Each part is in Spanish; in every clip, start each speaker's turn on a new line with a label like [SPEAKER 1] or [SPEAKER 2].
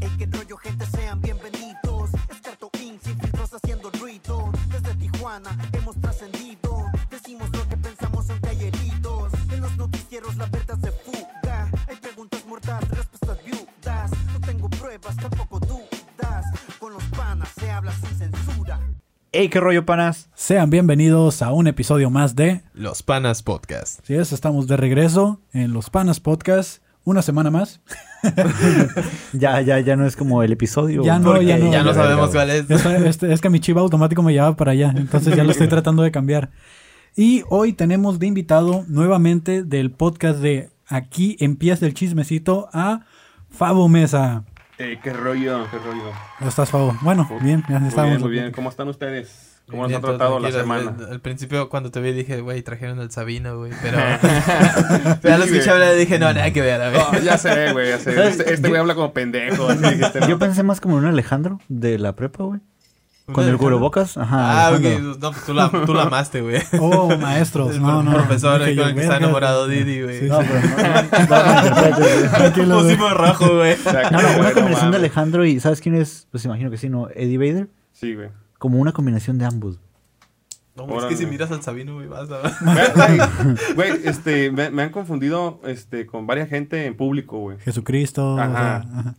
[SPEAKER 1] Hey, qué rollo, gente, sean bienvenidos. Escarto Inc. sin filtros haciendo ruido. Desde Tijuana hemos trascendido. Decimos lo que pensamos aunque hay heridos. En los noticieros la verdad se fuga. Hay preguntas muertas, respuestas viudas. No tengo pruebas, tampoco dudas. Con los panas se habla sin censura.
[SPEAKER 2] Hey, qué rollo, panas.
[SPEAKER 3] Sean bienvenidos a un episodio más de
[SPEAKER 4] Los Panas Podcast.
[SPEAKER 3] Si es, estamos de regreso en Los Panas Podcast. Una semana más.
[SPEAKER 2] Ya, ya, ya no es como el episodio.
[SPEAKER 3] Ya no,
[SPEAKER 2] porque
[SPEAKER 3] ya no.
[SPEAKER 4] ya no sabemos cuál es.
[SPEAKER 3] Ya sabe- este- es que mi chiva automático me llevaba para allá, entonces ya lo estoy tratando de cambiar. Y hoy tenemos de invitado nuevamente del podcast de Aquí empieza el chismecito a Fabo Mesa.
[SPEAKER 5] Eh, qué rollo, qué rollo.
[SPEAKER 3] ¿Cómo estás, Fabo? Bueno, bien, ya
[SPEAKER 5] Muy
[SPEAKER 3] estábamos.
[SPEAKER 5] bien, muy bien. ¿Cómo están ustedes? ¿Cómo nos ha tratado la semana?
[SPEAKER 4] Al, principio, cuando te vi, dije, güey, trajeron al Sabino, güey. Pero. pero ya lo escuché hablar y dije, no, nada que ver, a ver.
[SPEAKER 5] Oh, ya sé, güey, ya sé. Este este güey habla como pendejo. así dijiste, ¿no?
[SPEAKER 2] Yo pensé más como en un Alejandro de la prepa, güey. Con el cubrebocas. Ajá.
[SPEAKER 4] Ah,
[SPEAKER 2] Alejandro.
[SPEAKER 4] ok. No, pues tú la, tú la amaste, güey.
[SPEAKER 3] Oh, maestros,
[SPEAKER 4] El
[SPEAKER 3] no, no.
[SPEAKER 4] profesor
[SPEAKER 3] Dije yo,
[SPEAKER 4] con el que está
[SPEAKER 3] "Verga".
[SPEAKER 4] enamorado Didi, güey.
[SPEAKER 3] Sí, pues,
[SPEAKER 2] No,
[SPEAKER 3] sí.
[SPEAKER 2] pero no, no, no, no, no, no.
[SPEAKER 3] Tranquilo, güey.
[SPEAKER 4] Pusimos rajo, güey.
[SPEAKER 5] O sea,
[SPEAKER 2] No, no,
[SPEAKER 5] güey,
[SPEAKER 2] una combinación de
[SPEAKER 5] mames.
[SPEAKER 2] Alejandro y ¿sabes quién es? Pues imagino que sí, ¿no? Eddie Vader.
[SPEAKER 5] Sí, güey.
[SPEAKER 2] Como una combinación de ambos.
[SPEAKER 4] No, es que
[SPEAKER 5] Órale.
[SPEAKER 4] si miras al Sabino, güey, vas a
[SPEAKER 5] Güey, Güey, este, me, me han confundido este, con varias gente en público, güey.
[SPEAKER 3] Jesucristo. o sea,
[SPEAKER 5] Ajá.
[SPEAKER 3] ajá.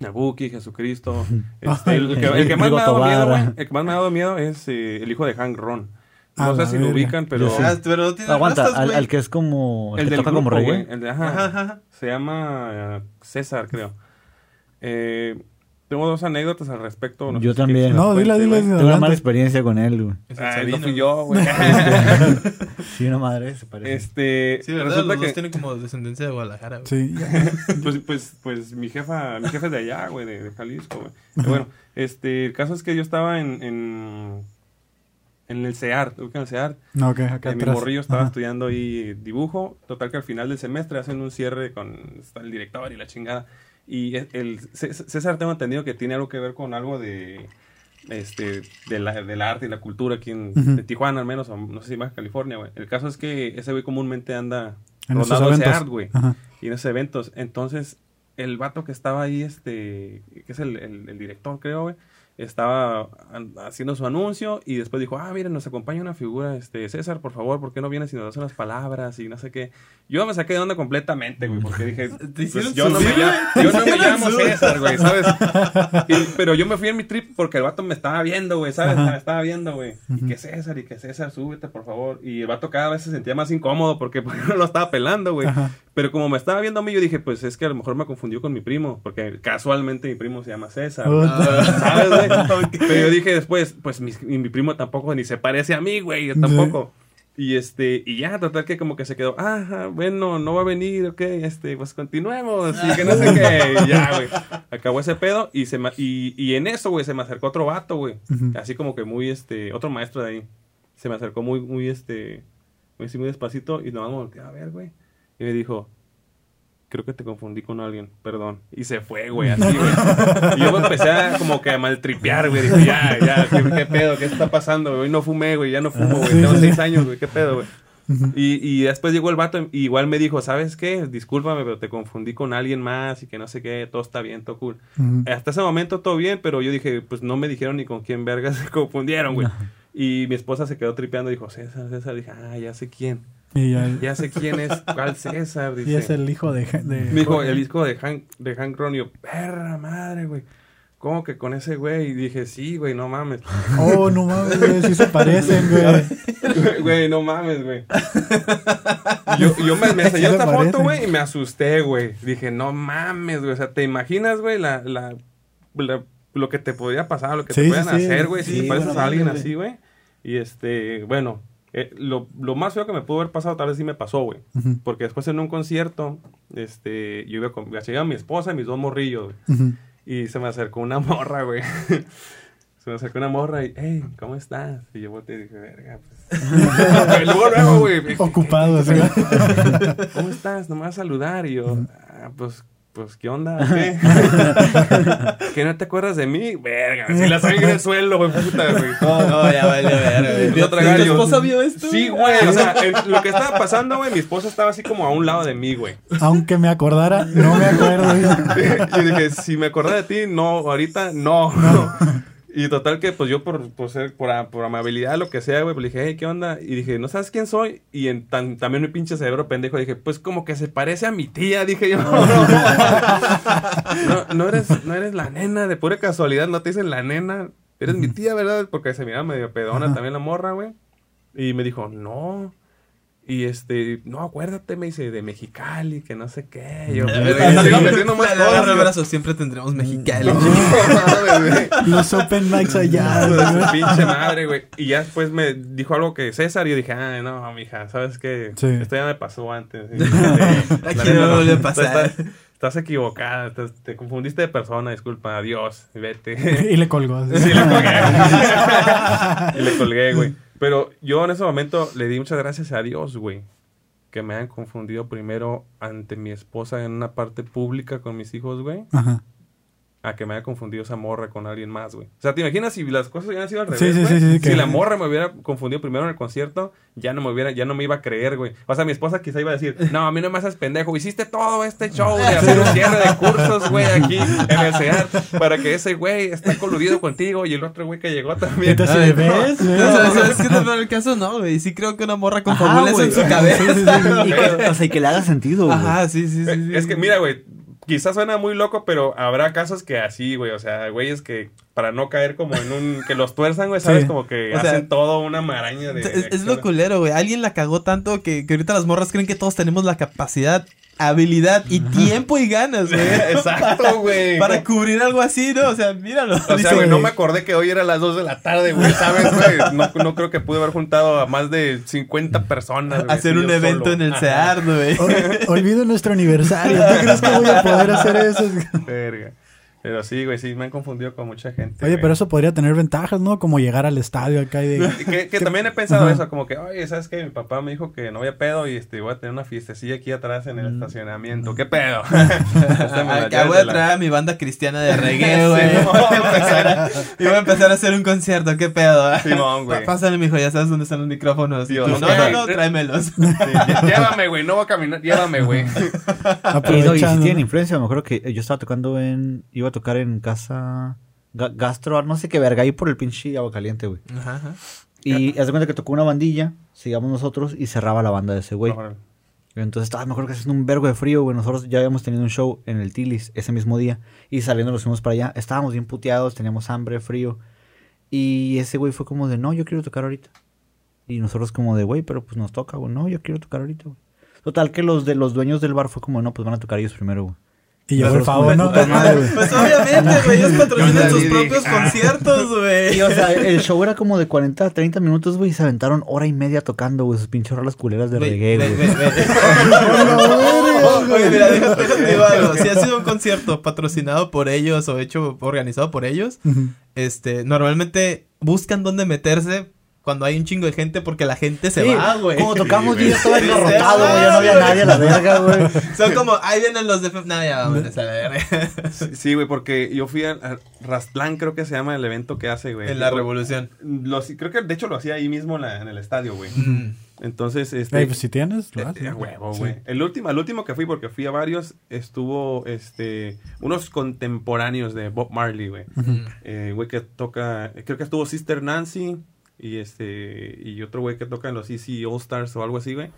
[SPEAKER 5] Nabuki, Jesucristo. Este, el, que, el que más
[SPEAKER 2] Rigo
[SPEAKER 5] me ha dado miedo,
[SPEAKER 2] Tobar.
[SPEAKER 5] güey. El que más me ha dado miedo es eh, el hijo de Hank Ron.
[SPEAKER 3] A
[SPEAKER 5] No
[SPEAKER 3] la
[SPEAKER 5] sé si lo
[SPEAKER 3] verga.
[SPEAKER 5] ubican, pero.
[SPEAKER 2] Yo sí.
[SPEAKER 4] Ah, Pero no tienes
[SPEAKER 2] Aguanta,
[SPEAKER 4] rastas,
[SPEAKER 2] al,
[SPEAKER 4] güey.
[SPEAKER 2] al que es como. El,
[SPEAKER 5] El
[SPEAKER 2] que
[SPEAKER 5] del
[SPEAKER 2] toca como
[SPEAKER 5] grupo,
[SPEAKER 2] reggae.
[SPEAKER 5] güey. El de- ajá.
[SPEAKER 4] Ajá, ajá.
[SPEAKER 5] Se llama eh, César, creo. Eh, tengo dos anécdotas al respecto.
[SPEAKER 2] Yo
[SPEAKER 5] sé si
[SPEAKER 2] también.
[SPEAKER 5] quieres que
[SPEAKER 3] No,
[SPEAKER 5] las
[SPEAKER 3] dila,
[SPEAKER 5] cuente,
[SPEAKER 3] dila,
[SPEAKER 5] güey.
[SPEAKER 2] Tuve
[SPEAKER 3] dila.
[SPEAKER 2] una mala
[SPEAKER 3] Adelante.
[SPEAKER 2] experiencia con él, güey.
[SPEAKER 4] Es el
[SPEAKER 5] Ay,
[SPEAKER 4] Sabino,
[SPEAKER 5] no fui
[SPEAKER 4] güey.
[SPEAKER 5] yo, güey.
[SPEAKER 2] Sí, una madre, se parece.
[SPEAKER 5] este,
[SPEAKER 4] Sí, ¿verdad?
[SPEAKER 5] resulta
[SPEAKER 4] Los
[SPEAKER 5] que
[SPEAKER 4] dos tienen como descendencia de Guadalajara, güey.
[SPEAKER 3] Sí, ya.
[SPEAKER 5] pues, pues, pues mi jefa, mi jefa es de allá, güey, de, de Jalisco, güey. Pero Bueno, este, el caso es que yo estaba en, en, en el CEAR, en el CEAR,
[SPEAKER 3] No, ok, acá
[SPEAKER 5] que mi
[SPEAKER 3] atrás.
[SPEAKER 5] morrillo estaba
[SPEAKER 3] Ajá.
[SPEAKER 5] estudiando ahí dibujo. Total que al final del semestre hacen un cierre con está el director y la chingada. Y e- el C- César tengo entendido que tiene algo que ver con algo de este de la- del arte y la cultura aquí en
[SPEAKER 3] Ujú.
[SPEAKER 5] de Tijuana al menos, o no sé si más California, güey. El caso es que ese güey comúnmente anda
[SPEAKER 3] En esos
[SPEAKER 5] rodando ese
[SPEAKER 3] eventos.
[SPEAKER 5] art, güey.
[SPEAKER 3] Ajá.
[SPEAKER 5] Y en esos eventos. Entonces, el vato que estaba ahí, este, que es el, el- el director, creo, güey, estaba an- haciendo su anuncio y después dijo, ah, miren, nos acompaña una figura, este, César, por favor, ¿por qué no vienes y nos das unas palabras y no sé qué? Yo me saqué de onda completamente, güey, porque dije, pues,
[SPEAKER 4] hicieron
[SPEAKER 5] yo, no me,
[SPEAKER 4] subir,
[SPEAKER 5] llamo-
[SPEAKER 4] güey.
[SPEAKER 5] yo
[SPEAKER 4] Te
[SPEAKER 5] no me
[SPEAKER 4] hicieron
[SPEAKER 5] llamo
[SPEAKER 4] subir.
[SPEAKER 5] César, güey, ¿sabes? Y- pero yo me fui en mi trip porque el vato me estaba viendo, güey, ¿sabes?
[SPEAKER 3] Ajá.
[SPEAKER 5] Me estaba viendo, güey. Y que César, y que César, súbete, por favor. Y el vato cada vez se sentía más incómodo porque pues, no lo estaba pelando, güey.
[SPEAKER 3] Ajá.
[SPEAKER 5] Pero como me estaba viendo a mí, yo dije, pues es que a lo mejor me confundió con mi primo, porque casualmente mi primo se llama César. güey.
[SPEAKER 3] Puta.
[SPEAKER 5] ¿Sabes, güey? Pero yo dije después, pues mi, mi- mi primo tampoco ni se parece a mí, güey, yo tampoco. Y este, y ya, total que como que se quedó, ah, bueno, no va a venir, ok, este, pues continuemos, y que no sé qué, y ya, güey. Acabó ese pedo y se me- y, y en eso, güey, se me acercó otro vato, güey.
[SPEAKER 3] Ujú.
[SPEAKER 5] Así como que muy, este, otro maestro de ahí. Se me acercó muy, muy, este, muy, así, muy despacito y nomás me volteó a ver, güey. Y me dijo, creo que te confundí con alguien, perdón. Y se fue, güey, así, güey. Y yo me empecé a, como que a maltripear, güey. Dije, ya, ya, ¿qué, qué pedo? ¿Qué está pasando, güey? No fumé, güey, ya no fumo, güey. Tengo seis años, güey, ¿qué pedo, güey? Y, y después llegó el vato y igual me dijo, ¿sabes qué? Discúlpame, pero te confundí con alguien más y que no sé qué, todo está bien, todo cool.
[SPEAKER 3] Ujú.
[SPEAKER 5] Hasta ese momento todo bien, pero yo dije, pues no me dijeron ni con quién verga se confundieron, güey. Y mi esposa se quedó tripeando y dijo, César, César. Dije, ah, ya sé quién.
[SPEAKER 3] Y ya el-
[SPEAKER 5] Ya sé quién es, cuál César. Dice.
[SPEAKER 3] Y es el hijo de... de-
[SPEAKER 5] Me dijo el disco de Hank, de Hank Ronio, perra madre, güey. ¿Cómo que con ese güey? Y dije, sí, güey, no mames.
[SPEAKER 3] Oh, no mames, güey, sí se parecen, güey.
[SPEAKER 5] Güey, no mames, güey. Y Yo, y yo me, me enseñó
[SPEAKER 3] Sí le
[SPEAKER 5] esta
[SPEAKER 3] parece.
[SPEAKER 5] foto, güey, y me asusté, güey. Dije, no mames, güey. O sea, ¿te imaginas, güey, la, la, la- lo que te podría pasar, lo que
[SPEAKER 3] Sí,
[SPEAKER 5] te pueden
[SPEAKER 3] sí, sí.
[SPEAKER 5] hacer, güey, si
[SPEAKER 3] Sí,
[SPEAKER 5] te pareces
[SPEAKER 3] bueno,
[SPEAKER 5] a alguien
[SPEAKER 3] mames,
[SPEAKER 5] así, güey? Y este, bueno, eh, lo, lo más feo que me pudo haber pasado, tal vez sí me pasó, güey.
[SPEAKER 3] Ujú,
[SPEAKER 5] Porque después en un concierto, este, yo iba con, llegué a mi esposa y mis dos morrillos, güey.
[SPEAKER 3] ujú.
[SPEAKER 5] Y se me acercó una morra, güey. Se me acercó una morra y, hey, ¿cómo estás? Y yo volteé y dije, verga, pues. luego, luego, güey.
[SPEAKER 3] Ocupado, así, güey.
[SPEAKER 5] ¿Cómo estás? No me vas a saludar. Y yo, "Ah, pues, Pues, ¿qué onda? ¿Qué? ¿Que no te acuerdas de mí? Verga, si la sangre en el suelo, güey, puta, güey.
[SPEAKER 4] No, no, ya vale, ver.
[SPEAKER 5] Yo tragar,
[SPEAKER 4] ¿Tu
[SPEAKER 5] yo-
[SPEAKER 4] esposa vio esto?
[SPEAKER 5] Sí, güey, o sea, en- lo que estaba pasando, güey, mi esposa estaba así como a un lado de mí, güey.
[SPEAKER 3] Aunque me acordara, no me acuerdo.
[SPEAKER 5] Yo dije, si me acordé de ti, no, ahorita no. Y total que, pues yo por, por ser, por, a- por amabilidad, lo que sea, güey, pues le dije, hey, ¿qué onda? Y dije, ¿no sabes quién soy? Y en tan- también mi pinche cerebro pendejo dije, pues como que se parece a mi tía, dije yo. No, no eres, no eres la nena, de pura casualidad, no te dicen la nena. Eres mi tía, ¿verdad? Porque se miraba medio pedona también la morra, güey. Y me dijo, no. Y este, no, acuérdate, me dice, de Mecicali, que no sé qué. Yo,
[SPEAKER 4] La
[SPEAKER 5] puta,
[SPEAKER 4] verdad,
[SPEAKER 5] sigo
[SPEAKER 4] sí.
[SPEAKER 5] metiendo más
[SPEAKER 4] La- la-
[SPEAKER 5] cosas,
[SPEAKER 4] la-
[SPEAKER 5] güey.
[SPEAKER 4] abrazo, siempre tendremos Mexicali.
[SPEAKER 3] Los open mics allá.
[SPEAKER 5] Hijo de
[SPEAKER 3] güey.
[SPEAKER 5] su pinche madre, güey. Y ya después me dijo algo que César y yo dije, ah, no, mija, ¿sabes qué?
[SPEAKER 3] Sí.
[SPEAKER 5] Esto ya me pasó antes. Y, este,
[SPEAKER 4] Aquí no
[SPEAKER 5] la neta, pues,
[SPEAKER 4] me vuelve a
[SPEAKER 5] Estás-
[SPEAKER 4] pasar.
[SPEAKER 5] Estás, estás equivocada, estás- te confundiste de persona, disculpa, adiós, vete.
[SPEAKER 3] Y le colgó. así.
[SPEAKER 5] Sí, le colgué. y le colgué, güey. Pero yo en ese momento le di muchas gracias a Dios, güey. Que me hayan confundido primero ante mi esposa en una parte pública con mis hijos, güey.
[SPEAKER 3] Ajá.
[SPEAKER 5] a que me haya confundido esa morra con alguien más, güey. O sea, ¿te imaginas si las cosas hubieran sido al
[SPEAKER 3] Sí,
[SPEAKER 5] revés,
[SPEAKER 3] sí, sí,
[SPEAKER 5] güey?
[SPEAKER 3] sí,
[SPEAKER 5] si
[SPEAKER 3] que-
[SPEAKER 5] la morra me hubiera confundido primero en el concierto, ya no me hubiera, ya no me iba a creer, güey. O sea, mi esposa quizá iba a decir, no, a mí no me haces pendejo, hiciste todo este show de hacer un cierre de cursos, güey, aquí en el CEAR, para que ese güey está coludido contigo y el otro güey que llegó también.
[SPEAKER 3] Entonces,
[SPEAKER 5] Ay,
[SPEAKER 3] ¿ves?
[SPEAKER 5] no.
[SPEAKER 3] ¿Ves?
[SPEAKER 5] pues,
[SPEAKER 4] ¿Sabes, ¿Sabes qué? Pero el caso no, güey. Sí creo que una morra con
[SPEAKER 2] Ajá,
[SPEAKER 4] fórmula eso
[SPEAKER 2] Ah, güey.
[SPEAKER 4] en su cabeza.
[SPEAKER 2] Y que- o sea, y que le haga sentido, güey.
[SPEAKER 4] Ajá, sí, sí, sí.
[SPEAKER 5] Eh,
[SPEAKER 4] sí.
[SPEAKER 5] Es que, mira, güey, quizás suena muy loco, pero habrá casos que así, güey. O sea, güeyes que para no caer como en un. que los tuerzan, güey, ¿sabes?
[SPEAKER 3] Sí.
[SPEAKER 5] Como que
[SPEAKER 4] O sea,
[SPEAKER 5] hacen todo una maraña de.
[SPEAKER 4] Es, es
[SPEAKER 5] acciones.
[SPEAKER 4] lo culero, güey. Alguien la cagó tanto que, que ahorita las morras creen que todos tenemos la capacidad, habilidad y tiempo y ganas, güey.
[SPEAKER 5] Exacto, güey.
[SPEAKER 4] Para cubrir algo así, ¿no? O sea, míralo.
[SPEAKER 5] O sea,
[SPEAKER 4] Dice,
[SPEAKER 5] güey, no me acordé que hoy era las 2 de la tarde, güey, ¿sabes, güey? No, no creo que pude haber juntado a más de 50 personas. güey,
[SPEAKER 4] hacer
[SPEAKER 5] así
[SPEAKER 4] un
[SPEAKER 5] yo
[SPEAKER 4] evento
[SPEAKER 5] solo. Ah,
[SPEAKER 4] en el
[SPEAKER 5] Ajá,
[SPEAKER 4] CEAR, güey.
[SPEAKER 3] Ol- Olvido nuestro aniversario. ¿Tú crees que voy a poder hacer eso?
[SPEAKER 5] verga. Pero sí, güey, sí, me han confundido con mucha gente.
[SPEAKER 3] Oye,
[SPEAKER 5] güey.
[SPEAKER 3] pero eso podría tener ventajas, ¿no? Como llegar al estadio acá y de...
[SPEAKER 5] Que, que también he pensado eso, como que, oye, ¿sabes qué? Mi papá me dijo que no había pedo y este, voy a tener una fiestecilla aquí atrás en el estacionamiento. ¿Qué pedo? Esta me la
[SPEAKER 4] Mm. Ah, Acá voy
[SPEAKER 5] llevas de
[SPEAKER 4] a
[SPEAKER 5] la-
[SPEAKER 4] traer a mi banda cristiana de reggae, güey.
[SPEAKER 5] Sí,
[SPEAKER 4] Voy a empezar a- Y voy a empezar a hacer un concierto, qué pedo. eh?
[SPEAKER 5] Simón, güey.
[SPEAKER 4] Pa- Pásale, mijo, ya sabes dónde están los micrófonos.
[SPEAKER 5] Sí,
[SPEAKER 4] Y tú,
[SPEAKER 5] ok.
[SPEAKER 4] no, no, no, tráemelos.
[SPEAKER 5] Sí, lle- llévame, güey, no voy a caminar, llévame, güey.
[SPEAKER 2] Y, no, y si
[SPEAKER 3] Aprovechando.
[SPEAKER 2] tienen influencia, me acuerdo que eh, yo estaba tocando en. Iba a tocar en casa. Ga- Gastro, no sé qué verga, ahí por el pinche agua caliente, güey.
[SPEAKER 4] Ajá, ajá.
[SPEAKER 2] Y haz de cuenta que tocó una bandilla, sigamos nosotros, y cerraba la banda de ese güey.
[SPEAKER 5] Órale.
[SPEAKER 2] Entonces estaba, me acuerdo que haciendo un vergo de frío, güey. Nosotros ya habíamos tenido un show en el Tilis ese mismo día. Y saliendo nos fuimos para allá. Estábamos bien puteados, teníamos hambre, frío. Y ese güey fue como de, no, yo quiero tocar ahorita. Y nosotros como de, güey, pero pues nos toca, güey. No, yo quiero tocar ahorita, güey. Total que los de los dueños del bar fue como, no, pues van a tocar ellos primero, güey.
[SPEAKER 3] Y llegó el
[SPEAKER 2] Pero
[SPEAKER 3] favor,
[SPEAKER 2] es una
[SPEAKER 3] ¿no?
[SPEAKER 2] puta madre, güey.
[SPEAKER 4] Pues obviamente, güey, ellos patrocinan
[SPEAKER 5] Yo
[SPEAKER 4] sus
[SPEAKER 5] también
[SPEAKER 4] propios
[SPEAKER 5] dije, ah.
[SPEAKER 4] conciertos, güey.
[SPEAKER 2] Y, o sea, el show era como de 40 a 30 minutos, güey, y se aventaron hora y media tocando, güey, sus pinches rolas culeras de
[SPEAKER 4] Güey,
[SPEAKER 2] reggae,
[SPEAKER 4] ve,
[SPEAKER 2] güey.
[SPEAKER 4] ve, ve. Oye, mira, déjate, te digo algo. Si ha sido un concierto patrocinado por ellos o hecho organizado por ellos,
[SPEAKER 3] Ujú.
[SPEAKER 4] este, normalmente buscan dónde meterse cuando hay un chingo de gente porque la gente se
[SPEAKER 2] Sí,
[SPEAKER 4] va, güey.
[SPEAKER 2] Como tocamos, yo ya estaba
[SPEAKER 4] Sí,
[SPEAKER 2] engarrotado,
[SPEAKER 4] se
[SPEAKER 2] güey. Ya no
[SPEAKER 4] va,
[SPEAKER 2] había
[SPEAKER 4] güey.
[SPEAKER 2] nadie a la verga, güey.
[SPEAKER 4] Son como, ahí vienen los de Fef. Nah, ya vámonos a la verga.
[SPEAKER 5] Sí, sí, güey, porque yo fui a, a Rastlán, creo que se llama el evento que hace, güey.
[SPEAKER 4] En la
[SPEAKER 5] Lo-
[SPEAKER 4] revolución.
[SPEAKER 5] lo hacía- creo que de hecho lo hacía ahí mismo en, la- en el estadio, güey. Entonces, este.
[SPEAKER 3] Ey, pues si tienes,
[SPEAKER 5] eh,
[SPEAKER 3] lo haces.
[SPEAKER 5] eh, huevo, güey. El último, el último que fui, porque fui a varios, estuvo este. Unos contemporáneos de Bob Marley, güey. Eh, güey que toca. Creo que estuvo Sister Nancy. Y este. Y otro güey que toca en los EC All Stars o algo así, güey.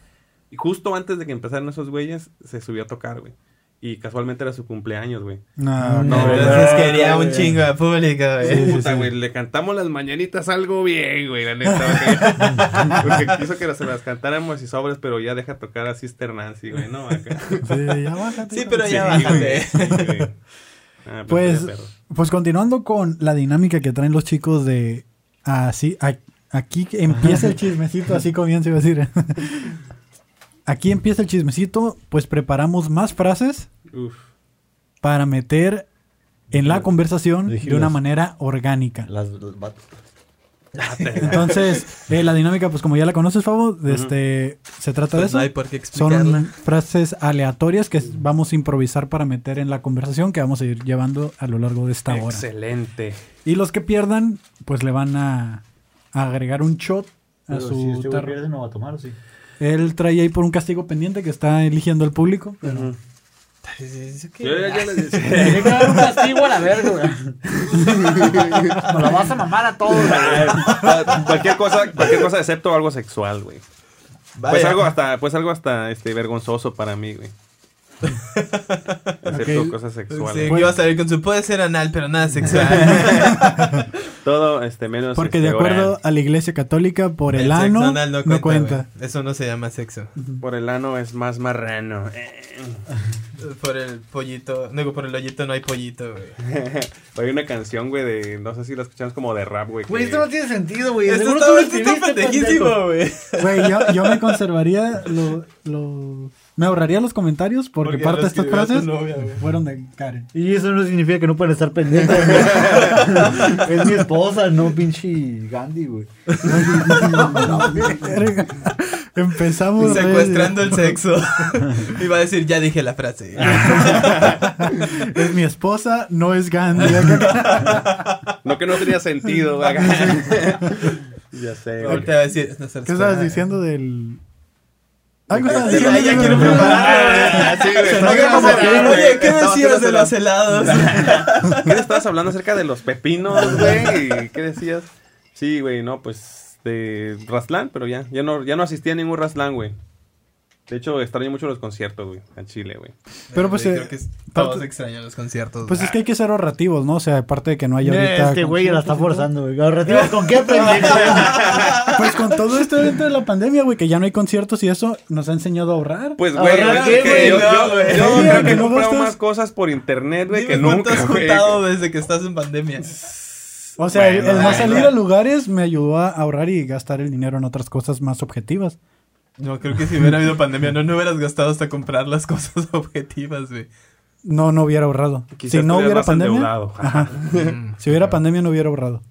[SPEAKER 5] Y justo antes de que empezaran esos güeyes, se subió a tocar, güey. Y casualmente era su cumpleaños, güey.
[SPEAKER 3] No,
[SPEAKER 4] No,
[SPEAKER 3] no,
[SPEAKER 4] entonces quería un chingo de público, güey. Pues
[SPEAKER 5] Puta, güey, le cantamos las mañanitas algo bien, güey, la neta. güey. Porque quiso que se las cantáramos y sobres, pero ya deja tocar a Sister Nancy, güey, ¿no? Acá.
[SPEAKER 3] Sí, ya bájate.
[SPEAKER 4] Sí, pero
[SPEAKER 5] Sí,
[SPEAKER 4] ya
[SPEAKER 5] güey,
[SPEAKER 4] bájate.
[SPEAKER 5] sí, güey. Ah, pero
[SPEAKER 3] Pues,
[SPEAKER 5] qué perro.
[SPEAKER 3] pues continuando con la dinámica que traen los chicos de así a- aquí que empieza el chismecito, así comienza iba a decir. Aquí empieza el chismecito, pues preparamos más frases
[SPEAKER 5] Uf.
[SPEAKER 3] para meter en la conversación de
[SPEAKER 2] Dígilas.
[SPEAKER 3] una manera orgánica.
[SPEAKER 2] Las, las-
[SPEAKER 3] Entonces, eh, la dinámica, pues como ya la conoces, Fabo, este, se trata de
[SPEAKER 4] Pues
[SPEAKER 3] eso.
[SPEAKER 4] no hay por qué explicarla.
[SPEAKER 3] Son frases aleatorias que vamos a improvisar para meter en la conversación que vamos a ir llevando a lo largo de esta hora.
[SPEAKER 5] Excelente.
[SPEAKER 3] Y los que pierdan, pues le van a, a agregar un shot a su tarro.
[SPEAKER 2] no va a tomar, sí.
[SPEAKER 3] Él trae ahí por un castigo pendiente que está eligiendo el público. pero-
[SPEAKER 5] Yo ya- ya les decía.
[SPEAKER 2] Tiene que dar un castigo a la verga, güey. Nos lo vas a mamar a todos, güey.
[SPEAKER 5] Ah, cualquier cosa, cualquier cosa excepto algo sexual, güey. Pues
[SPEAKER 4] Vaya.
[SPEAKER 5] algo hasta, pues algo hasta este vergonzoso para mí, güey. Excepto
[SPEAKER 3] Ok.
[SPEAKER 5] cosas
[SPEAKER 4] Sí,
[SPEAKER 5] sexuales.
[SPEAKER 4] que iba a salir con su puede ser anal, pero nada sexual.
[SPEAKER 5] Todo este menos
[SPEAKER 3] Porque de
[SPEAKER 5] este,
[SPEAKER 3] acuerdo
[SPEAKER 5] oral.
[SPEAKER 3] a la iglesia católica, por el,
[SPEAKER 4] sexo
[SPEAKER 3] ano
[SPEAKER 4] anal
[SPEAKER 3] no,
[SPEAKER 4] güey.
[SPEAKER 3] cuenta.
[SPEAKER 4] Eso no se llama sexo.
[SPEAKER 5] por el ano es más marrano. Eh.
[SPEAKER 4] Por el pollito, digo, por el hoyito no hay pollito, güey.
[SPEAKER 5] Hay una canción, güey, de no sé si la escuchamos como de rap, güey.
[SPEAKER 2] Güey,
[SPEAKER 5] que-
[SPEAKER 2] esto no tiene sentido, güey.
[SPEAKER 4] Esto
[SPEAKER 2] Seguro
[SPEAKER 4] está,
[SPEAKER 2] tú lo
[SPEAKER 4] esto está
[SPEAKER 2] escribiste, pendejo.
[SPEAKER 4] pendejísimo, güey.
[SPEAKER 3] Güey, yo, yo me conservaría lo- lo- Me ahorraría los comentarios porque,
[SPEAKER 4] Porque
[SPEAKER 3] parte
[SPEAKER 4] lo
[SPEAKER 3] de estas
[SPEAKER 4] escribió tu
[SPEAKER 3] frases
[SPEAKER 4] novia, güey.
[SPEAKER 3] fueron de Karen.
[SPEAKER 2] Y eso no significa que no puedan estar pendientes. es mi esposa, no pinche Gandhi, güey.
[SPEAKER 3] Verga. Empezamos. güey.
[SPEAKER 4] Secuestrando el sexo. Iba a decir, ya dije la frase.
[SPEAKER 3] Es mi esposa, no es Gandhi.
[SPEAKER 5] No que no tenía sentido, güey. ya sé, güey.
[SPEAKER 4] Ahorita iba a decir, es nuestra
[SPEAKER 3] ¿Qué estabas
[SPEAKER 4] esposa.
[SPEAKER 3] diciendo del.? Algo estabas
[SPEAKER 4] Sí,
[SPEAKER 3] diciendo.
[SPEAKER 4] ya
[SPEAKER 3] algo
[SPEAKER 4] quiero
[SPEAKER 3] de-
[SPEAKER 4] probar.
[SPEAKER 5] Sí, güey.
[SPEAKER 4] Oye,
[SPEAKER 5] Oye,
[SPEAKER 4] como
[SPEAKER 5] ¿cómo
[SPEAKER 4] que,
[SPEAKER 5] que-
[SPEAKER 4] oye, ¿qué
[SPEAKER 5] Estaba
[SPEAKER 4] decías
[SPEAKER 5] haciendo
[SPEAKER 4] de
[SPEAKER 5] la-
[SPEAKER 4] los helados?
[SPEAKER 5] ¿Qué le estabas hablando acerca de los pepinos, güey? ¿Qué decías? Sí, güey, no, pues de Raslán, pero ya, ya no, ya no asistí a ningún Raslán, güey. De hecho, extraño mucho los conciertos, güey, en Chile, güey.
[SPEAKER 3] Pero pues,
[SPEAKER 4] Yo
[SPEAKER 3] eh,
[SPEAKER 4] creo que es-
[SPEAKER 3] parte-
[SPEAKER 4] todos extrañan los conciertos.
[SPEAKER 3] Pues
[SPEAKER 4] güey.
[SPEAKER 3] es que hay que ser ahorrativos, ¿no? O sea, aparte de que no hay ahorita.
[SPEAKER 2] Este güey la está
[SPEAKER 3] conciertos y
[SPEAKER 2] forzando, güey. Ahorrativo, ¿Con qué pendejo?
[SPEAKER 3] todo. Pues con todo esto dentro de la pandemia, güey, que ya no hay conciertos y eso nos ha enseñado a ahorrar.
[SPEAKER 5] Pues, güey,
[SPEAKER 4] Ahorrar, ¿qué,
[SPEAKER 5] güey, que yo,
[SPEAKER 4] güey?
[SPEAKER 5] yo-
[SPEAKER 4] No, güey.
[SPEAKER 5] yo
[SPEAKER 3] Sí,
[SPEAKER 5] creo
[SPEAKER 3] que
[SPEAKER 5] que
[SPEAKER 3] no
[SPEAKER 5] comprado
[SPEAKER 3] gastas-
[SPEAKER 5] más cosas por internet,
[SPEAKER 4] Ah,
[SPEAKER 5] güey,
[SPEAKER 4] Dime
[SPEAKER 5] que
[SPEAKER 4] cuánto
[SPEAKER 5] nunca,
[SPEAKER 4] has
[SPEAKER 5] güey.
[SPEAKER 4] juntado desde que estás en pandemia.
[SPEAKER 3] O sea, el-
[SPEAKER 5] Bueno,
[SPEAKER 3] el no
[SPEAKER 5] bueno.
[SPEAKER 3] salir a lugares me ayudó a ahorrar y gastar el dinero en otras cosas más objetivas.
[SPEAKER 4] No, creo que si hubiera habido pandemia, no, no hubieras gastado hasta comprar las cosas objetivas, güey.
[SPEAKER 3] No, no hubiera ahorrado.
[SPEAKER 5] Quizás
[SPEAKER 3] si no
[SPEAKER 5] estuvieras
[SPEAKER 3] hubiera
[SPEAKER 5] más
[SPEAKER 3] pandemia.
[SPEAKER 5] endeudado.
[SPEAKER 3] Ajá. si hubiera pandemia, no hubiera ahorrado.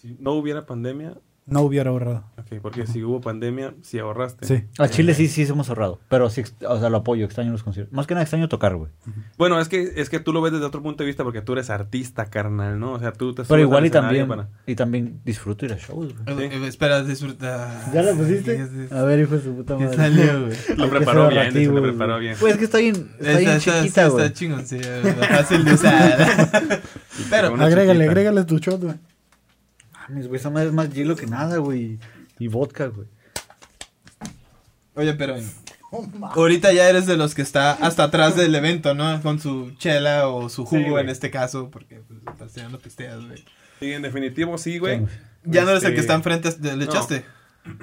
[SPEAKER 5] Si no hubiera pandemia,
[SPEAKER 3] No hubiera ahorrado.
[SPEAKER 5] ok, porque si hubo pandemia, si ahorraste.
[SPEAKER 3] Sí.
[SPEAKER 2] A Chile sí, sí hemos ahorrado. Pero sí, ex- o sea, lo apoyo, extraño los conciertos. Más que nada extraño tocar, güey.
[SPEAKER 5] Bueno, es que, es que tú lo ves desde otro punto de vista porque tú eres artista, carnal, ¿no? O sea, tú te subes
[SPEAKER 2] Pero
[SPEAKER 5] al
[SPEAKER 2] igual y
[SPEAKER 5] escenario
[SPEAKER 2] también,
[SPEAKER 5] para-
[SPEAKER 2] y también disfruto ir a shows, güey.
[SPEAKER 4] Eh, eh, Espera, disfruta.
[SPEAKER 2] ¿Ya la
[SPEAKER 4] ¿Qué
[SPEAKER 2] pusiste?
[SPEAKER 4] es esto?
[SPEAKER 2] A ver, hijo de su puta
[SPEAKER 4] ¿Qué
[SPEAKER 2] madre.
[SPEAKER 4] salió, güey?
[SPEAKER 5] Lo
[SPEAKER 2] Hay que
[SPEAKER 5] preparó
[SPEAKER 2] ser
[SPEAKER 5] bien, dice, lo
[SPEAKER 2] ahorrativo,
[SPEAKER 5] preparó
[SPEAKER 2] güey.
[SPEAKER 5] bien.
[SPEAKER 2] Pues es que está bien, está bien chiquita,
[SPEAKER 4] está,
[SPEAKER 2] güey.
[SPEAKER 4] está chingoncilla, güey, fácil de usar. Pero,
[SPEAKER 5] Una
[SPEAKER 3] agrégale,
[SPEAKER 5] chiquita.
[SPEAKER 3] agrégale tu shot, güey.
[SPEAKER 2] Mames, güey, esa madre es más hielo que nada, güey. Y vodka, güey.
[SPEAKER 4] oye, pero. Ahorita ya eres de los que está hasta atrás del evento, ¿no? Con su chela o su
[SPEAKER 5] Sí,
[SPEAKER 4] jugo
[SPEAKER 5] güey.
[SPEAKER 4] en este caso, porque pues, estás tirando pisteas, güey.
[SPEAKER 5] Sí, en definitivo sí, güey.
[SPEAKER 4] Ya no eres el
[SPEAKER 5] Este,
[SPEAKER 4] que está enfrente, ¿le echaste?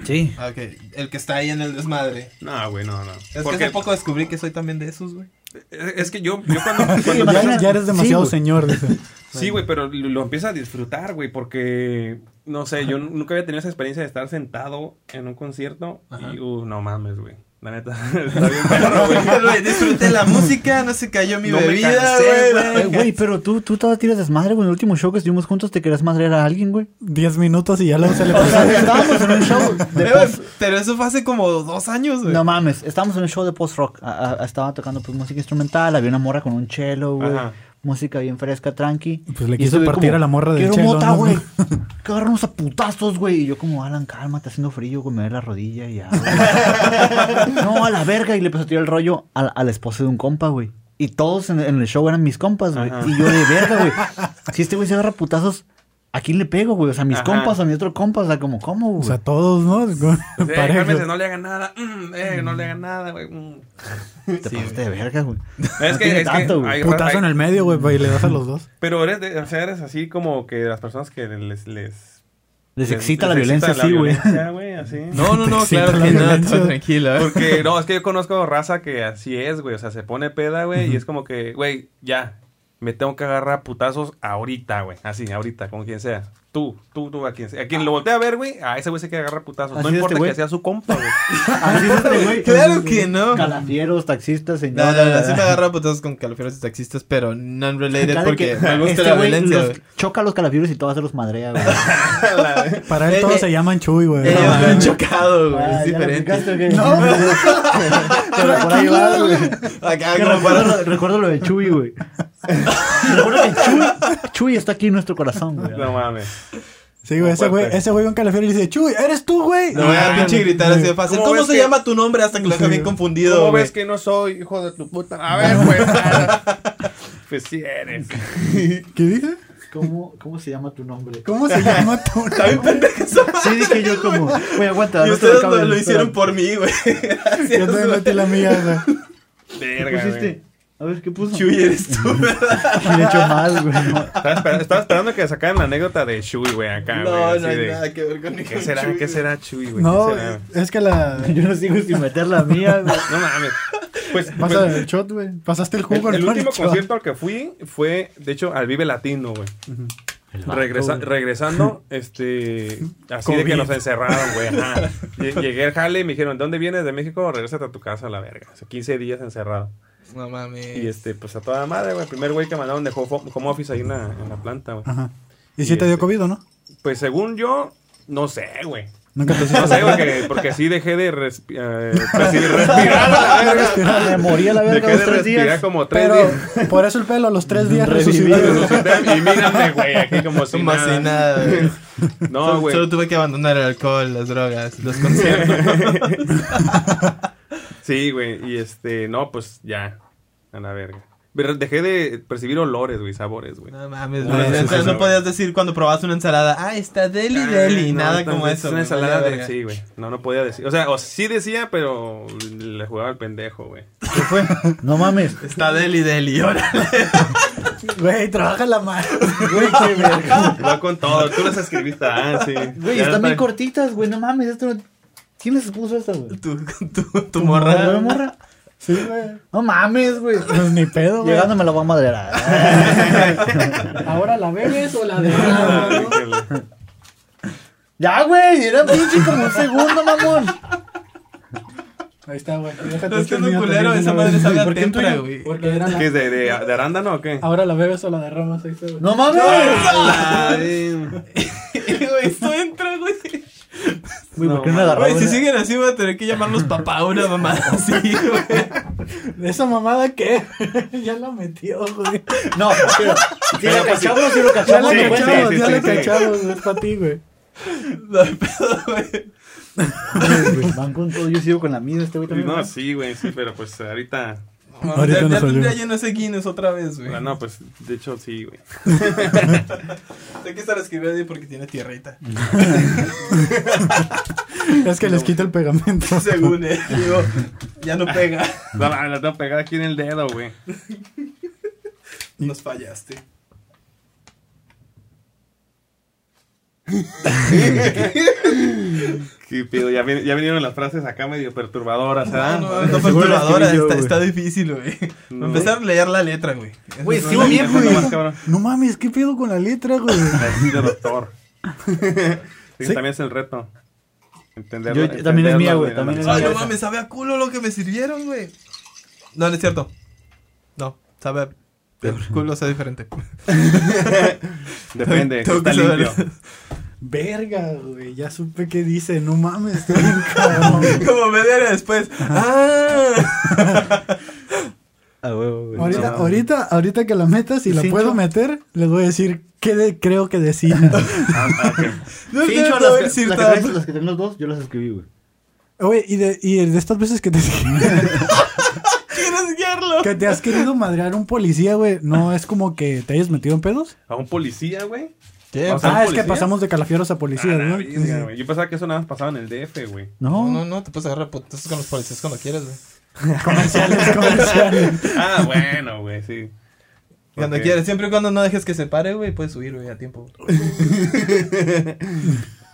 [SPEAKER 2] Sí.
[SPEAKER 4] Ah, ok. El que está ahí en el desmadre.
[SPEAKER 5] No, güey, no, no.
[SPEAKER 4] Es que
[SPEAKER 5] Porque-
[SPEAKER 4] hace poco descubrí que soy también de esos, güey.
[SPEAKER 5] es- es que yo, yo cuando... cuando
[SPEAKER 3] Ya,
[SPEAKER 2] Imagina-
[SPEAKER 3] ya eres demasiado
[SPEAKER 2] Sí, güey.
[SPEAKER 3] señor, dice.
[SPEAKER 5] sí, güey, pero lo, lo empiezas a disfrutar, güey, porque... No sé, yo nunca había tenido esa experiencia de estar sentado en un concierto y... Uh, no mames, güey. La neta, está bien perro, güey.
[SPEAKER 4] Güey, Disfruté la música, no se cayó mi
[SPEAKER 5] No me
[SPEAKER 4] bebida,
[SPEAKER 5] cansé,
[SPEAKER 4] güey.
[SPEAKER 2] Eh, Güey, pero tú, tú todavía tiras desmadre, güey. En el último show que estuvimos juntos te querías madrear a alguien, güey.
[SPEAKER 3] Diez minutos y ya luego se le
[SPEAKER 2] O
[SPEAKER 3] pasó.
[SPEAKER 2] sea, estábamos en un show de
[SPEAKER 4] Eh, güey,
[SPEAKER 2] post...
[SPEAKER 4] Pero eso fue hace como dos años, güey.
[SPEAKER 2] No mames, estábamos en un show de post-rock. A- a- Estaba tocando pues música instrumental, había una morra con un chelo, güey.
[SPEAKER 5] Ajá.
[SPEAKER 2] Música bien fresca, tranqui.
[SPEAKER 3] Pues le
[SPEAKER 2] Y
[SPEAKER 3] quiso
[SPEAKER 2] ese güey
[SPEAKER 3] partir
[SPEAKER 2] como,
[SPEAKER 3] a la morra del
[SPEAKER 2] Quiero
[SPEAKER 3] chelo,
[SPEAKER 2] mota,
[SPEAKER 3] ¿no?
[SPEAKER 2] güey. Que agarrarnos a putazos, güey. Y yo como, Alan, calma, está haciendo frío, güey. Me da la rodilla y ya. güey". no, a la verga. Y le empezó a tirar el rollo al, al esposo de un compa, güey. Y todos en, en el show eran mis compas, güey.
[SPEAKER 5] Ajá.
[SPEAKER 2] Y yo de verga, güey. Si este güey se agarra a putazos, ¿a quién le pego, güey? O sea, mis
[SPEAKER 5] Ajá.
[SPEAKER 2] compas, a mi otro compa. O sea, como, ¿cómo, güey?
[SPEAKER 3] O sea, todos, ¿no?
[SPEAKER 5] Sí,
[SPEAKER 3] Parejo.
[SPEAKER 5] cálmense, no le hagan nada. Mm, eh, no le hagan nada, güey. Mm.
[SPEAKER 2] Te pasaste de verga, güey.
[SPEAKER 5] Es que,
[SPEAKER 2] tiene
[SPEAKER 5] es que
[SPEAKER 2] tanto, güey.
[SPEAKER 5] hay- hay-
[SPEAKER 3] Putazo en el medio, güey, güey, y le das a los dos.
[SPEAKER 5] Pero eres, de- o sea, eres así como que las personas que les... Les,
[SPEAKER 2] Les
[SPEAKER 5] les-
[SPEAKER 2] excita la
[SPEAKER 5] les
[SPEAKER 2] violencia,
[SPEAKER 5] la
[SPEAKER 2] sí, güey.
[SPEAKER 5] violencia, güey. Así.
[SPEAKER 4] No, no, no,
[SPEAKER 3] Te excita
[SPEAKER 4] claro
[SPEAKER 3] la
[SPEAKER 4] que no,
[SPEAKER 3] violencia.
[SPEAKER 4] no, tranquilo. eh.
[SPEAKER 5] Porque, no, es que yo conozco raza que así es, güey. O sea, se pone peda, güey. Y es como que, güey, ya. Me tengo que agarrar a putazos ahorita, güey. Así, ahorita, con quien sea. Tú, tú, tú, a quien, sea- a quien lo voltea a ver, güey, a ese güey se quiere agarrar putazos.
[SPEAKER 2] Así
[SPEAKER 5] no
[SPEAKER 2] es
[SPEAKER 5] importa
[SPEAKER 2] este güey.
[SPEAKER 5] que sea su compa, güey.
[SPEAKER 2] Así es este güey.
[SPEAKER 4] Claro que no.
[SPEAKER 2] Calafieros, taxistas,
[SPEAKER 4] No,
[SPEAKER 2] señores.
[SPEAKER 4] no, no, sí me agarra putazos con calafieros y taxistas, pero non-related
[SPEAKER 2] Cada
[SPEAKER 4] porque
[SPEAKER 2] que-
[SPEAKER 4] me gusta
[SPEAKER 2] este
[SPEAKER 4] la
[SPEAKER 2] güey
[SPEAKER 4] violencia, Eh,
[SPEAKER 2] los-
[SPEAKER 4] güey.
[SPEAKER 2] Choca a los calafieros y todos se los madrea, güey. Ah,
[SPEAKER 3] Para él
[SPEAKER 4] Eh,
[SPEAKER 3] todos
[SPEAKER 4] eh,
[SPEAKER 3] se llaman Chuy, güey.
[SPEAKER 4] Ellos
[SPEAKER 3] No,
[SPEAKER 4] me han
[SPEAKER 3] mames.
[SPEAKER 4] chocado, güey,
[SPEAKER 2] Ah,
[SPEAKER 4] es
[SPEAKER 2] ¿ya la
[SPEAKER 4] diferente.
[SPEAKER 2] aplicaste o qué? Pero por ahí va, ah, güey.
[SPEAKER 4] Acá,
[SPEAKER 2] Que
[SPEAKER 4] como
[SPEAKER 2] recuerdo,
[SPEAKER 4] para-
[SPEAKER 2] lo- recuerdo lo de Chuy, güey. recuerdo que Chuy, Chuy está aquí en nuestro corazón, güey.
[SPEAKER 5] No mames.
[SPEAKER 3] Sí, güey, ese güey,
[SPEAKER 5] Fuerte.
[SPEAKER 3] ese güey con calafiero y dice, Chuy, eres tú, güey. Ah,
[SPEAKER 4] No voy a pinche gritar así de fácil.
[SPEAKER 5] ¿Cómo
[SPEAKER 4] ¿Cómo
[SPEAKER 5] ves
[SPEAKER 4] se
[SPEAKER 5] que-
[SPEAKER 4] llama tu nombre? Hasta que lo deja bien confundido,
[SPEAKER 5] ¿Cómo
[SPEAKER 4] güey.
[SPEAKER 5] ves que no soy hijo de tu puta? A ver, güey. pues sí eres.
[SPEAKER 3] ¿Qué dije?
[SPEAKER 2] ¿Cómo, ¿Cómo se llama tu nombre?
[SPEAKER 3] ¿Cómo se llama tú?
[SPEAKER 4] Está bien pendejo esa madre,
[SPEAKER 2] Sí, dije yo como. Güey, aguanta.
[SPEAKER 4] Y
[SPEAKER 2] no te
[SPEAKER 4] ustedes
[SPEAKER 2] acabo
[SPEAKER 4] lo,
[SPEAKER 2] de
[SPEAKER 4] lo
[SPEAKER 2] mostrar.
[SPEAKER 4] hicieron por mí, güey. Gracias,
[SPEAKER 3] Yo también
[SPEAKER 4] güey.
[SPEAKER 3] metí la mía, güey.
[SPEAKER 2] ¿Qué
[SPEAKER 5] Verga,
[SPEAKER 2] pusiste?
[SPEAKER 5] güey.
[SPEAKER 2] A ver, ¿qué puso?
[SPEAKER 4] Chuy, eres tú, ¿verdad?
[SPEAKER 2] Y le echó más, güey.
[SPEAKER 5] Estaba, esper- estaba esperando que sacaran la anécdota de Shui, güey, acá, güey.
[SPEAKER 4] No,
[SPEAKER 5] así
[SPEAKER 4] no hay
[SPEAKER 5] de,
[SPEAKER 4] nada que ver con
[SPEAKER 5] ¿Qué será? ¿Qué será Shui, güey?
[SPEAKER 3] No,
[SPEAKER 5] ¿Qué será?
[SPEAKER 3] es que la...
[SPEAKER 2] Yo no sigo sin meter la mía, güey.
[SPEAKER 5] No mames. Pues, pues,
[SPEAKER 3] Pasa el shot, güey. Pasaste el
[SPEAKER 5] el,
[SPEAKER 3] jugo.
[SPEAKER 5] el
[SPEAKER 3] hermano,
[SPEAKER 5] último
[SPEAKER 3] chaval.
[SPEAKER 5] concierto al que fui fue, de hecho, al Vive Latino, güey. Regresa- regresando, este, así de que
[SPEAKER 3] Covid.
[SPEAKER 5] nos encerraron, güey. ajá. Lle- Llegué al jale y me dijeron, ¿de dónde vienes? De México, regrésate a tu casa a la verga. Hace 15 días encerrado.
[SPEAKER 4] No
[SPEAKER 5] Y
[SPEAKER 4] mames.
[SPEAKER 5] este, pues a toda madre, güey. El primer güey que mandaron de ho- home office ahí en la, en la planta, güey.
[SPEAKER 3] Ajá. Y
[SPEAKER 5] Y
[SPEAKER 3] si te dio
[SPEAKER 5] este-
[SPEAKER 3] COVID, ¿o no?
[SPEAKER 5] Pues según yo, no sé, güey.
[SPEAKER 3] Nunca te
[SPEAKER 5] No
[SPEAKER 3] hiciste.
[SPEAKER 5] sé, güey, que- porque sí dejé de respi- eh, pues, sí, respirar. a la verga.
[SPEAKER 2] Me moría la verga
[SPEAKER 5] Dejé de
[SPEAKER 2] los tres
[SPEAKER 5] respirar
[SPEAKER 2] días.
[SPEAKER 5] como tres días.
[SPEAKER 3] Pero por eso el pelo a los tres días
[SPEAKER 2] Revivido.
[SPEAKER 3] resucitó.
[SPEAKER 5] Y mírame, güey, aquí como si
[SPEAKER 4] Más
[SPEAKER 5] nada.
[SPEAKER 4] sin nada, güey.
[SPEAKER 5] No,
[SPEAKER 4] Solo-
[SPEAKER 5] güey.
[SPEAKER 4] Solo tuve que abandonar el alcohol, las drogas, los conciertos.
[SPEAKER 5] Sí, güey. Y este, no, pues ya. A la verga. Pero dejé de percibir olores, güey, sabores, güey.
[SPEAKER 4] No mames,
[SPEAKER 5] No,
[SPEAKER 4] güey.
[SPEAKER 5] sí,
[SPEAKER 4] O sea,
[SPEAKER 5] sí,
[SPEAKER 4] no
[SPEAKER 5] sí.
[SPEAKER 4] podías decir cuando probabas una ensalada, ah, está deli deli,
[SPEAKER 5] Ay, no,
[SPEAKER 4] nada
[SPEAKER 5] entonces,
[SPEAKER 4] como eso.
[SPEAKER 5] Es
[SPEAKER 4] güey,
[SPEAKER 5] una ensalada
[SPEAKER 4] vale,
[SPEAKER 5] de.
[SPEAKER 4] verga.
[SPEAKER 5] Sí, güey. No, no podía decir. O sea, o sí decía, pero le jugaba al pendejo, güey.
[SPEAKER 4] ¿Qué fue?
[SPEAKER 2] No mames.
[SPEAKER 4] Está deli deli, órale.
[SPEAKER 3] Güey, trabaja la mano.
[SPEAKER 2] Güey, qué verga.
[SPEAKER 5] Va con todo. Tú las escribiste. Ah, sí.
[SPEAKER 2] Güey,
[SPEAKER 5] Ya
[SPEAKER 2] están
[SPEAKER 5] está.
[SPEAKER 2] bien cortitas, güey. No mames. Esto no... ¿Quién les puso esta, güey?
[SPEAKER 4] Tu, tu, tu
[SPEAKER 2] ¿Morra,
[SPEAKER 4] morra.
[SPEAKER 2] morra?
[SPEAKER 3] Sí, güey.
[SPEAKER 2] No mames, güey.
[SPEAKER 3] Pues ni pedo, güey.
[SPEAKER 2] Llegando me la voy a madrear.
[SPEAKER 3] Ahora la bebes o la
[SPEAKER 5] Ah,
[SPEAKER 3] dejas.
[SPEAKER 5] ángel.
[SPEAKER 2] Ya, güey. Era pinche como un segundo, mamón.
[SPEAKER 3] Ahí está, güey.
[SPEAKER 4] No, es que es un culero, esa madre sabe a tempra, güey.
[SPEAKER 3] Porque era
[SPEAKER 5] ¿Qué es
[SPEAKER 3] la...
[SPEAKER 5] de, de, de arándano o qué?
[SPEAKER 3] Ahora la bebes o la derramas, ahí está, güey.
[SPEAKER 2] No mames.
[SPEAKER 5] Ah, bien.
[SPEAKER 4] Güey, esto entra, güey.
[SPEAKER 2] Güey, ¿por
[SPEAKER 5] No,
[SPEAKER 2] qué no me agarró?
[SPEAKER 4] Güey, si
[SPEAKER 2] güey?
[SPEAKER 4] siguen así voy a tener que llamarlos papá una mamá así, güey.
[SPEAKER 3] ¿De esa mamada qué? ya la metió, güey.
[SPEAKER 2] No, pero. Si lo cachamos, si lo
[SPEAKER 3] Ya la
[SPEAKER 2] cachamos,
[SPEAKER 5] pues Sí,
[SPEAKER 2] güey.
[SPEAKER 3] cachamos,
[SPEAKER 5] sí, sí,
[SPEAKER 3] ya
[SPEAKER 5] sí,
[SPEAKER 3] la
[SPEAKER 5] sí.
[SPEAKER 3] cachamos, es para ti, güey.
[SPEAKER 4] No hay pedo, güey.
[SPEAKER 2] Van con todo, yo sigo con la mía, este güey también.
[SPEAKER 5] No, sí, güey, sí, pero pues ahorita.
[SPEAKER 4] No,
[SPEAKER 3] Ahorita
[SPEAKER 4] ya,
[SPEAKER 3] nos
[SPEAKER 4] ya
[SPEAKER 3] salió.
[SPEAKER 4] tendría lleno ese Guinness otra vez, güey.
[SPEAKER 5] No, pues de hecho sí, güey.
[SPEAKER 4] Hay que estar escribiendo ahí porque tiene tierrita.
[SPEAKER 3] Es que les quita el pegamento.
[SPEAKER 4] Según él, digo, ya no pega.
[SPEAKER 5] No, la, la tengo pegada aquí en el dedo, güey.
[SPEAKER 4] Nos fallaste.
[SPEAKER 5] ¿Qué pedo? Ya, vin- ya vinieron las frases acá medio perturbadoras, ¿eh? ¿verdad?
[SPEAKER 4] No, no, no
[SPEAKER 2] seguro la
[SPEAKER 4] perturbadora,
[SPEAKER 2] escribí yo,
[SPEAKER 4] está,
[SPEAKER 2] güey.
[SPEAKER 4] está difícil, güey.
[SPEAKER 5] No.
[SPEAKER 4] Empezar a leer la letra, güey.
[SPEAKER 2] Güey,
[SPEAKER 4] Eso
[SPEAKER 2] sí,
[SPEAKER 4] es-
[SPEAKER 2] bien, güey.
[SPEAKER 5] Pues Más, cabrón.
[SPEAKER 3] No mames, ¿qué pedo con la letra, güey?
[SPEAKER 5] Así de doctor. Sí,
[SPEAKER 3] Sí.
[SPEAKER 5] También es el reto. Entender,
[SPEAKER 2] Yo- yo- también es mía, güey, también es
[SPEAKER 4] Ay,
[SPEAKER 2] mía.
[SPEAKER 4] no mames, sabe a culo lo que me sirvieron, güey. No, no es cierto. No, sabe a peor. culo, sabe diferente.
[SPEAKER 5] Depende,
[SPEAKER 4] Tengo que
[SPEAKER 5] está
[SPEAKER 4] saber.
[SPEAKER 5] limpio.
[SPEAKER 3] Verga, güey. Ya supe qué dice. No mames, estoy bien cabrón.
[SPEAKER 4] Como media hora después. ¡Ah!
[SPEAKER 2] A huevo, güey.
[SPEAKER 3] Ahorita,
[SPEAKER 5] No.
[SPEAKER 3] ahorita, ahorita que la metas, si la
[SPEAKER 2] Sí,
[SPEAKER 3] puedo
[SPEAKER 2] yo-
[SPEAKER 3] meter, les voy a decir qué de- creo que decía.
[SPEAKER 5] Ah, ah, ok.
[SPEAKER 4] No
[SPEAKER 2] Sí,
[SPEAKER 4] quiero
[SPEAKER 2] yo las,
[SPEAKER 4] saber
[SPEAKER 2] que,
[SPEAKER 4] si
[SPEAKER 2] las, que
[SPEAKER 4] está-
[SPEAKER 2] traes- las que traen los dos, yo las escribí, güey.
[SPEAKER 3] Oye, y de, y de estas veces que te,
[SPEAKER 4] ¿Quieres guiarlo?
[SPEAKER 3] que te has querido madrear un policía, güey, ¿no es como que te hayas metido en pedos?
[SPEAKER 5] A un policía, güey.
[SPEAKER 4] ¿Qué?
[SPEAKER 5] O sea,
[SPEAKER 3] Ah, es
[SPEAKER 5] policía?
[SPEAKER 3] que pasamos de calafieros a
[SPEAKER 5] Ah,
[SPEAKER 3] policías,
[SPEAKER 5] la
[SPEAKER 3] ¿no?
[SPEAKER 5] verga, güey. Yo pensaba que eso nada más pasaba en el DF, güey.
[SPEAKER 3] No,
[SPEAKER 4] No, no, no, te puedes agarrar putas con los policías cuando quieras, güey.
[SPEAKER 3] comerciales, comerciales.
[SPEAKER 5] Ah, bueno, güey, sí.
[SPEAKER 4] Cuando
[SPEAKER 5] Ok.
[SPEAKER 4] quieras, siempre y cuando no dejes que se pare, güey, puedes subir, güey, a tiempo.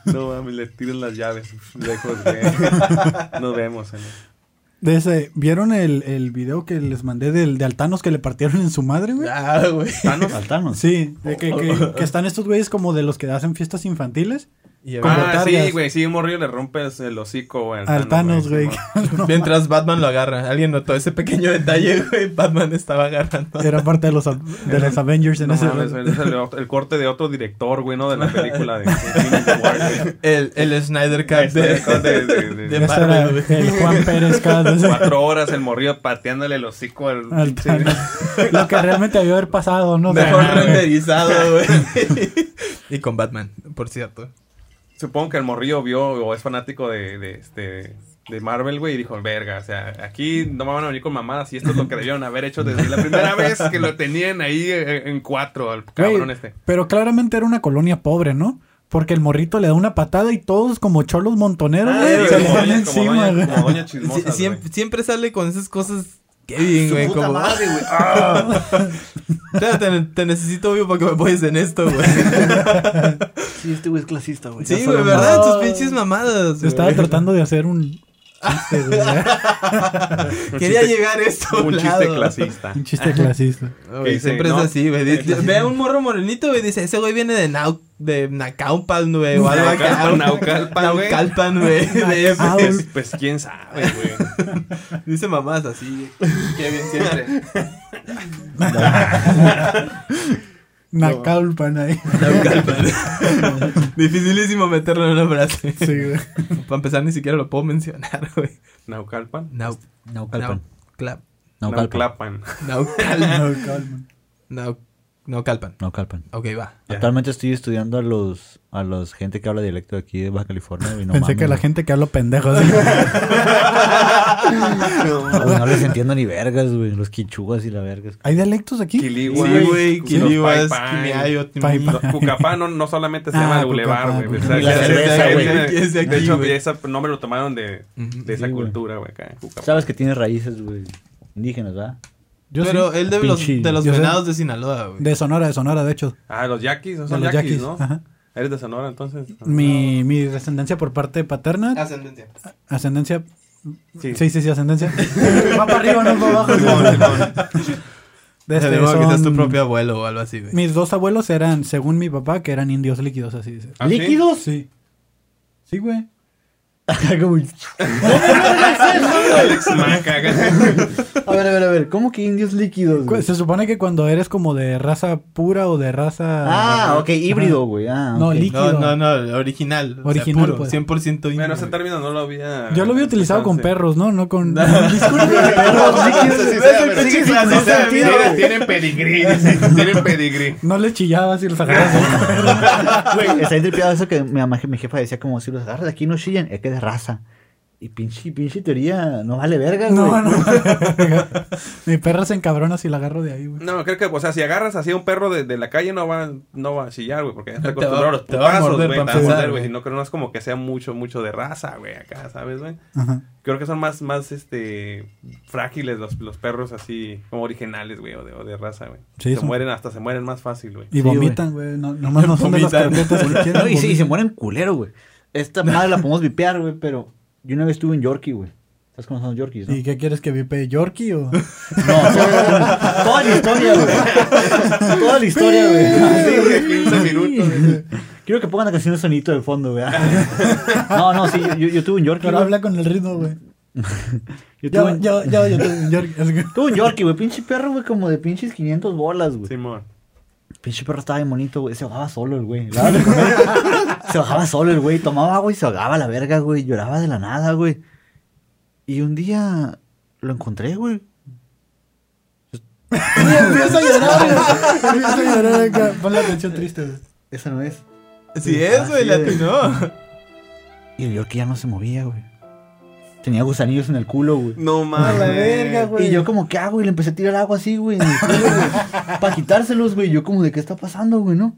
[SPEAKER 5] No mames, le tiran las llaves. Lejos, güey. Nos vemos, eh. güey.
[SPEAKER 3] De ese, ¿vieron el, el video que les mandé del, de Altanos que le partieron en su madre, güey?
[SPEAKER 4] Ah, güey.
[SPEAKER 5] Thanos.
[SPEAKER 2] Altanos.
[SPEAKER 3] Sí, de que, que- que están estos güeyes como de los que hacen fiestas infantiles.
[SPEAKER 4] Y a
[SPEAKER 3] Como
[SPEAKER 4] ver,
[SPEAKER 5] Ah,
[SPEAKER 3] targas.
[SPEAKER 5] sí, güey. Sí, un morrillo le rompes el hocico, güey. al
[SPEAKER 3] Al Thanos, güey.
[SPEAKER 5] Simón.
[SPEAKER 4] Mientras Batman lo agarra. Alguien notó ese pequeño detalle, güey. Batman estaba agarrando.
[SPEAKER 3] Era parte de los, a- de los Avengers en
[SPEAKER 5] No
[SPEAKER 3] ese
[SPEAKER 5] mames, güey, es el, el corte de otro director, güey, ¿no? De la película de Infinity War, güey.
[SPEAKER 4] El, el Snyder Cut de,
[SPEAKER 5] Snyder Cut de- de- de-
[SPEAKER 3] Este
[SPEAKER 4] de
[SPEAKER 3] era
[SPEAKER 4] Marvel, güey.
[SPEAKER 3] el Juan Pérez Cat, o sea,
[SPEAKER 5] Cuatro horas el morrillo pateándole el hocico al...
[SPEAKER 3] al Thanos. Lo que realmente debió haber pasado, ¿no?
[SPEAKER 4] Mejor
[SPEAKER 3] Nah, güey.
[SPEAKER 4] renderizado, güey. y con Batman, por cierto.
[SPEAKER 5] Supongo que el morrillo vio o es fanático de, de, este, de Marvel, güey, y dijo, verga, o sea, aquí no me van a venir con mamadas y esto es lo que debieron haber hecho desde la primera vez que lo tenían ahí eh, en cuatro al
[SPEAKER 3] Güey,
[SPEAKER 5] cabrón este.
[SPEAKER 3] Pero claramente era una colonia pobre, ¿no? Porque el morrito le da una patada y todos como cholos montoneros
[SPEAKER 5] Ah,
[SPEAKER 3] güey,
[SPEAKER 5] güey,
[SPEAKER 3] se le
[SPEAKER 5] como
[SPEAKER 3] van
[SPEAKER 5] doña- como
[SPEAKER 3] encima,
[SPEAKER 5] doña-
[SPEAKER 3] güey.
[SPEAKER 5] Como doña
[SPEAKER 4] Sie-
[SPEAKER 5] chismosa,
[SPEAKER 4] siem-
[SPEAKER 5] güey. Ah,
[SPEAKER 4] siempre sale con esas cosas. Qué bien,
[SPEAKER 2] Su
[SPEAKER 4] güey.
[SPEAKER 2] puta
[SPEAKER 4] Como...
[SPEAKER 2] madre, güey.
[SPEAKER 4] Espera, te, te necesito, obvio, para que me apoyes en esto, güey.
[SPEAKER 2] Sí, este güey es clasista, güey.
[SPEAKER 4] Sí,
[SPEAKER 2] Ya
[SPEAKER 4] güey,
[SPEAKER 2] sabemos.
[SPEAKER 4] ¿verdad?
[SPEAKER 3] no.
[SPEAKER 4] Tus pinches mamadas.
[SPEAKER 3] Se estaba
[SPEAKER 4] güey.
[SPEAKER 3] tratando de hacer un chiste, güey, ¿eh?
[SPEAKER 4] Quería
[SPEAKER 5] chiste-
[SPEAKER 4] llegar a este esto.
[SPEAKER 5] Un chiste clasista.
[SPEAKER 3] un chiste clasista.
[SPEAKER 5] Que dice,
[SPEAKER 4] siempre
[SPEAKER 5] no,
[SPEAKER 4] es así, güey.
[SPEAKER 5] es
[SPEAKER 4] Dice-
[SPEAKER 5] clasista.
[SPEAKER 4] Ve a un morro morenito, güey. Dice, ese güey viene de Nau de Naucalpan, güey. O algo acá.
[SPEAKER 5] Naucalpan, Naucalpan, güey.
[SPEAKER 4] Naucalpan, Ah, güey. de F.
[SPEAKER 3] Naucalpan.
[SPEAKER 5] Pues, pues quién sabe, güey.
[SPEAKER 4] Dice mamás así. güey. Qué bien siempre.
[SPEAKER 3] Nacalpan ahí.
[SPEAKER 4] Naucalpan. Dificilísimo meterlo en una frase.
[SPEAKER 3] Sí, güey.
[SPEAKER 4] Para empezar, ni siquiera lo puedo mencionar, güey.
[SPEAKER 5] Naucalpan.
[SPEAKER 4] Nau.
[SPEAKER 2] Naucalpan.
[SPEAKER 4] Nauclap.
[SPEAKER 2] Naucalpan.
[SPEAKER 5] Nauclapan.
[SPEAKER 4] Naucal.
[SPEAKER 3] Naucalpan.
[SPEAKER 4] Nau- Naucalpan.
[SPEAKER 2] Naucalpan.
[SPEAKER 4] Ok, va.
[SPEAKER 5] Ya.
[SPEAKER 2] Actualmente estoy estudiando a los a los gente que habla dialecto de aquí de Baja California. güey, no
[SPEAKER 3] Pensé
[SPEAKER 2] mames,
[SPEAKER 3] que la
[SPEAKER 2] güey.
[SPEAKER 3] gente que habla pendejo. así.
[SPEAKER 2] Güey, no les entiendo ni vergas, güey. Los quichugas y la vergas.
[SPEAKER 3] ¿Hay dialectos aquí?
[SPEAKER 5] Quiliguas.
[SPEAKER 4] Sí, güey,
[SPEAKER 5] los
[SPEAKER 4] Quiliguas,
[SPEAKER 5] Paipai.
[SPEAKER 4] Quimiayo,
[SPEAKER 3] Paipai.
[SPEAKER 4] Timil.
[SPEAKER 5] No, Cucapá no, no solamente se
[SPEAKER 3] Ah,
[SPEAKER 5] llama Boulevard,
[SPEAKER 3] Cucapá,
[SPEAKER 5] güey. O
[SPEAKER 3] Cucapá.
[SPEAKER 5] sea,
[SPEAKER 2] Y la
[SPEAKER 5] esa-
[SPEAKER 2] cerveza,
[SPEAKER 5] esa-
[SPEAKER 2] güey.
[SPEAKER 5] esa-
[SPEAKER 4] Que es de
[SPEAKER 5] De
[SPEAKER 4] aquí,
[SPEAKER 5] hecho,
[SPEAKER 4] güey.
[SPEAKER 5] ese nombre lo tomaron de,
[SPEAKER 4] Ujú.
[SPEAKER 5] de esa
[SPEAKER 2] Sí, güey.
[SPEAKER 5] cultura, güey. acá, Cucapá.
[SPEAKER 2] Sabes que tiene raíces, güey. Indígenas, ¿verdad?
[SPEAKER 3] Yo
[SPEAKER 4] Pero
[SPEAKER 3] sí.
[SPEAKER 4] él de los,
[SPEAKER 2] Pinche-
[SPEAKER 4] de los
[SPEAKER 3] yo sé.
[SPEAKER 4] venados de Sinaloa, güey.
[SPEAKER 3] De Sonora, de Sonora, de hecho.
[SPEAKER 5] Ah, los yaquis, no
[SPEAKER 3] De
[SPEAKER 5] son
[SPEAKER 3] los
[SPEAKER 5] yaquis,
[SPEAKER 3] yaquis,
[SPEAKER 5] ¿no?
[SPEAKER 3] ajá.
[SPEAKER 5] Eres de Sonora, entonces.
[SPEAKER 4] Ah.
[SPEAKER 3] Mi, mi descendencia por parte paterna,
[SPEAKER 4] Ascendencia.
[SPEAKER 3] ascendencia.
[SPEAKER 5] Sí.
[SPEAKER 3] Sí, sí, sí, ascendencia. va para arriba, no va para abajo. De
[SPEAKER 4] Este,
[SPEAKER 3] este,
[SPEAKER 4] de modo que seas tu
[SPEAKER 3] son-
[SPEAKER 4] propio abuelo o algo así, güey.
[SPEAKER 3] Mis dos abuelos eran, según mi papá, que eran indios líquidos, así dice.
[SPEAKER 5] ¿Ah, sí?
[SPEAKER 3] Sí. Sí, güey.
[SPEAKER 2] Como-
[SPEAKER 5] Alex Maca, güey.
[SPEAKER 2] a ver, a ver, a ver. ¿Cómo que indios líquidos?
[SPEAKER 3] Cu-
[SPEAKER 2] güey?
[SPEAKER 3] Se supone que cuando eres como de raza pura o de raza.
[SPEAKER 2] Ah, ok, híbrido, güey. Ah,
[SPEAKER 3] No,
[SPEAKER 2] ok.
[SPEAKER 3] líquido.
[SPEAKER 4] No, no, no, original.
[SPEAKER 3] Original,
[SPEAKER 4] Original,
[SPEAKER 3] pues.
[SPEAKER 4] 100% indio.
[SPEAKER 5] Bueno, ese
[SPEAKER 4] güey.
[SPEAKER 5] término no lo había.
[SPEAKER 3] Yo lo había utilizado con
[SPEAKER 5] Sí.
[SPEAKER 3] perros, ¿no? No con.
[SPEAKER 2] Perros líquidos.
[SPEAKER 4] Sí, sí,
[SPEAKER 2] Ese
[SPEAKER 4] sí,
[SPEAKER 2] pinche
[SPEAKER 4] sí, sí,
[SPEAKER 2] sin
[SPEAKER 4] sí, sí,
[SPEAKER 2] sentido,
[SPEAKER 4] sí,
[SPEAKER 2] güey.
[SPEAKER 5] Tienen, tienen pedigrí, dice, tienen pedigrí.
[SPEAKER 3] No les chillabas y los agarrabas.
[SPEAKER 2] Güey, está intripiado eso que mi, mamá- mi jefa decía como si los agarras de aquí no chillan, es que es de raza. Y pinche, pinche teoría, no vale verga, güey.
[SPEAKER 3] No, no. mi perra se encabrona si la agarro de ahí, güey.
[SPEAKER 5] No, creo que, o sea, si agarras así a un perro de, de la calle, no va, no va a chillar, güey, porque ya está
[SPEAKER 4] Te va-
[SPEAKER 5] acostumbrado a los
[SPEAKER 4] te va a
[SPEAKER 5] putazos,
[SPEAKER 4] morder
[SPEAKER 5] güey. Te va
[SPEAKER 4] para
[SPEAKER 5] a morder,
[SPEAKER 4] empezar,
[SPEAKER 5] güey.
[SPEAKER 4] güey.
[SPEAKER 5] Y no, creo- no es como que sea mucho, mucho de raza, güey, acá, ¿sabes, güey?
[SPEAKER 3] Ajá.
[SPEAKER 5] Creo que son más, más, este, frágiles los, los perros así, como originales, güey, o de, o de raza, güey.
[SPEAKER 3] Sí,
[SPEAKER 5] se
[SPEAKER 3] son-
[SPEAKER 5] mueren, hasta se mueren más fácil, güey.
[SPEAKER 3] Y vomitan, güey. No, nomás no son de las
[SPEAKER 4] Vomitan.
[SPEAKER 3] carpetas que quieren.
[SPEAKER 2] No, y, sí,
[SPEAKER 3] vomitan.
[SPEAKER 2] se mueren culero, güey. Esta madre la podemos vipear, güey, pero yo una vez estuve en Yorkie, güey. ¿Sabes cómo son los Yorkies, no?
[SPEAKER 3] ¿Y qué quieres que vipe? ¿Yorkie o.?
[SPEAKER 2] No, toda la historia, güey. Toda la historia, güey.
[SPEAKER 5] Sí, güey, 15 minutos. güey.
[SPEAKER 2] Quiero que pongan la canción de sonito de fondo, güey. No, no, sí, yo, yo tuve un Yorkie,
[SPEAKER 3] Pero
[SPEAKER 2] güey.
[SPEAKER 3] habla con el ritmo, güey.
[SPEAKER 2] Yo tuve,
[SPEAKER 3] Yo,
[SPEAKER 2] un-
[SPEAKER 3] yo, yo, yo, yo, Yorkie. Así que-
[SPEAKER 2] tuve un Yorkie, güey. Pinche perro, güey, como de pinches 500 bolas, güey.
[SPEAKER 5] Simón.
[SPEAKER 2] Pinche perro estaba bien bonito, güey. Se bajaba solo el güey. Le daba de comer. se bajaba solo el güey. Tomaba agua y se ahogaba a la verga, güey. Lloraba de la nada, güey. Y un día lo encontré, güey.
[SPEAKER 3] Y empieza a llorar, güey. Empieza a llorar acá. Pon la canción triste, güey.
[SPEAKER 2] Esa no es.
[SPEAKER 4] Sí, es, güey,
[SPEAKER 2] Así
[SPEAKER 4] latino.
[SPEAKER 2] Y el Yorkie ya no se movía, güey. Tenía gusanillos en el culo, güey.
[SPEAKER 5] No mames.
[SPEAKER 2] Eh, Y yo como, ¿qué hago? Y le empecé a tirar agua así, güey, en el culo, güey. Para quitárselos, güey. Yo como, ¿de qué está pasando, güey, no?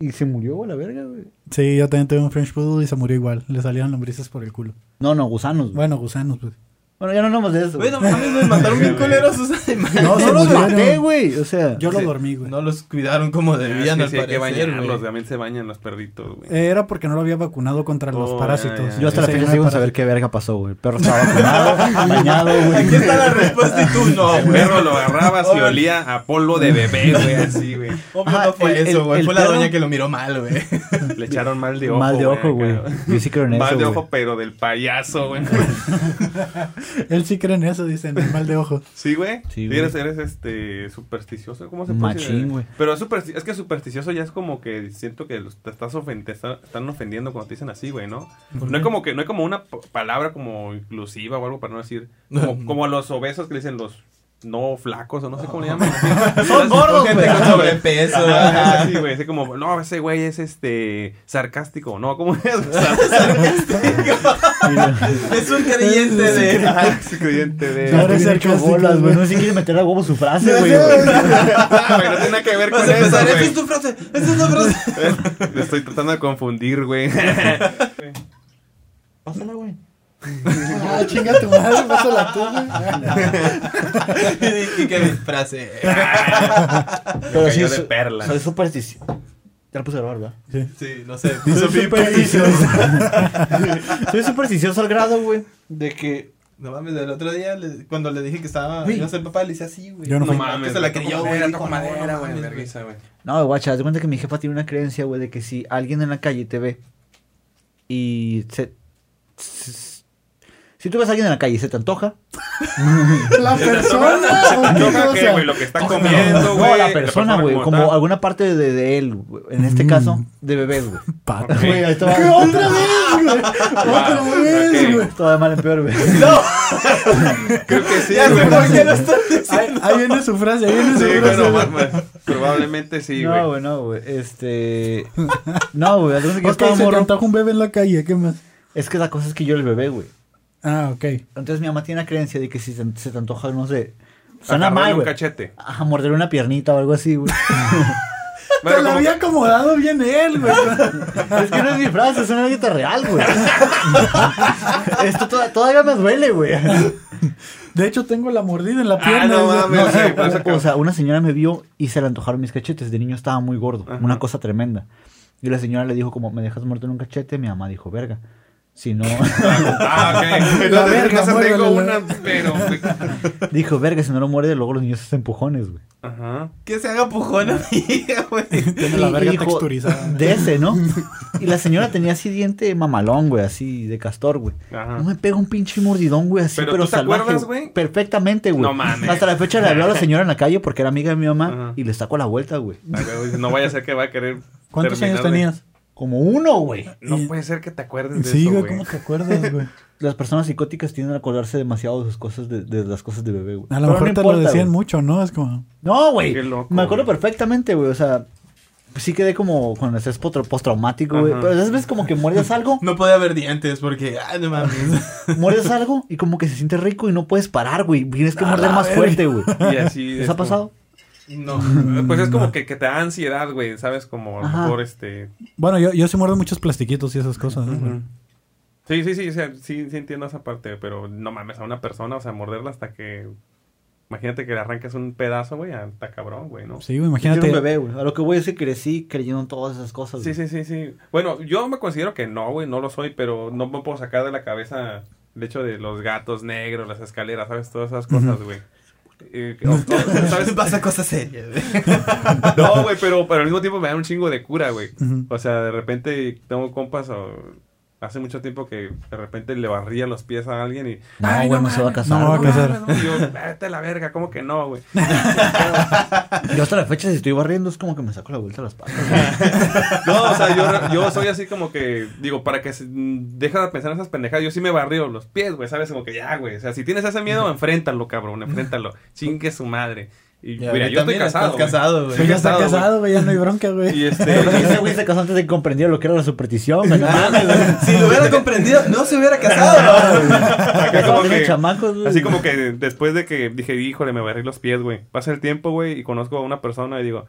[SPEAKER 2] Y se murió, güey, la verga, güey.
[SPEAKER 3] Sí, yo también tuve un French Poodle y se murió igual. Le salían lombrices por el culo.
[SPEAKER 2] No, no, gusanos, güey.
[SPEAKER 3] Bueno, gusanos, pues.
[SPEAKER 2] Bueno, ya no hablamos de eso.
[SPEAKER 4] Bueno, mames, me mataron bien culeros sus animales.
[SPEAKER 2] no,
[SPEAKER 3] se
[SPEAKER 2] no los
[SPEAKER 3] murieron.
[SPEAKER 2] maté, güey. O sea,
[SPEAKER 3] Yo lo
[SPEAKER 4] Sí.
[SPEAKER 3] dormí, güey.
[SPEAKER 4] No los cuidaron como debían,
[SPEAKER 5] Es
[SPEAKER 4] al
[SPEAKER 5] que Ah, sí hay que
[SPEAKER 4] parecer,
[SPEAKER 5] bañarlos,
[SPEAKER 4] güey.
[SPEAKER 5] también se bañan los perritos, güey.
[SPEAKER 3] Eh, Era porque no lo había vacunado contra los
[SPEAKER 5] Oh, ya,
[SPEAKER 3] parásitos.
[SPEAKER 5] ya,
[SPEAKER 2] yo hasta la
[SPEAKER 3] Ese
[SPEAKER 2] fecha
[SPEAKER 3] era
[SPEAKER 2] sigo sin
[SPEAKER 3] el
[SPEAKER 2] saber qué verga pasó, güey. El perro estaba vacunado, bañado,
[SPEAKER 4] Aquí
[SPEAKER 2] güey.
[SPEAKER 4] está la respuesta y tú no,
[SPEAKER 5] El
[SPEAKER 4] güey.
[SPEAKER 5] perro lo agarrabas y olía a polvo de bebé, güey, así, güey.
[SPEAKER 4] Obvio
[SPEAKER 2] Ajá,
[SPEAKER 4] no fue
[SPEAKER 2] el-
[SPEAKER 4] eso,
[SPEAKER 2] el-
[SPEAKER 4] güey.
[SPEAKER 2] el
[SPEAKER 4] Fue la
[SPEAKER 2] perro-
[SPEAKER 4] doña que lo miró mal, güey.
[SPEAKER 5] Le echaron mal de ojo.
[SPEAKER 2] Mal de ojo, güey.
[SPEAKER 5] acá.
[SPEAKER 2] Yo sí creo en
[SPEAKER 5] Mal
[SPEAKER 2] eso,
[SPEAKER 5] de
[SPEAKER 2] güey.
[SPEAKER 5] ojo, pero del payaso, güey.
[SPEAKER 3] parási- Él sí cree en eso, dicen, el mal de ojo.
[SPEAKER 5] Sí, güey.
[SPEAKER 2] Sí,
[SPEAKER 5] Sí,
[SPEAKER 2] güey.
[SPEAKER 5] eres, eres este supersticioso, ¿cómo se puede decir?
[SPEAKER 2] Machín, güey.
[SPEAKER 5] Pero es, supersti- es que supersticioso ya es como que siento que los- te estás ofen- te está- están ofendiendo cuando te dicen así, güey, ¿no? No es como que no hay como una p- palabra como inclusiva o algo para no decir como, como a los obesos que le dicen los no flacos o no sé cómo le llaman.
[SPEAKER 4] Son gordos, Gente con sobrepeso.
[SPEAKER 5] Ajá,
[SPEAKER 4] ajá.
[SPEAKER 5] sí, güey, así como, no, ese güey es este sarcástico, no, ¿cómo es? Sarcástico.
[SPEAKER 4] Es un creyente de...
[SPEAKER 5] Ajá, es creyente de.
[SPEAKER 3] No, eres
[SPEAKER 2] Tiene ocho
[SPEAKER 3] sarcástico,
[SPEAKER 2] bolas, güey.
[SPEAKER 3] güey.
[SPEAKER 2] No sé si quiere meter a huevo su frase,
[SPEAKER 4] No,
[SPEAKER 2] güey.
[SPEAKER 4] no,
[SPEAKER 2] güey.
[SPEAKER 5] Ah, güey, no tiene nada que ver con
[SPEAKER 4] Vas a
[SPEAKER 5] eso,
[SPEAKER 4] empezar, esa
[SPEAKER 5] güey.
[SPEAKER 4] es tu frase, esa es tu frase.
[SPEAKER 5] Le estoy tratando de confundir, güey.
[SPEAKER 2] Pásala, güey.
[SPEAKER 3] Ah, chinga tu madre, pásala tú,
[SPEAKER 4] Y- Y que mi frase.
[SPEAKER 2] Pero sí,
[SPEAKER 5] cayó de
[SPEAKER 2] so-
[SPEAKER 5] perla.
[SPEAKER 2] soy supersticioso. Ya la puse a grabar, ¿verdad?
[SPEAKER 4] Sí, no sé.
[SPEAKER 3] Soy
[SPEAKER 4] Hizo
[SPEAKER 3] supersticioso.
[SPEAKER 2] soy supersticioso al grado, güey, de que
[SPEAKER 4] No mames, el otro día le- cuando le dije que estaba
[SPEAKER 2] Güey.
[SPEAKER 4] iba a ser papá, le hice así, güey.
[SPEAKER 3] Yo no fui.
[SPEAKER 4] mames, se la creyó, güey. dijo,
[SPEAKER 5] Toco
[SPEAKER 4] no,
[SPEAKER 5] madera,
[SPEAKER 4] no
[SPEAKER 5] güey.
[SPEAKER 4] mames,
[SPEAKER 5] vergüenza, güey.
[SPEAKER 2] No, guacha, haz de cuenta que mi jefa tiene una creencia, güey, de que si alguien en la calle te ve y se... s- Si tú ves a alguien en la calle y se te antoja,
[SPEAKER 3] La persona.
[SPEAKER 5] Toca que, güey, lo que está comiendo, güey.
[SPEAKER 2] no, la persona, güey, como
[SPEAKER 5] tal.
[SPEAKER 2] alguna parte de, de él, güey, en
[SPEAKER 3] Mm.
[SPEAKER 2] este caso, de bebés, güey.
[SPEAKER 3] Pata.
[SPEAKER 5] Sí.
[SPEAKER 2] Güey, esto
[SPEAKER 3] ¿Qué
[SPEAKER 2] va,
[SPEAKER 3] otra vez, güey? Otra
[SPEAKER 5] Va,
[SPEAKER 3] vez,
[SPEAKER 5] ok.
[SPEAKER 3] güey.
[SPEAKER 2] esto va de mal en peor, güey.
[SPEAKER 5] Creo que sí,
[SPEAKER 4] Ya sé
[SPEAKER 5] güey.
[SPEAKER 4] por qué lo estás
[SPEAKER 3] Ahí, ahí viene su frase, ahí viene su
[SPEAKER 5] Sí,
[SPEAKER 3] frase.
[SPEAKER 5] bueno, más, más. Probablemente sí, güey.
[SPEAKER 2] no, güey, no, güey, este... No, güey, haz de cuenta que yo
[SPEAKER 3] Ok,
[SPEAKER 2] estaba
[SPEAKER 3] se te
[SPEAKER 2] morro.
[SPEAKER 3] antoja un bebé en la calle, ¿qué más?
[SPEAKER 2] Es que la cosa es que yo era el bebé, güey.
[SPEAKER 3] Ah, ok.
[SPEAKER 2] Entonces mi mamá tiene la creencia de que si se, se te antoja, no sé... Suena
[SPEAKER 5] Agarrarle
[SPEAKER 2] mal,
[SPEAKER 5] un
[SPEAKER 2] güey.
[SPEAKER 5] cachete.
[SPEAKER 2] Ajá, morder una piernita o algo así, güey.
[SPEAKER 5] Pero
[SPEAKER 3] Te lo
[SPEAKER 5] como
[SPEAKER 3] había acomodado bien él, güey.
[SPEAKER 2] Es que no es mi frase, es una anécdota real, güey. Esto to- todavía me duele, güey.
[SPEAKER 3] De hecho, tengo la mordida en la
[SPEAKER 5] Ah,
[SPEAKER 3] pierna.
[SPEAKER 5] no
[SPEAKER 3] güey.
[SPEAKER 5] mames.
[SPEAKER 2] No,
[SPEAKER 5] sí,
[SPEAKER 2] o-
[SPEAKER 5] pasa que-
[SPEAKER 2] o, sea, una señora me vio y se le antojaron mis cachetes. De niño estaba muy gordo,
[SPEAKER 5] Ajá.
[SPEAKER 2] una cosa tremenda. Y la señora le dijo como, ¿me dejas morder un cachete? Mi mamá dijo, verga. Si no,
[SPEAKER 5] Ah, ok.
[SPEAKER 3] La
[SPEAKER 5] Entonces,
[SPEAKER 3] verga,
[SPEAKER 5] no se tengo
[SPEAKER 3] muérdela.
[SPEAKER 5] una, pero. güey.
[SPEAKER 2] dijo, verga, si no lo muerde, luego los niños se hacen empujones, güey.
[SPEAKER 5] Ajá.
[SPEAKER 4] Que se haga pujón a mí, güey.
[SPEAKER 3] Tiene la
[SPEAKER 2] Y-
[SPEAKER 3] verga
[SPEAKER 2] y dijo,
[SPEAKER 3] texturizada.
[SPEAKER 2] De ese, ¿no? Y la señora tenía así diente mamalón, güey, así de castor, güey.
[SPEAKER 5] Ajá.
[SPEAKER 2] No me pega un pinche mordidón, güey, así, pero,
[SPEAKER 5] Ah. Pero ¿tú te
[SPEAKER 2] salvaje.
[SPEAKER 5] acuerdas, güey?
[SPEAKER 2] Perfectamente, güey.
[SPEAKER 5] No mames.
[SPEAKER 2] Hasta la fecha le habló a la señora en la calle porque era amiga de mi mamá
[SPEAKER 5] Ajá.
[SPEAKER 2] y le sacó la vuelta, güey.
[SPEAKER 5] Ah, güey, dice, No vaya a ser que va a querer.
[SPEAKER 3] ¿Cuántos años
[SPEAKER 5] terminar de-
[SPEAKER 3] tenías?
[SPEAKER 2] Como uno, güey.
[SPEAKER 5] No puede ser que te acuerdes de
[SPEAKER 3] Sí,
[SPEAKER 5] eso,
[SPEAKER 3] güey,
[SPEAKER 5] güey.
[SPEAKER 3] ¿cómo te acuerdas, güey?
[SPEAKER 2] Las personas psicóticas tienden a acordarse demasiado de sus cosas, de, de las cosas de bebé, güey.
[SPEAKER 3] A lo
[SPEAKER 2] Pero
[SPEAKER 3] mejor
[SPEAKER 2] no
[SPEAKER 3] te
[SPEAKER 2] importa,
[SPEAKER 3] lo decían
[SPEAKER 2] güey.
[SPEAKER 3] mucho, ¿no? Es como.
[SPEAKER 2] No, güey.
[SPEAKER 5] Qué loco,
[SPEAKER 2] Me acuerdo
[SPEAKER 5] güey.
[SPEAKER 2] perfectamente, güey. O sea, sí quedé como con estrés potro- postraumático, güey.
[SPEAKER 5] Ajá.
[SPEAKER 2] Pero a veces ves como que muerdes algo,
[SPEAKER 4] No puede haber dientes porque, ah, no mames.
[SPEAKER 2] muerdes algo y como que se siente rico y no puedes parar, güey. Tienes que morder
[SPEAKER 3] la
[SPEAKER 2] más
[SPEAKER 3] verga.
[SPEAKER 2] fuerte, güey.
[SPEAKER 5] Y así.
[SPEAKER 2] ¿Les
[SPEAKER 5] es
[SPEAKER 2] ha
[SPEAKER 5] como-
[SPEAKER 2] pasado?
[SPEAKER 4] No.
[SPEAKER 5] Pues es como que, que te da ansiedad, güey, ¿sabes? Como a lo
[SPEAKER 2] Ajá.
[SPEAKER 5] mejor este.
[SPEAKER 3] Bueno, yo, yo sí muerdo muchos plastiquitos y esas cosas, ¿no? güey?
[SPEAKER 5] Sí, sí, sí, o sea, sí, sí entiendo esa parte, pero no mames a una persona, o sea, morderla hasta que. Imagínate que le arrancas un pedazo, güey, hasta cabrón, güey, ¿no? Sí,
[SPEAKER 3] Sí, güey,
[SPEAKER 2] Yo
[SPEAKER 3] imagínate.
[SPEAKER 2] era un bebé, güey. A lo que voy es que crecí creyendo en todas esas cosas.
[SPEAKER 5] sí,
[SPEAKER 2] güey.
[SPEAKER 5] sí, sí, Bueno, yo me considero que no, güey, no lo soy, pero no me puedo sacar de la cabeza el hecho de los gatos negros, las escaleras, ¿sabes? Todas esas cosas, güey. Eh, o- o- ¿sabes?
[SPEAKER 4] Pasa cosas serias, güey.
[SPEAKER 5] No, güey, pero, pero al mismo tiempo me dan un chingo de cura, güey.
[SPEAKER 3] Ujú.
[SPEAKER 5] O sea, de repente tengo compas o hace mucho tiempo que de repente le barría los pies a alguien y
[SPEAKER 2] No,
[SPEAKER 3] Ay,
[SPEAKER 2] güey,
[SPEAKER 3] no
[SPEAKER 2] no se va a
[SPEAKER 3] mames,
[SPEAKER 2] casar.
[SPEAKER 3] no va a
[SPEAKER 2] güey.
[SPEAKER 3] casar.
[SPEAKER 5] "Mames, Pues no". Y yo, vete a la verga, ¿cómo que no, güey?
[SPEAKER 2] Yo hasta la fecha, si estoy barriendo, es como que me saco la vuelta a las patas. güey.
[SPEAKER 5] No, o sea, yo, yo soy así como que, digo, para que se- mm, deja de pensar en esas pendejadas, yo sí me barrio los pies, güey, ¿sabes? Como que ya, güey. O sea, si tienes ese miedo, enfréntalo, cabrón, enfréntalo. Chingue su madre. Y
[SPEAKER 4] Ya,
[SPEAKER 5] mira,
[SPEAKER 4] güey,
[SPEAKER 5] yo estoy
[SPEAKER 4] también
[SPEAKER 5] casado.
[SPEAKER 4] estás
[SPEAKER 5] güey.
[SPEAKER 4] casado, güey.
[SPEAKER 5] Estoy
[SPEAKER 3] Soy Pues ya está
[SPEAKER 5] casado,
[SPEAKER 3] casado, güey, ya no hay bronca, güey.
[SPEAKER 5] güey. Y este.
[SPEAKER 2] Pero ese güey se casó antes de que comprendiera lo que era la superstición. güey.
[SPEAKER 4] Si lo hubiera comprendido, no se hubiera casado.
[SPEAKER 5] acá
[SPEAKER 2] Ya
[SPEAKER 5] como
[SPEAKER 2] tiene
[SPEAKER 5] que-
[SPEAKER 2] chamacos, güey.
[SPEAKER 5] Así como que después de que dije, híjole, me barrí los pies, güey. Pasa el tiempo, güey, y conozco a una persona y digo,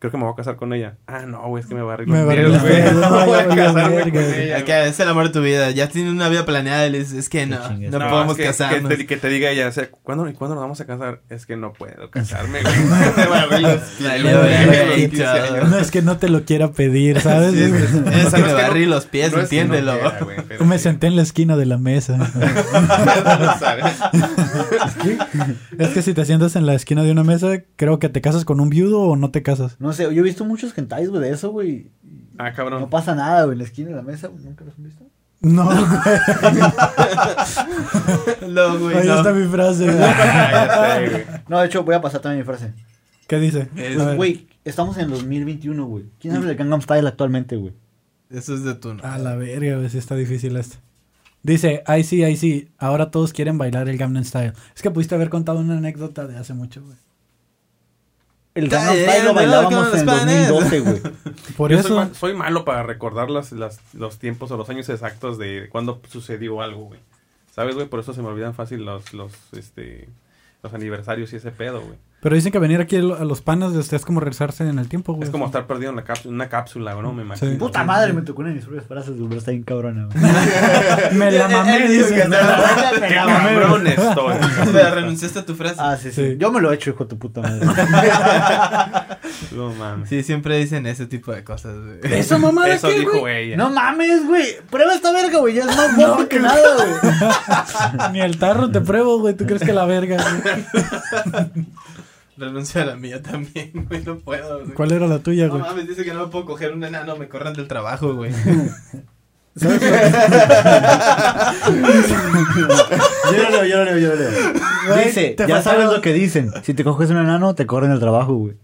[SPEAKER 5] creo que me voy a casar con ella. Ah, no, güey, es que me va a
[SPEAKER 3] Me
[SPEAKER 5] arreglar.
[SPEAKER 3] va a
[SPEAKER 5] los
[SPEAKER 3] arreglar los
[SPEAKER 5] dedos, güey.
[SPEAKER 3] dedos,
[SPEAKER 5] No voy a
[SPEAKER 3] valió
[SPEAKER 5] casarme
[SPEAKER 3] verga.
[SPEAKER 5] con ella.
[SPEAKER 4] Es que es el amor de tu vida. Ya tienes una vida planeada y le dices, es que no,
[SPEAKER 2] chingues.
[SPEAKER 4] no,
[SPEAKER 5] es
[SPEAKER 4] podemos
[SPEAKER 5] que-
[SPEAKER 4] casarnos.
[SPEAKER 5] Que te, que te diga ella, o sea, ¿cuándo, ¿y cuándo nos vamos a casar? Es que no puedo casarme, güey. Me va a arreglar los-
[SPEAKER 4] La
[SPEAKER 5] los
[SPEAKER 4] luna,
[SPEAKER 5] dedos,
[SPEAKER 4] güey,
[SPEAKER 5] los 15 años.
[SPEAKER 4] chao.
[SPEAKER 3] No es que no te lo quiera pedir, ¿sabes?
[SPEAKER 4] Sí, es que- es que
[SPEAKER 5] Pero
[SPEAKER 4] me
[SPEAKER 5] es que
[SPEAKER 4] barrí
[SPEAKER 5] no-
[SPEAKER 4] los pies,
[SPEAKER 5] no es que no
[SPEAKER 4] entiéndelo.
[SPEAKER 5] quiera, güey, pero
[SPEAKER 3] Me
[SPEAKER 5] sí.
[SPEAKER 3] senté en la esquina de la mesa.
[SPEAKER 5] Lo sabes.
[SPEAKER 3] Es que si te sientas en la esquina de una mesa, creo que te casas con un viudo o no te casas.
[SPEAKER 2] No sé, yo he visto muchos hentais, güey, de eso, güey.
[SPEAKER 5] Ah, cabrón.
[SPEAKER 2] No pasa nada, güey, en la esquina de la mesa, güey, nunca los han visto.
[SPEAKER 3] No, güey,
[SPEAKER 4] No, güey,
[SPEAKER 3] ahí
[SPEAKER 4] no.
[SPEAKER 3] está mi frase. güey.
[SPEAKER 5] Ah, ya sé, güey.
[SPEAKER 2] No, de hecho, voy a pasar también mi frase.
[SPEAKER 3] ¿Qué dice?
[SPEAKER 4] Es-
[SPEAKER 3] A ver.
[SPEAKER 2] Güey, estamos en 2021, güey. ¿Quién habla del Gangnam Style actualmente, güey?
[SPEAKER 4] Eso es de tu no.
[SPEAKER 3] A la verga, güey, sí está difícil esto. Dice, ay sí, ay sí, ahora todos quieren bailar el Gangnam Style. Es que pudiste haber contado una anécdota de hace mucho, güey.
[SPEAKER 2] El
[SPEAKER 4] Ta-
[SPEAKER 2] Gangnam
[SPEAKER 4] eh,
[SPEAKER 2] Style lo
[SPEAKER 4] no,
[SPEAKER 2] bailábamos en el
[SPEAKER 4] Gangnam Style.
[SPEAKER 2] 2012, güey.
[SPEAKER 3] Por
[SPEAKER 5] Yo soy
[SPEAKER 3] eso,
[SPEAKER 5] ma- soy, malo para recordar las, las- los tiempos o los años exactos de cuando sucedió algo, güey. ¿Sabes, güey? Por eso se me olvidan fácil los, los, este, los aniversarios y ese pedo, güey.
[SPEAKER 3] pero dicen que venir aquí a lo- a los panas de ustedes es como regresarse en el tiempo, güey.
[SPEAKER 5] Es como estar perdido en la cápsula, una cápsula, ¿no? Me imagino.
[SPEAKER 3] Sí.
[SPEAKER 2] Puta madre, me tocó una de mis propias frases, güey, pero está bien cabrona, güey.
[SPEAKER 3] Me la mamé,
[SPEAKER 4] Él dijo que
[SPEAKER 3] dice.
[SPEAKER 4] no.
[SPEAKER 5] ¡Qué cabrón estoy!
[SPEAKER 4] Pero renunciaste a tu frase.
[SPEAKER 2] Ah, sí, sí,
[SPEAKER 3] Sí.
[SPEAKER 2] Yo me lo he hecho, hijo de tu puta madre.
[SPEAKER 5] No mames.
[SPEAKER 4] Sí, siempre dicen ese tipo de cosas, güey.
[SPEAKER 2] ¿Eso mamada
[SPEAKER 5] Eso
[SPEAKER 2] qué,
[SPEAKER 5] dijo
[SPEAKER 2] güey?
[SPEAKER 5] ella.
[SPEAKER 2] No mames, güey. Prueba esta verga, güey. Ya es más guapo que nada, güey.
[SPEAKER 3] Ni el tarro te pruebo, güey. ¿Tú crees que la verga? güey?
[SPEAKER 4] Renuncio a la mía también, güey. No puedo, güey.
[SPEAKER 3] ¿Cuál era la tuya,
[SPEAKER 4] No
[SPEAKER 3] güey?
[SPEAKER 4] mames, dice que no me puedo coger un enano, me corran del trabajo, güey.
[SPEAKER 3] ¿Sabes lo-
[SPEAKER 2] Yo lo leo, yo lo leo, yo lo leo.
[SPEAKER 3] Güey,
[SPEAKER 2] Dice,
[SPEAKER 3] te
[SPEAKER 2] ya
[SPEAKER 3] faltaron-
[SPEAKER 2] sabes lo que dicen. Si te coges un enano, te corren el trabajo, güey.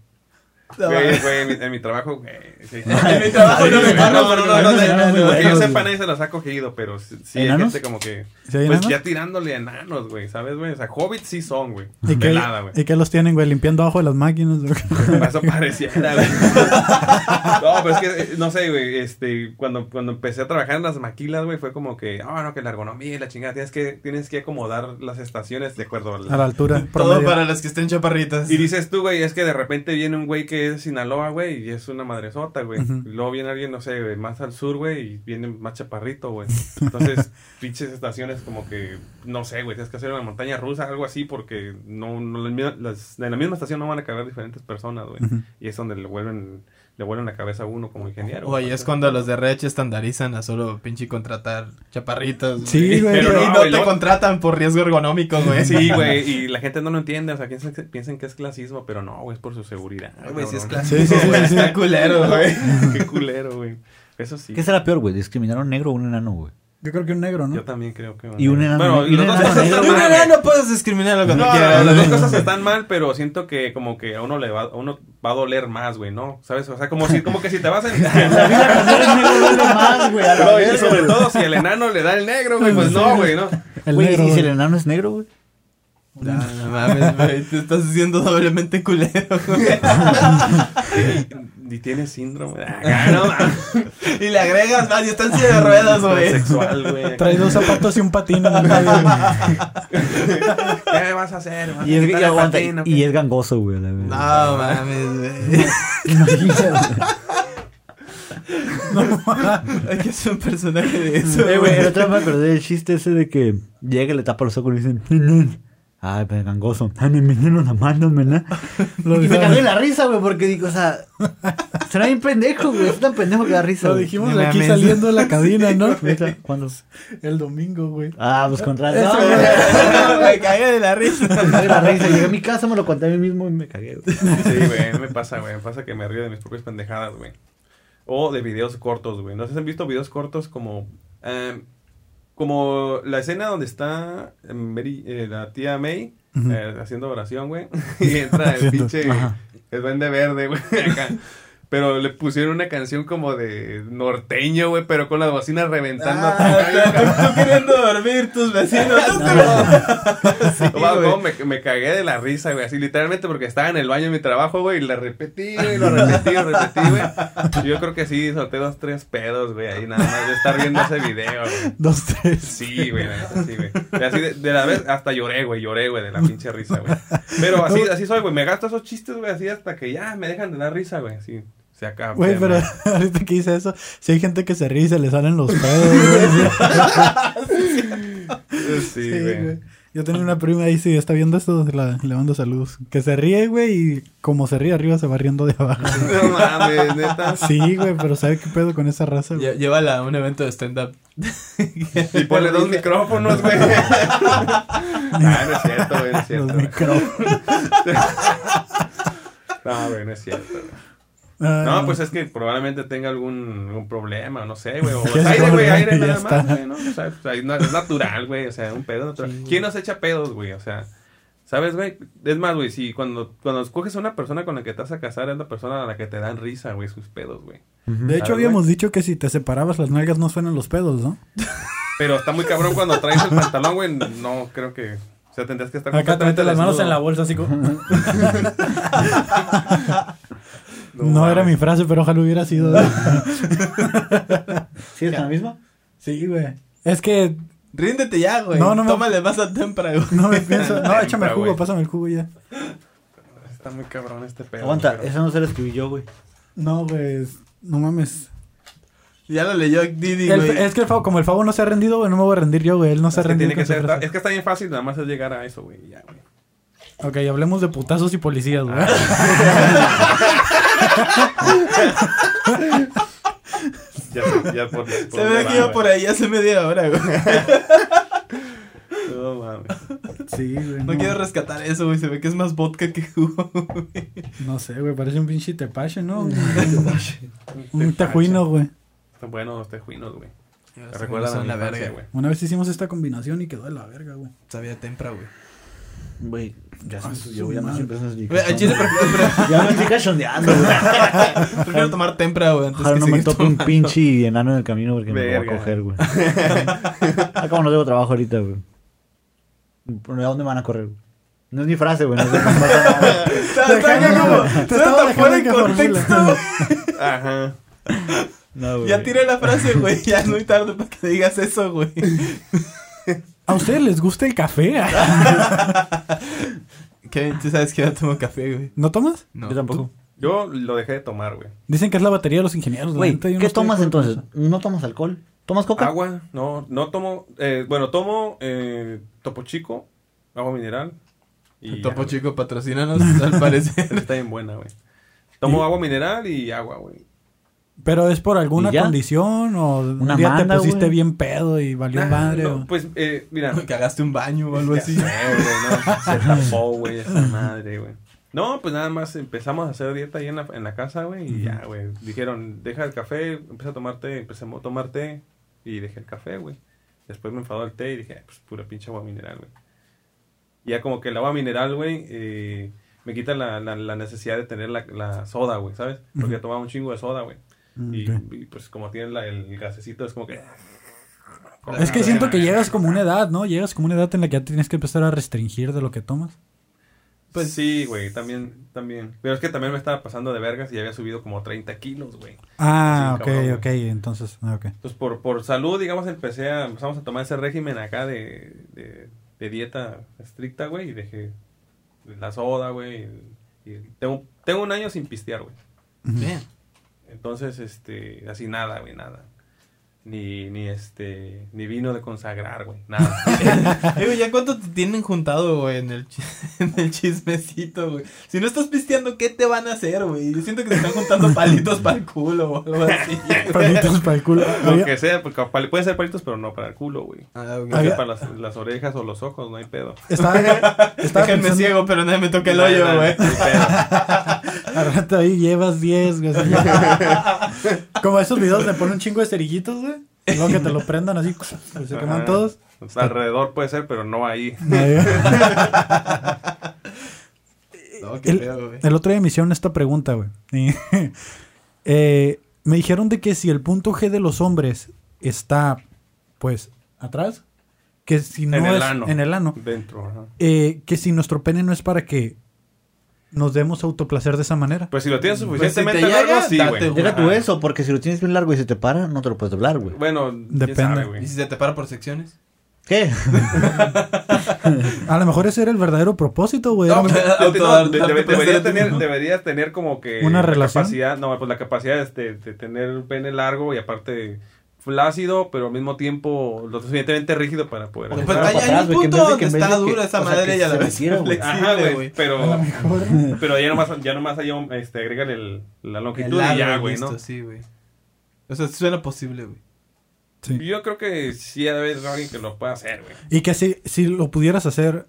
[SPEAKER 4] No,
[SPEAKER 5] Güey,
[SPEAKER 4] mames.
[SPEAKER 5] güey, en, mi- en mi trabajo, güey. sí.
[SPEAKER 4] En mi trabajo no me
[SPEAKER 5] Sí,
[SPEAKER 4] corran, no, no, no, no,
[SPEAKER 2] no, no,
[SPEAKER 4] no,
[SPEAKER 2] no,
[SPEAKER 4] no.
[SPEAKER 5] Que yo
[SPEAKER 2] Enanos,
[SPEAKER 5] sepa,
[SPEAKER 2] güey.
[SPEAKER 5] nadie se los ha cogido, pero sí, sí hay
[SPEAKER 2] ¿Enanos?
[SPEAKER 5] gente como que.
[SPEAKER 3] ¿Sí hay
[SPEAKER 5] pues
[SPEAKER 3] enanos?
[SPEAKER 5] ya tirándole a enanos, güey, ¿sabes, güey? O sea, hobbits sí son, güey.
[SPEAKER 3] ¿Y qué,
[SPEAKER 5] Pelada, güey.
[SPEAKER 3] ¿Y qué los tienen, güey? Limpiando abajo de las máquinas. güey?
[SPEAKER 5] Eso pareciera, güey. No, pero es que, eh, no sé, güey, este, cuando, cuando empecé a trabajar en las maquilas, güey, fue como que, ah, no, que la ergonomía y la chingada, tienes que, tienes que acomodar las estaciones de acuerdo a la-
[SPEAKER 3] A la altura.
[SPEAKER 4] Todo
[SPEAKER 3] promedio.
[SPEAKER 4] para los que estén chaparritas.
[SPEAKER 5] Y dices tú, güey, es que de repente viene un güey que es de Sinaloa, güey, y es una madresota, güey.
[SPEAKER 3] Ujú.
[SPEAKER 5] Luego viene alguien, no sé, güey, más al sur, güey, y viene más chaparrito, güey. Entonces, pinches estaciones como que, no sé, güey, tienes que hacer una montaña rusa, algo así, porque no, no las mi- las- en la misma estación no van a caber diferentes personas, güey.
[SPEAKER 3] Ujú.
[SPEAKER 5] Y es donde le vuelven, le vuelven la cabeza a uno como ingeniero.
[SPEAKER 4] Oye, es cuando los de RH estandarizan a solo pinche contratar chaparritos.
[SPEAKER 3] Sí, güey.
[SPEAKER 4] Pero
[SPEAKER 5] Pero
[SPEAKER 4] y
[SPEAKER 5] no,
[SPEAKER 4] no
[SPEAKER 5] güey,
[SPEAKER 4] te
[SPEAKER 5] luego-
[SPEAKER 4] contratan por riesgo ergonómico, güey.
[SPEAKER 5] Sí, güey, y la gente no lo entiende, o sea, piensan, que- piensan que es clasismo, pero no, güey, es por su seguridad.
[SPEAKER 4] Ay, güey, sí es
[SPEAKER 5] cabrón.
[SPEAKER 4] clásico,
[SPEAKER 3] Sí, sí, sí,
[SPEAKER 4] güey,
[SPEAKER 3] sí.
[SPEAKER 4] Está culero, güey.
[SPEAKER 5] Qué culero, güey. Eso sí.
[SPEAKER 2] ¿Qué será peor, güey? ¿Discriminar a un negro o un enano, güey?
[SPEAKER 3] Yo creo que un negro, ¿no?
[SPEAKER 5] Yo también creo que.
[SPEAKER 2] Y un enano-
[SPEAKER 5] Bueno,
[SPEAKER 2] y un
[SPEAKER 5] las dos
[SPEAKER 2] enano
[SPEAKER 5] cosas
[SPEAKER 2] negro.
[SPEAKER 5] están
[SPEAKER 4] No, no,
[SPEAKER 5] mal,
[SPEAKER 4] no,
[SPEAKER 5] güey.
[SPEAKER 4] no puedes discriminarlo cuando
[SPEAKER 5] No,
[SPEAKER 4] quieras.
[SPEAKER 5] las dos cosas están mal, pero siento que como que a uno le va, a uno va a doler más, güey, ¿no? ¿Sabes? O sea, como si, como que si te vas en.
[SPEAKER 2] La vida cuando eres negro duele más, güey. a la
[SPEAKER 5] No, y
[SPEAKER 2] verga,
[SPEAKER 5] sobre
[SPEAKER 2] güey.
[SPEAKER 5] todo si el enano le da el negro, güey, pues no, güey, ¿no?
[SPEAKER 3] El
[SPEAKER 2] Güey,
[SPEAKER 3] negro.
[SPEAKER 2] ¿y si el
[SPEAKER 3] güey.
[SPEAKER 2] enano es negro, güey?
[SPEAKER 4] No, no mames, güey. Te estás haciendo doblemente culero, güey.
[SPEAKER 5] Ni tiene síndrome. de- Ah, no, mames.
[SPEAKER 4] Y le agregas más y está en silla de ruedas, güey.
[SPEAKER 5] Transexual, güey.
[SPEAKER 3] Trae dos zapatos y un patín en el medio, güey.
[SPEAKER 5] ¿Qué vas a hacer? ¿Vas a
[SPEAKER 2] Y es, y
[SPEAKER 5] quitarle
[SPEAKER 2] aguanta,
[SPEAKER 5] patín o qué?
[SPEAKER 2] y es gangoso, güey. a la verga.
[SPEAKER 4] No mames, güey.
[SPEAKER 2] Imagínate, güey.
[SPEAKER 4] Hay que hacer un personaje de eso,
[SPEAKER 2] Eh, güey,
[SPEAKER 4] güey.
[SPEAKER 2] el otro día me acordé del chiste ese de que llega y le tapa los ojos y le dicen, "Nenén". ay, pero gangoso, ay, me meneno la mano, ¿verdad?
[SPEAKER 3] Lo
[SPEAKER 2] Y me
[SPEAKER 3] dijimos-
[SPEAKER 2] cagué en la risa, güey, porque digo, o sea, será bien pendejo, güey, es tan pendejo que da risa.
[SPEAKER 3] Lo
[SPEAKER 2] güey.
[SPEAKER 3] dijimos
[SPEAKER 4] No
[SPEAKER 3] aquí
[SPEAKER 4] mames.
[SPEAKER 3] saliendo de la cabina, ¿no?
[SPEAKER 2] ¿Neta? ¿Cuándo?
[SPEAKER 3] El domingo, güey.
[SPEAKER 2] Ah, pues con razón.
[SPEAKER 3] Eso,
[SPEAKER 2] güey.
[SPEAKER 4] Me cagué de la risa.
[SPEAKER 2] Me cagué en la risa, llegué a mi casa, me lo conté a mí mismo y me cagué, güey.
[SPEAKER 5] Sí, güey, me pasa, güey. Me pasa que me río de mis propias pendejadas, güey. O de videos cortos, güey. No sé si han visto videos cortos como. em, como la escena donde está Mary- eh, la tía May
[SPEAKER 3] Ujú.
[SPEAKER 5] eh, haciendo oración, güey. Y entra el
[SPEAKER 3] Haciendo-
[SPEAKER 5] pinche.
[SPEAKER 3] ajá.
[SPEAKER 5] El duende verde, güey. acá. Pero le pusieron una canción como de norteño, güey, pero con las bocinas reventando.
[SPEAKER 4] Ah, tú queriendo dormir, tus vecinos. tú te- Sí,
[SPEAKER 5] Wow,
[SPEAKER 4] güey.
[SPEAKER 5] cómo me, me cagué de la risa, güey. Así literalmente porque estaba en el baño de mi trabajo, güey. Y la repetí, güey. Lo repetí, lo repetí, güey. Y Yo creo que sí, solté dos, tres pedos, güey. Ahí nada más de estar viendo ese video, güey.
[SPEAKER 3] Dos, tres.
[SPEAKER 5] Sí, güey, la neta, sí, güey. Y Así de, de la vez hasta lloré, güey. Lloré, güey, de la pinche risa, güey. Pero así, así soy, güey. Me gasto esos chistes, güey, así hasta que ya me dejan de dar risa, güey. Así se acaba.
[SPEAKER 3] Güey,
[SPEAKER 5] ya,
[SPEAKER 3] pero
[SPEAKER 5] güey.
[SPEAKER 3] ahorita que hice eso, si hay gente que se ríe y se le salen los pedos. güey.
[SPEAKER 5] Sí,
[SPEAKER 3] Sí,
[SPEAKER 5] güey.
[SPEAKER 3] güey. Yo tenía una prima ahí, sí, está viendo esto, la, le mando saludos. Que se ríe, güey, y como se ríe arriba, se va riendo de abajo.
[SPEAKER 5] No mames, neta.
[SPEAKER 3] Sí, güey, pero ¿sabe qué pedo con esa raza? güey?
[SPEAKER 4] Lle- Llévala a un evento de stand-up.
[SPEAKER 5] Y ponle dos micrófonos, güey. Ah, no es cierto, güey, no es cierto.
[SPEAKER 3] Los
[SPEAKER 5] güey.
[SPEAKER 3] micrófonos.
[SPEAKER 5] No, güey, no es cierto. güey.
[SPEAKER 3] Ah,
[SPEAKER 5] No, pues es que probablemente tenga algún, algún problema, no sé, güey. O
[SPEAKER 3] Ya
[SPEAKER 5] es aire,
[SPEAKER 3] se
[SPEAKER 5] güey,
[SPEAKER 3] borra, ya
[SPEAKER 5] aire nada
[SPEAKER 3] está.
[SPEAKER 5] más, güey, ¿no? O sea, o sea, no- es natural, güey, o sea, un pedo natural. ¿Quién nos echa pedos, güey? O sea, ¿sabes, güey? Es más, güey, si cuando, cuando escoges a una persona con la que te vas a casar, es la persona a la que te dan risa, güey, sus pedos, güey.
[SPEAKER 3] De hecho,
[SPEAKER 5] Ah, güey.
[SPEAKER 3] habíamos dicho que si te separabas, las nalgas no suenan los pedos, ¿no?
[SPEAKER 5] Pero está muy cabrón cuando traes el pantalón, güey, no, creo que... O sea, tendrías que estar
[SPEAKER 3] Acá te metes las manos en la bolsa,
[SPEAKER 5] desnudo.
[SPEAKER 3] así como. No, era
[SPEAKER 5] mames.
[SPEAKER 3] mi frase, pero ojalá hubiera sido.
[SPEAKER 2] ¿Sí es la misma?
[SPEAKER 3] sí, güey. Es que
[SPEAKER 4] Ríndete ya, güey.
[SPEAKER 3] No, no me-
[SPEAKER 4] Tómale más a tempra, güey.
[SPEAKER 3] no me pienso. No, échame el
[SPEAKER 5] Pero,
[SPEAKER 3] jugo,
[SPEAKER 5] güey.
[SPEAKER 3] pásame el jugo ya.
[SPEAKER 5] Está muy cabrón este pedo.
[SPEAKER 2] Aguanta,
[SPEAKER 5] pero-
[SPEAKER 2] esa no se la escribí yo, güey.
[SPEAKER 3] No, güey. No mames.
[SPEAKER 4] Ya lo leyó Didi,
[SPEAKER 3] El-
[SPEAKER 4] güey.
[SPEAKER 3] es que el Favo- como el Favo no se ha rendido, güey, no me voy a rendir yo, güey. Él no se ha
[SPEAKER 5] Es que,
[SPEAKER 3] rendido.
[SPEAKER 5] tiene que
[SPEAKER 3] con su
[SPEAKER 5] ser,
[SPEAKER 3] frase.
[SPEAKER 5] es que está bien fácil, nada más es llegar a eso, güey. Ya, güey.
[SPEAKER 3] Ok, hablemos de putazos y policías, güey.
[SPEAKER 2] Ah.
[SPEAKER 5] Ya, ya por, por
[SPEAKER 4] Se ve que iba por ahí hace media hora, güey.
[SPEAKER 5] No mames.
[SPEAKER 3] Sí, güey.
[SPEAKER 4] No quiero rescatar eso, güey. Se ve que es más vodka que jugo, güey.
[SPEAKER 3] No sé, güey, parece un pinche tepache, ¿no? Un- un tejuino, güey.
[SPEAKER 5] Están buenos los tejuinos, güey. Me
[SPEAKER 4] Son
[SPEAKER 5] recuerdan a
[SPEAKER 4] la
[SPEAKER 5] la verga,
[SPEAKER 4] verga.
[SPEAKER 5] güey.
[SPEAKER 3] Una vez hicimos esta combinación y quedó de la verga, güey.
[SPEAKER 4] Sabía tempra, güey.
[SPEAKER 2] Güey, ya se
[SPEAKER 3] Ah,
[SPEAKER 2] me
[SPEAKER 3] su
[SPEAKER 2] subió, ya me
[SPEAKER 3] madre.
[SPEAKER 2] estoy empezando a
[SPEAKER 4] Güey, al chile
[SPEAKER 2] desligar.
[SPEAKER 4] prefiero, pre-
[SPEAKER 2] Ya me estoy cachondeando, güey.
[SPEAKER 4] prefiero tomar tempra, güey, antes
[SPEAKER 2] Ojalá
[SPEAKER 4] que
[SPEAKER 2] no me
[SPEAKER 4] seguir
[SPEAKER 2] toque un
[SPEAKER 4] tomando.
[SPEAKER 2] pinche enano en el camino porque me lo voy
[SPEAKER 5] Verga.
[SPEAKER 2] a coger, güey. Ah, como no tengo trabajo ahorita, güey. ¿A dónde me van a correr? güey? No es mi frase, güey. No sé cómo pasa nada.
[SPEAKER 4] Está- está acá como-
[SPEAKER 3] Te
[SPEAKER 4] suena
[SPEAKER 3] estaba
[SPEAKER 4] tan fuera de
[SPEAKER 3] dejando que
[SPEAKER 4] contexto,
[SPEAKER 3] formule.
[SPEAKER 4] güey.
[SPEAKER 5] Ajá.
[SPEAKER 2] No, güey.
[SPEAKER 4] Ya tiré la frase, güey. Ya es muy tarde para que digas eso, güey.
[SPEAKER 3] ¿A ustedes les gusta el café?
[SPEAKER 4] Kevin, tú sabes que yo no tomo café, güey.
[SPEAKER 3] ¿No tomas?
[SPEAKER 4] No.
[SPEAKER 2] Yo tampoco.
[SPEAKER 5] Yo lo dejé de tomar, güey.
[SPEAKER 3] Dicen que es la batería de los ingenieros. la
[SPEAKER 2] Güey,
[SPEAKER 3] neta, yo no
[SPEAKER 2] ¿qué
[SPEAKER 3] estoy
[SPEAKER 2] tomas
[SPEAKER 3] de acuerdo
[SPEAKER 2] entonces? ¿No tomas alcohol? ¿Tomas coca?
[SPEAKER 5] Agua, no, no tomo. Eh, bueno, tomo eh, topo chico, agua mineral. Y
[SPEAKER 4] El Topo
[SPEAKER 5] ya,
[SPEAKER 4] Chico patrocínanos, al
[SPEAKER 5] güey.
[SPEAKER 4] parecer.
[SPEAKER 5] Está bien buena, güey. Tomo agua mineral y agua, güey.
[SPEAKER 3] con eso. ¿Pero es por alguna
[SPEAKER 2] ¿Y ya?
[SPEAKER 3] condición o un
[SPEAKER 2] Una
[SPEAKER 3] día te
[SPEAKER 2] manda,
[SPEAKER 3] pusiste
[SPEAKER 2] güey. Ah,
[SPEAKER 3] bien pedo y valió
[SPEAKER 5] Nah,
[SPEAKER 3] madre?
[SPEAKER 5] no,
[SPEAKER 3] o-
[SPEAKER 5] Pues, eh, mira.
[SPEAKER 4] Cagaste un baño o algo
[SPEAKER 5] Ya
[SPEAKER 4] así.
[SPEAKER 5] sé, güey, no, se tapó, güey, esa madre, güey. No, pues nada más empezamos a hacer dieta ahí en la, en la casa, güey, y ya, güey. Dijeron, deja el café, empieza a tomarte, empecé a tomar té y dejé el café, güey. Después me enfadó el té y dije, "Ay, pues pura pinche agua mineral, güey. Y Ya como que el agua mineral, güey, eh, me quita la, la- la necesidad de tener la, la soda, güey, ¿sabes? Porque tomaba un chingo de soda, güey. Y,
[SPEAKER 3] Mm, Ok.
[SPEAKER 5] y, pues como tiene la- el gasecito, es como que...
[SPEAKER 3] Es que siento que llegas como una edad, ¿no? Llegas como una edad en la que ya tienes que empezar a restringir de lo que tomas.
[SPEAKER 5] Pues sí, güey, también, también. Pero es que también me estaba pasando de vergas y había subido como 30 kilos, güey.
[SPEAKER 3] Ah,
[SPEAKER 5] Sí,
[SPEAKER 3] ok,
[SPEAKER 5] cabrón, güey.
[SPEAKER 3] ok, entonces, ah, ok.
[SPEAKER 5] Entonces, por, por salud, digamos, empecé a, empezamos a tomar ese régimen acá de, de, de dieta estricta, güey, y dejé la soda, güey. Y, y tengo, tengo un año sin pistear, güey.
[SPEAKER 4] Bien.
[SPEAKER 5] Entonces, este, así nada, güey, nada. Ni, ni este, ni vino de consagrar, güey, nada.
[SPEAKER 4] Eh, güey, ¿ya cuánto te tienen juntado, güey, en el, chi- en el chismecito, güey? Si no estás pisteando, ¿qué te van a hacer, güey? Yo siento que te están juntando palitos para el culo o algo así.
[SPEAKER 3] Palitos para el culo.
[SPEAKER 5] Lo
[SPEAKER 3] Había-
[SPEAKER 5] que sea, porque pal- puede ser palitos, pero no para el culo, güey.
[SPEAKER 4] Ah, güey.
[SPEAKER 5] Puede ser
[SPEAKER 3] Había-
[SPEAKER 5] para las, las orejas o los ojos, no hay pedo.
[SPEAKER 3] Estaba, estaba
[SPEAKER 4] Déjenme
[SPEAKER 3] pensando-
[SPEAKER 4] ciego, pero nadie me toca el
[SPEAKER 5] No hay-
[SPEAKER 4] hoyo,
[SPEAKER 5] no
[SPEAKER 4] güey.
[SPEAKER 5] hay- no hay pedo.
[SPEAKER 3] Al rato ahí llevas 10, güey. así. Como esos videos le ponen un chingo de cerillitos, güey. Y luego que te lo prendan así, pues, se queman
[SPEAKER 5] Ajá.
[SPEAKER 3] todos.
[SPEAKER 5] O sea, alrededor puede ser, pero no ahí.
[SPEAKER 4] No, qué
[SPEAKER 3] El,
[SPEAKER 4] feo, güey.
[SPEAKER 3] el otro día me hicieron esta pregunta, güey. Y eh, me dijeron de que si el punto G de los hombres está, pues, atrás, que si no
[SPEAKER 5] en el
[SPEAKER 3] es
[SPEAKER 5] ano.
[SPEAKER 3] en el ano,
[SPEAKER 5] Dentro, ajá.
[SPEAKER 3] eh, que si nuestro pene no es para que nos demos autoplacer de esa manera.
[SPEAKER 5] Pues si lo tienes
[SPEAKER 4] Pues si te
[SPEAKER 5] suficientemente
[SPEAKER 4] llega,
[SPEAKER 5] largo, sí,
[SPEAKER 4] date,
[SPEAKER 5] güey.
[SPEAKER 4] güey.
[SPEAKER 2] Deja tú
[SPEAKER 4] Ajá.
[SPEAKER 2] eso, porque si lo tienes bien largo y se te para, no te lo puedes doblar, güey.
[SPEAKER 5] Bueno,
[SPEAKER 3] Depende.
[SPEAKER 5] Depende. sabe,
[SPEAKER 4] ¿Y
[SPEAKER 5] güey.
[SPEAKER 4] si se te para por secciones?
[SPEAKER 2] ¿Qué?
[SPEAKER 3] A lo mejor ese era el verdadero propósito, güey.
[SPEAKER 4] No,
[SPEAKER 3] Era-
[SPEAKER 4] pues,
[SPEAKER 5] De-
[SPEAKER 4] Auto-
[SPEAKER 5] de- de-
[SPEAKER 4] auto-
[SPEAKER 5] deberías tener,
[SPEAKER 4] ¿no?
[SPEAKER 5] deberías tener como que
[SPEAKER 3] ¿Una
[SPEAKER 5] la
[SPEAKER 3] relación?
[SPEAKER 5] capacidad, no, pues la capacidad es de, de tener un pene largo y aparte flácido, pero al mismo tiempo lo suficientemente rígido para poder.
[SPEAKER 4] Pues,
[SPEAKER 5] Claro,
[SPEAKER 2] para
[SPEAKER 4] hay, hay
[SPEAKER 2] atrás,
[SPEAKER 4] un
[SPEAKER 2] güey, que en
[SPEAKER 4] punto
[SPEAKER 2] vez de
[SPEAKER 4] donde
[SPEAKER 2] que- en vez
[SPEAKER 4] está
[SPEAKER 2] de que-
[SPEAKER 4] dura esa
[SPEAKER 2] o sea, que
[SPEAKER 4] madre y a
[SPEAKER 2] se
[SPEAKER 4] la vez
[SPEAKER 2] metiera, güey.
[SPEAKER 5] Ajá,
[SPEAKER 4] flexible,
[SPEAKER 5] güey,
[SPEAKER 4] güey.
[SPEAKER 5] pero pero ya nomás ya nomás hay un- este agregan el la longitud y ya,
[SPEAKER 4] largo,
[SPEAKER 5] güey,
[SPEAKER 4] listo,
[SPEAKER 5] ¿no?
[SPEAKER 4] Sí, güey. O sea, suena posible, güey.
[SPEAKER 3] Sí.
[SPEAKER 5] Yo creo que sí debe haber alguien que lo pueda hacer, güey.
[SPEAKER 3] Y que si, si lo pudieras hacer,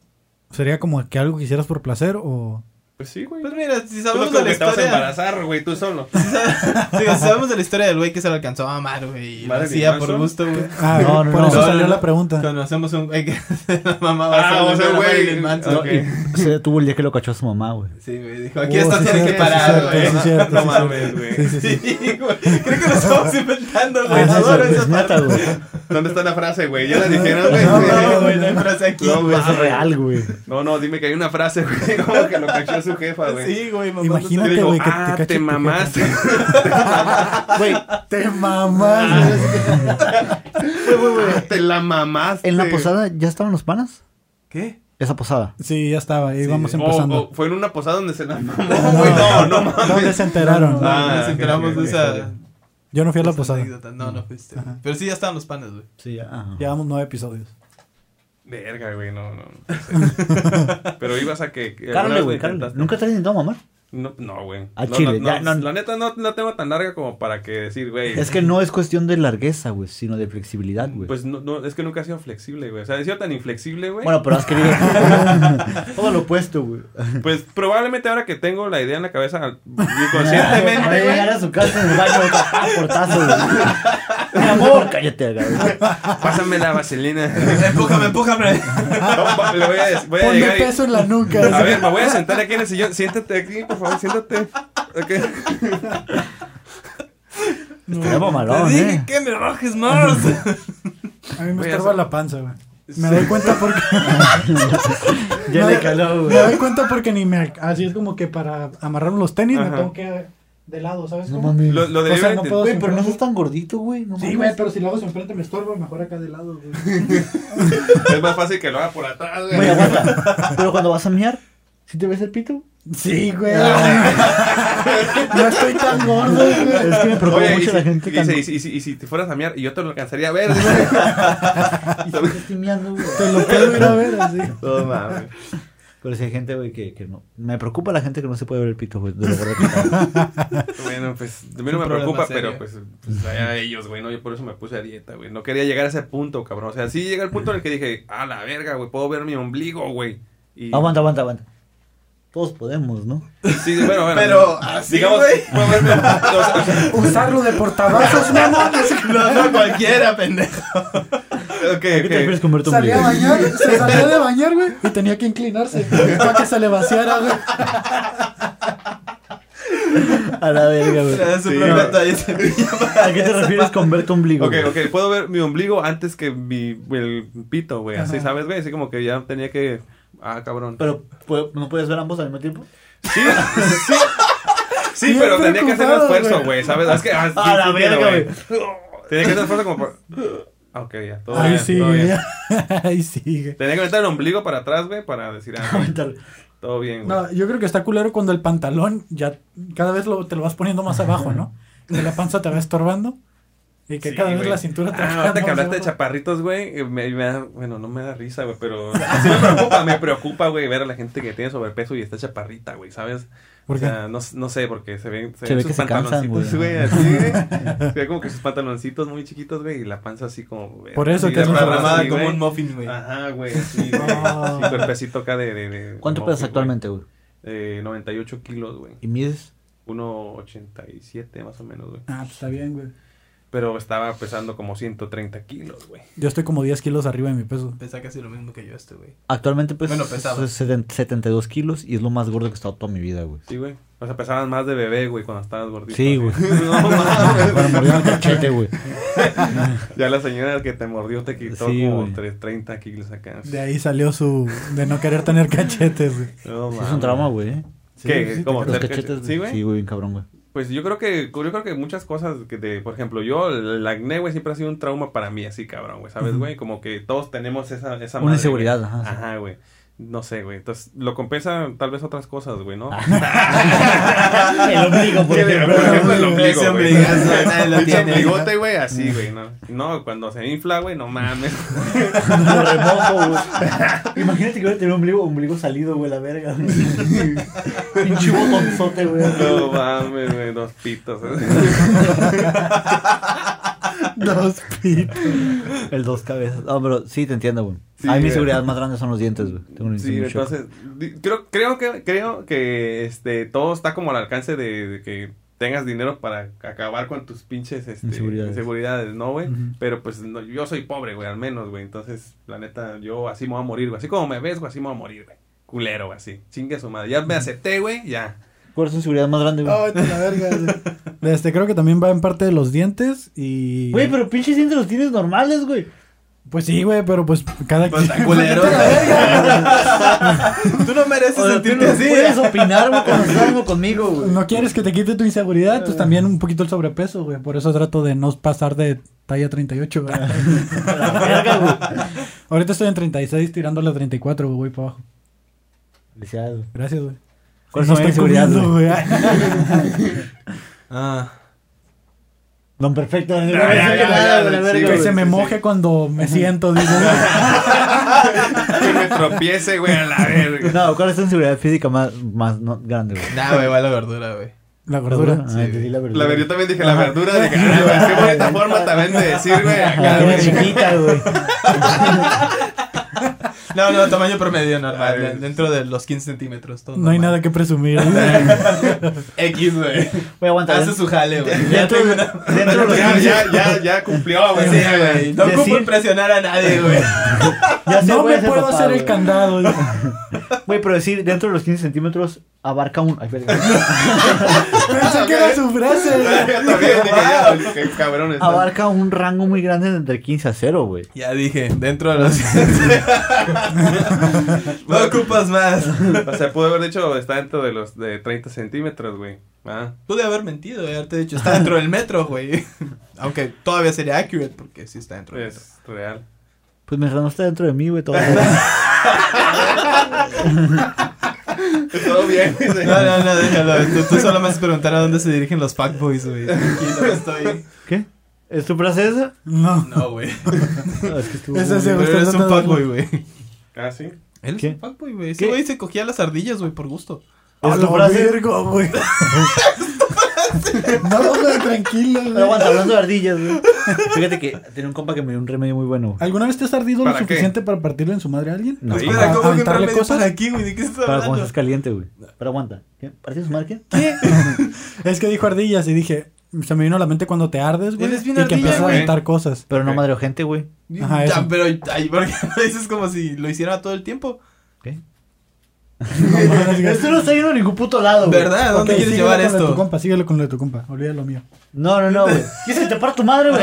[SPEAKER 3] sería como que algo que hicieras por placer o...
[SPEAKER 5] Pues sí, güey.
[SPEAKER 4] Pues mira, si
[SPEAKER 5] Tú no
[SPEAKER 4] sabemos de
[SPEAKER 5] creo
[SPEAKER 4] la
[SPEAKER 5] que te vas a
[SPEAKER 4] historia.
[SPEAKER 5] embarazar, güey, tú solo.
[SPEAKER 4] Digo, si sabemos de la historia del güey que se lo alcanzó a amar, güey. Y lo
[SPEAKER 5] Marilyn
[SPEAKER 4] hacía por
[SPEAKER 5] Manson.
[SPEAKER 4] gusto, güey.
[SPEAKER 3] Ah,
[SPEAKER 2] No, no,
[SPEAKER 3] por
[SPEAKER 2] no.
[SPEAKER 3] eso
[SPEAKER 4] No,
[SPEAKER 3] salió
[SPEAKER 4] no,
[SPEAKER 3] la
[SPEAKER 4] no.
[SPEAKER 3] pregunta.
[SPEAKER 4] Conocemos un güey que la mamá va
[SPEAKER 5] Ah,
[SPEAKER 4] a
[SPEAKER 5] o sea,
[SPEAKER 4] ser la
[SPEAKER 5] güey.
[SPEAKER 4] Marilyn Manson.
[SPEAKER 5] No,
[SPEAKER 4] güey.
[SPEAKER 2] Se tuvo el día que lo cachó a su mamá, güey.
[SPEAKER 4] Sí, güey, dijo, aquí
[SPEAKER 3] Oh,
[SPEAKER 4] esto
[SPEAKER 3] sí
[SPEAKER 4] tiene que
[SPEAKER 3] cierto, sí
[SPEAKER 4] parar,
[SPEAKER 3] cierto,
[SPEAKER 4] güey.
[SPEAKER 3] sí cierto,
[SPEAKER 4] No
[SPEAKER 5] sí
[SPEAKER 4] mames,
[SPEAKER 5] cierto.
[SPEAKER 4] güey.
[SPEAKER 5] Sí,
[SPEAKER 3] sí,
[SPEAKER 4] Sí, güey. Creo que lo estamos inventando, güey.
[SPEAKER 3] Ah, sí,
[SPEAKER 4] Adoro
[SPEAKER 3] sí,
[SPEAKER 4] esa
[SPEAKER 2] es neta,
[SPEAKER 4] parte.
[SPEAKER 2] güey.
[SPEAKER 5] ¿Dónde está la frase, güey? Ya la dijeron, güey.
[SPEAKER 4] No, no, güey, no hay frase aquí,
[SPEAKER 5] No,
[SPEAKER 4] güey.
[SPEAKER 2] Es Ah, real, güey.
[SPEAKER 5] No, no, dime que hay una frase, güey, como que lo cachó su jefa, güey.
[SPEAKER 4] Sí, güey, mamá.
[SPEAKER 5] Yo
[SPEAKER 3] Imagínate,
[SPEAKER 5] digo,
[SPEAKER 3] güey, que
[SPEAKER 5] ah,
[SPEAKER 3] te
[SPEAKER 5] te,
[SPEAKER 3] cache tu
[SPEAKER 5] mamaste.
[SPEAKER 2] Güey,
[SPEAKER 3] Te mamás. güey.
[SPEAKER 5] te la mamaste.
[SPEAKER 2] ¿en la posada ya estaban los panas?
[SPEAKER 4] ¿Qué?
[SPEAKER 2] Esa posada.
[SPEAKER 3] Sí, ya estaba, ahí
[SPEAKER 4] Sí,
[SPEAKER 3] vamos
[SPEAKER 5] Oh,
[SPEAKER 3] empezando.
[SPEAKER 5] oh, fue en una posada donde se la mamó, güey. No, no mames.
[SPEAKER 3] ¿Dónde se enteraron?
[SPEAKER 5] no. Ah,
[SPEAKER 4] nos enteramos
[SPEAKER 5] ok,
[SPEAKER 4] de
[SPEAKER 5] ok,
[SPEAKER 4] esa.
[SPEAKER 5] ok.
[SPEAKER 3] Yo no fui a la
[SPEAKER 4] esa
[SPEAKER 3] posada.
[SPEAKER 4] anécdota. No, no fuiste. güey. Pero sí, ya estaban los panes, güey.
[SPEAKER 2] Sí, ya. ajá.
[SPEAKER 3] Llevamos nueve episodios.
[SPEAKER 5] Verga, güey, no, no. no. Pero ibas a que. que alguna
[SPEAKER 2] Carle,
[SPEAKER 5] vez
[SPEAKER 2] güey,
[SPEAKER 5] lo
[SPEAKER 2] Carle.
[SPEAKER 5] intentaste.
[SPEAKER 2] ¿Nunca te has intentado mamar?
[SPEAKER 5] No, no, güey.
[SPEAKER 2] A
[SPEAKER 5] No,
[SPEAKER 2] Chile,
[SPEAKER 5] no,
[SPEAKER 2] ya,
[SPEAKER 5] no,
[SPEAKER 2] no.
[SPEAKER 5] La neta no la tengo tan larga como para que decir, güey.
[SPEAKER 2] Es que no es cuestión de largueza, güey, sino de flexibilidad, güey.
[SPEAKER 5] Pues no, no, es que nunca he sido flexible, güey. O sea, he sido tan inflexible, güey.
[SPEAKER 2] bueno, pero has querido. Todo lo opuesto, güey.
[SPEAKER 5] Pues probablemente ahora que tengo la idea en la cabeza al-
[SPEAKER 2] Va a
[SPEAKER 5] inconscientemente,
[SPEAKER 2] llegar a
[SPEAKER 5] güey.
[SPEAKER 2] su casa en el baño a portazo, güey. Mi amor, cállate, güey.
[SPEAKER 5] Pásame la vaselina.
[SPEAKER 4] Empújame, empújame.
[SPEAKER 5] No, va- le voy a, des- voy a
[SPEAKER 3] Ponme
[SPEAKER 5] llegar y-
[SPEAKER 3] peso en la nuca.
[SPEAKER 5] A ver, me voy a sentar aquí en el sillón. Siéntate aquí, por favor, siéntate. Ok.
[SPEAKER 2] Estaría
[SPEAKER 4] Te
[SPEAKER 2] mamalón,
[SPEAKER 4] dije
[SPEAKER 2] eh.
[SPEAKER 4] que me bajes más.
[SPEAKER 3] A mí me
[SPEAKER 5] Voy a
[SPEAKER 3] estorba
[SPEAKER 5] hacer-
[SPEAKER 3] la panza, güey. Me doy cuenta porque...
[SPEAKER 2] Ya
[SPEAKER 3] me
[SPEAKER 2] le
[SPEAKER 3] doy-
[SPEAKER 2] caló,
[SPEAKER 3] Me
[SPEAKER 2] güey.
[SPEAKER 3] doy cuenta porque ni me... Así es como que para amarrar los tenis me
[SPEAKER 5] Ajá.
[SPEAKER 3] tengo que... De lado, ¿sabes?
[SPEAKER 2] No
[SPEAKER 3] cómo?
[SPEAKER 2] mames.
[SPEAKER 5] Lo, lo
[SPEAKER 3] O sea,
[SPEAKER 5] debí
[SPEAKER 3] no
[SPEAKER 5] intent-
[SPEAKER 3] puedo-
[SPEAKER 2] Güey, pero no estás tan gordito, güey. No
[SPEAKER 3] Sí,
[SPEAKER 2] mames.
[SPEAKER 3] güey, pero si lo hago hacia enfrente me estorba, mejor acá de lado, güey.
[SPEAKER 5] Es más fácil que lo haga por atrás, güey.
[SPEAKER 2] Güey, aguanta. Pero cuando vas a miar, ¿sí te ves el pito? Ah.
[SPEAKER 3] Sí, güey. no estoy tan gordo, güey.
[SPEAKER 2] Es que me preocupa
[SPEAKER 5] Oye, y
[SPEAKER 2] mucho
[SPEAKER 5] si,
[SPEAKER 2] la gente
[SPEAKER 5] dice,
[SPEAKER 2] tan...
[SPEAKER 5] y, si, y si- y si te fueras a mear y yo te lo alcanzaría a ver. dice.
[SPEAKER 2] Estoy miando, güey.
[SPEAKER 3] Te lo puedo ir a ver así.
[SPEAKER 5] No mames.
[SPEAKER 2] Pero si hay gente, güey, que, que no... Me preocupa la gente que no se puede ver el pito, güey. De lo gordo que está.
[SPEAKER 5] Bueno, pues a mí
[SPEAKER 4] Es un
[SPEAKER 5] no
[SPEAKER 4] problema
[SPEAKER 5] me preocupa,
[SPEAKER 4] serio.
[SPEAKER 5] pero pues, pues allá ellos, güey, no, yo por eso me puse a dieta, güey. No quería llegar a ese punto, cabrón. O sea, sí llega el punto en el que dije, a la verga, güey, puedo ver mi ombligo, güey. Y
[SPEAKER 2] Aguanta, aguanta, aguanta. Todos podemos, ¿no?
[SPEAKER 5] Sí, bueno, bueno.
[SPEAKER 4] Pero así,
[SPEAKER 5] digamos,
[SPEAKER 4] güey.
[SPEAKER 5] puedo ver mi- o sea, o sea,
[SPEAKER 3] Usarlo de portavasos, mamones.
[SPEAKER 4] No, no, cualquiera, pendejo.
[SPEAKER 5] ok,
[SPEAKER 2] ¿A ¿Qué te refieres
[SPEAKER 5] ok.
[SPEAKER 2] con ver tu
[SPEAKER 3] Salía a
[SPEAKER 2] ombligo?
[SPEAKER 3] bañar, se salía de bañar, güey. Y tenía que inclinarse para que se le vaciara, güey.
[SPEAKER 2] A la verga, güey.
[SPEAKER 4] Era su
[SPEAKER 5] Sí,
[SPEAKER 4] propia
[SPEAKER 5] güey.
[SPEAKER 4] toalla cepilla para
[SPEAKER 2] ¿A qué te refieres con ver tu ombligo?
[SPEAKER 5] Ok,
[SPEAKER 2] güey?
[SPEAKER 5] ok, puedo ver mi ombligo antes que mi el pito, güey. Así, ¿sabes, güey? Así como que ya tenía que. Ah, cabrón.
[SPEAKER 2] Pero, ¿pu- ¿no puedes ver ambos al mismo tiempo?
[SPEAKER 5] Sí, sí. Sí,
[SPEAKER 3] Bien
[SPEAKER 5] pero tenía que hacer un
[SPEAKER 3] preocupado,
[SPEAKER 5] esfuerzo,
[SPEAKER 3] güey.
[SPEAKER 5] güey, ¿sabes? Es que. ah, sí,
[SPEAKER 2] A la
[SPEAKER 5] sí,
[SPEAKER 2] verga,
[SPEAKER 5] entiendo,
[SPEAKER 2] güey.
[SPEAKER 5] Tenía que hacer un esfuerzo como. por- Ah, Ok, ya. Todo
[SPEAKER 3] Ahí
[SPEAKER 5] bien, todo bien.
[SPEAKER 3] sigue. Ahí sigue.
[SPEAKER 5] Tenía que meter el ombligo para atrás, güey, para decir, ah, güey,
[SPEAKER 2] Aguántalo.
[SPEAKER 5] todo bien, güey.
[SPEAKER 3] No, yo creo que está culero cuando el pantalón ya cada vez lo, te lo vas poniendo más abajo, ¿no? Que la panza te va estorbando. Y que
[SPEAKER 5] Sí,
[SPEAKER 3] cada vez
[SPEAKER 5] güey.
[SPEAKER 3] la cintura te
[SPEAKER 5] Ah,
[SPEAKER 3] va
[SPEAKER 5] ahorita que
[SPEAKER 3] más
[SPEAKER 5] hablaste de
[SPEAKER 3] abajo.
[SPEAKER 5] chaparritos, güey, eh, me, me da- bueno, no me da risa, güey, pero sí me preocupa, me preocupa, güey, ver a la gente que tiene sobrepeso y está chaparrita, güey, ¿sabes?
[SPEAKER 3] ¿Por
[SPEAKER 5] o sea, no, no sé, porque se ven, se
[SPEAKER 2] Se
[SPEAKER 5] ven
[SPEAKER 2] ve
[SPEAKER 5] sus
[SPEAKER 2] que se cansan,
[SPEAKER 5] pantaloncitos,
[SPEAKER 2] güey,
[SPEAKER 5] güey,
[SPEAKER 2] ajá.
[SPEAKER 5] así, güey. Se ve como que sus pantaloncitos muy chiquitos, güey, y la panza así como... güey,
[SPEAKER 3] Por eso
[SPEAKER 5] así
[SPEAKER 3] que es
[SPEAKER 5] de
[SPEAKER 3] una
[SPEAKER 5] rara,
[SPEAKER 3] mamada
[SPEAKER 5] así,
[SPEAKER 4] como
[SPEAKER 5] güey.
[SPEAKER 4] un muffin, güey.
[SPEAKER 5] Ajá, güey, así, güey.
[SPEAKER 3] No.
[SPEAKER 5] Sí, cuerpecito acá de... de, de-
[SPEAKER 2] ¿Cuánto
[SPEAKER 5] de
[SPEAKER 2] pesas
[SPEAKER 5] mofi,
[SPEAKER 2] actualmente, güey?
[SPEAKER 5] güey. Eh, 98 kilos, güey.
[SPEAKER 2] ¿Y mides?
[SPEAKER 5] 1,87 más o menos, güey.
[SPEAKER 3] Ah, pues está bien, güey.
[SPEAKER 5] Pero estaba pesando como 130 kilos, güey.
[SPEAKER 3] Yo estoy como 10 kilos arriba de mi peso.
[SPEAKER 4] Pesa casi lo mismo que yo este, güey.
[SPEAKER 2] Actualmente pues
[SPEAKER 4] Bueno, pesaba.
[SPEAKER 2] es 72 kilos y es lo más gordo que he estado toda mi vida, güey.
[SPEAKER 5] Sí, güey. O sea, pesaban más de bebé, güey, cuando estabas gordito.
[SPEAKER 2] Sí, güey.
[SPEAKER 5] no mames.
[SPEAKER 2] Para morder el cachete, güey.
[SPEAKER 5] Ya la señora que te mordió te quitó
[SPEAKER 2] Sí,
[SPEAKER 5] como
[SPEAKER 2] güey.
[SPEAKER 5] tres- 30 kilos acá.
[SPEAKER 3] De ahí salió su. de no querer tener cachetes, güey.
[SPEAKER 5] No,
[SPEAKER 2] Sí, Es un
[SPEAKER 5] mames.
[SPEAKER 2] trauma, güey. ¿eh?
[SPEAKER 5] ¿Qué?
[SPEAKER 3] Sí, sí,
[SPEAKER 5] ¿Cómo?
[SPEAKER 2] Los
[SPEAKER 5] ¿Hacer cachete-
[SPEAKER 2] cachetes,
[SPEAKER 5] Sí,
[SPEAKER 2] güey.
[SPEAKER 5] güey.
[SPEAKER 2] Sí, güey, bien cabrón, güey.
[SPEAKER 5] Pues yo creo que, yo creo que muchas cosas que te, por ejemplo, yo, el el acné, güey, siempre ha sido un trauma para mí, así cabrón, güey, ¿sabes, güey? Como que todos tenemos esa, esa
[SPEAKER 2] Una
[SPEAKER 5] madre,
[SPEAKER 2] inseguridad,
[SPEAKER 5] güey.
[SPEAKER 2] ajá, sí.
[SPEAKER 5] Ajá, güey. No sé, güey. Entonces, lo compensa tal vez otras cosas, güey, ¿no?
[SPEAKER 2] Ah, El ombligo, por
[SPEAKER 5] Sí, pero, por ejemplo, el ombligo,
[SPEAKER 4] Ese
[SPEAKER 5] güey.
[SPEAKER 4] ombligazo, nadie lo
[SPEAKER 5] Pinche
[SPEAKER 4] tiene.
[SPEAKER 5] ombligote, güey, así, güey, ¿no? No, cuando se infla, güey, no mames.
[SPEAKER 2] Lo remojo, güey. Imagínate que ahora tenía un ombligo, ombligo salido, güey, la verga. güey. Pinche botonzote, güey.
[SPEAKER 5] No mames, güey, dos pitos. ¿eh? güey.
[SPEAKER 3] Dos pitos.
[SPEAKER 2] El dos cabezas. No, pero sí te entiendo, güey.
[SPEAKER 5] Sí,
[SPEAKER 2] A mí mi
[SPEAKER 5] güey.
[SPEAKER 2] seguridad más grande son los dientes, güey. Tengo un
[SPEAKER 5] Sí,
[SPEAKER 2] tengo un shock.
[SPEAKER 5] entonces, di- creo, creo que, creo que este, todo está como al alcance de, de que tengas dinero para acabar con tus pinches este,
[SPEAKER 2] Inseguridades.
[SPEAKER 5] inseguridades. ¿no, güey?
[SPEAKER 3] Ujú.
[SPEAKER 5] Pero pues no, yo soy pobre, güey, al menos, güey. Entonces, la neta, yo así me voy a morir, güey. Así como me ves, güey, así me voy a morir, güey. Culero, güey, así. Chingue su madre. Ya me acepté, güey, ya.
[SPEAKER 2] ¿Cuál es tu seguridad más grande, güey?
[SPEAKER 3] la verga, Este, creo que también va en parte de los dientes y.
[SPEAKER 2] Güey, pero pinches dientes los tienes normales, güey.
[SPEAKER 3] Pues sí, güey, pero pues cada
[SPEAKER 4] Pues
[SPEAKER 3] quien.
[SPEAKER 4] está culero. Tú no mereces
[SPEAKER 2] O sea, tú
[SPEAKER 4] sentirte
[SPEAKER 2] no
[SPEAKER 4] así.
[SPEAKER 2] puedes opinar, güey, cuando estás hablando conmigo, güey.
[SPEAKER 3] No quieres que te quite tu inseguridad, pues también un poquito el sobrepeso, güey. Por eso trato de no pasar de talla 38, güey.
[SPEAKER 2] Verga, güey.
[SPEAKER 3] Ahorita estoy en 36, tirándole a 34, güey, voy para abajo.
[SPEAKER 2] Felicidades, güey.
[SPEAKER 3] Gracias, güey.
[SPEAKER 2] ¿Cuál es
[SPEAKER 3] No
[SPEAKER 2] tu mayor
[SPEAKER 3] estoy
[SPEAKER 2] inseguridad,
[SPEAKER 3] comiendo,
[SPEAKER 2] güey?
[SPEAKER 3] güey.
[SPEAKER 4] Ah.
[SPEAKER 2] Don Perfecto. güey.
[SPEAKER 5] ya, ya, ya,
[SPEAKER 2] La
[SPEAKER 5] sí,
[SPEAKER 2] verga,
[SPEAKER 3] Que
[SPEAKER 5] güey.
[SPEAKER 3] se me
[SPEAKER 5] sí,
[SPEAKER 3] moje
[SPEAKER 5] sí.
[SPEAKER 3] cuando me siento, digo.
[SPEAKER 5] Que me tropiece, güey, a la verga.
[SPEAKER 2] No, ¿cuál es tu inseguridad física más, más no- grande, güey?
[SPEAKER 4] Nah, güey, va la verdura, güey.
[SPEAKER 3] La gordura.
[SPEAKER 2] Ah, entendí la
[SPEAKER 5] La
[SPEAKER 2] verdura.
[SPEAKER 5] verdad, yo también dije la verdura. Dije, ah, güey, qué bonita forma también de decir, güey.
[SPEAKER 2] La
[SPEAKER 5] Acá,
[SPEAKER 2] tiene
[SPEAKER 5] güey.
[SPEAKER 2] chiquita, güey.
[SPEAKER 4] No, no, tamaño promedio normal.
[SPEAKER 5] Ay,
[SPEAKER 4] dentro de los 15 centímetros. Todo
[SPEAKER 3] No hay nada que presumir.
[SPEAKER 4] X, güey.
[SPEAKER 2] Güey, aguanta.
[SPEAKER 4] Hace su jale, güey.
[SPEAKER 2] Ya
[SPEAKER 4] Ya
[SPEAKER 2] tengo
[SPEAKER 4] tengo
[SPEAKER 2] una-
[SPEAKER 4] una.
[SPEAKER 2] Dentro de los
[SPEAKER 5] Ya,
[SPEAKER 2] 15,
[SPEAKER 5] ya, ya, ya cumplió, güey.
[SPEAKER 4] Sí, güey. No
[SPEAKER 2] Decir-
[SPEAKER 4] ocupo impresionar a nadie, güey.
[SPEAKER 2] ya sé,
[SPEAKER 3] no
[SPEAKER 2] voy a
[SPEAKER 3] me
[SPEAKER 2] ser
[SPEAKER 3] puedo
[SPEAKER 2] papá,
[SPEAKER 3] hacer el
[SPEAKER 2] güey.
[SPEAKER 3] candado. güey.
[SPEAKER 2] Güey, pero decir dentro de los 15 centímetros abarca un. Ay, verga.
[SPEAKER 3] Pensé que era su frase. güey.
[SPEAKER 5] Yo también dije, ya, güey, qué cabrón está.
[SPEAKER 2] abarca un rango muy grande de entre 15 a 0, güey.
[SPEAKER 4] Ya dije, dentro de los. no ocupas más.
[SPEAKER 5] O sea, pudo haber dicho, está dentro de los de 30 centímetros, güey. Ah.
[SPEAKER 4] Pude haber mentido, güey, haberte dicho, está dentro del metro, güey. Aunque todavía sería accurate porque sí está dentro del metro.
[SPEAKER 5] Es real.
[SPEAKER 2] Pues mientras no está dentro de mí, güey, todo. bien.
[SPEAKER 5] Todo bien.
[SPEAKER 4] No, no, no, déjalo. Tú, tú solo me has preguntado a dónde se dirigen los fuckboys, güey. Tranquilo, estoy.
[SPEAKER 2] ¿Qué? ¿Es tu frase esa?
[SPEAKER 3] No.
[SPEAKER 4] No, güey.
[SPEAKER 2] No, es que estuvo.
[SPEAKER 3] Esa sí,
[SPEAKER 2] muy-
[SPEAKER 4] Pero
[SPEAKER 3] usted
[SPEAKER 4] eres
[SPEAKER 3] no
[SPEAKER 4] un
[SPEAKER 3] te da-
[SPEAKER 4] fuckboy, güey.
[SPEAKER 5] Ah, sí.
[SPEAKER 4] Él es
[SPEAKER 2] ¿Qué?
[SPEAKER 4] un fuckboy, güey. Ese
[SPEAKER 2] ¿Qué?
[SPEAKER 4] güey se cogía las ardillas, güey, por gusto.
[SPEAKER 3] A
[SPEAKER 2] ¿Es
[SPEAKER 3] la
[SPEAKER 2] tu frase?
[SPEAKER 3] verga, güey. No, güey, tranquilo, güey.
[SPEAKER 2] No aguanta, hablando de ardillas, güey. Fíjate que tenía un compa que me dio un remedio muy bueno, güey.
[SPEAKER 3] ¿Alguna vez te has ardido lo
[SPEAKER 5] ¿Para qué?
[SPEAKER 3] suficiente para partirle en su madre a alguien?
[SPEAKER 2] No,
[SPEAKER 5] Sí.
[SPEAKER 4] Espera, ¿cómo que un
[SPEAKER 3] ¿Aventarle
[SPEAKER 4] remedio
[SPEAKER 3] cosas?
[SPEAKER 4] para aquí, güey? ¿De qué estás
[SPEAKER 2] para cuando estás
[SPEAKER 4] hablando?
[SPEAKER 2] caliente, güey. Pero aguanta. ¿Qué? ¿Partidos marca?
[SPEAKER 3] Es que dijo ardillas y dije, se me vino a la mente cuando te ardes, güey.
[SPEAKER 4] Eres bien
[SPEAKER 3] y que
[SPEAKER 4] ardilla,
[SPEAKER 3] empiezas a
[SPEAKER 5] güey.
[SPEAKER 3] aventar cosas.
[SPEAKER 2] Pero no
[SPEAKER 5] Ok.
[SPEAKER 2] madreo gente, güey.
[SPEAKER 3] Ajá,
[SPEAKER 4] Ya,
[SPEAKER 3] eso.
[SPEAKER 4] pero ay, ¿por qué lo dices como si lo hiciera todo el tiempo?
[SPEAKER 2] ¿Qué?
[SPEAKER 3] No mames, güey.
[SPEAKER 2] Esto no está yendo a ningún puto lado, güey.
[SPEAKER 4] ¿Verdad? ¿A
[SPEAKER 3] Ok,
[SPEAKER 4] dónde quieres
[SPEAKER 3] síguelo
[SPEAKER 4] llevar
[SPEAKER 3] con lo de tu
[SPEAKER 4] esto?
[SPEAKER 3] compa, síguelo con lo de tu compa. Olvida lo mío.
[SPEAKER 2] No, no, no, güey. ¿Quieres que te parto madre, güey?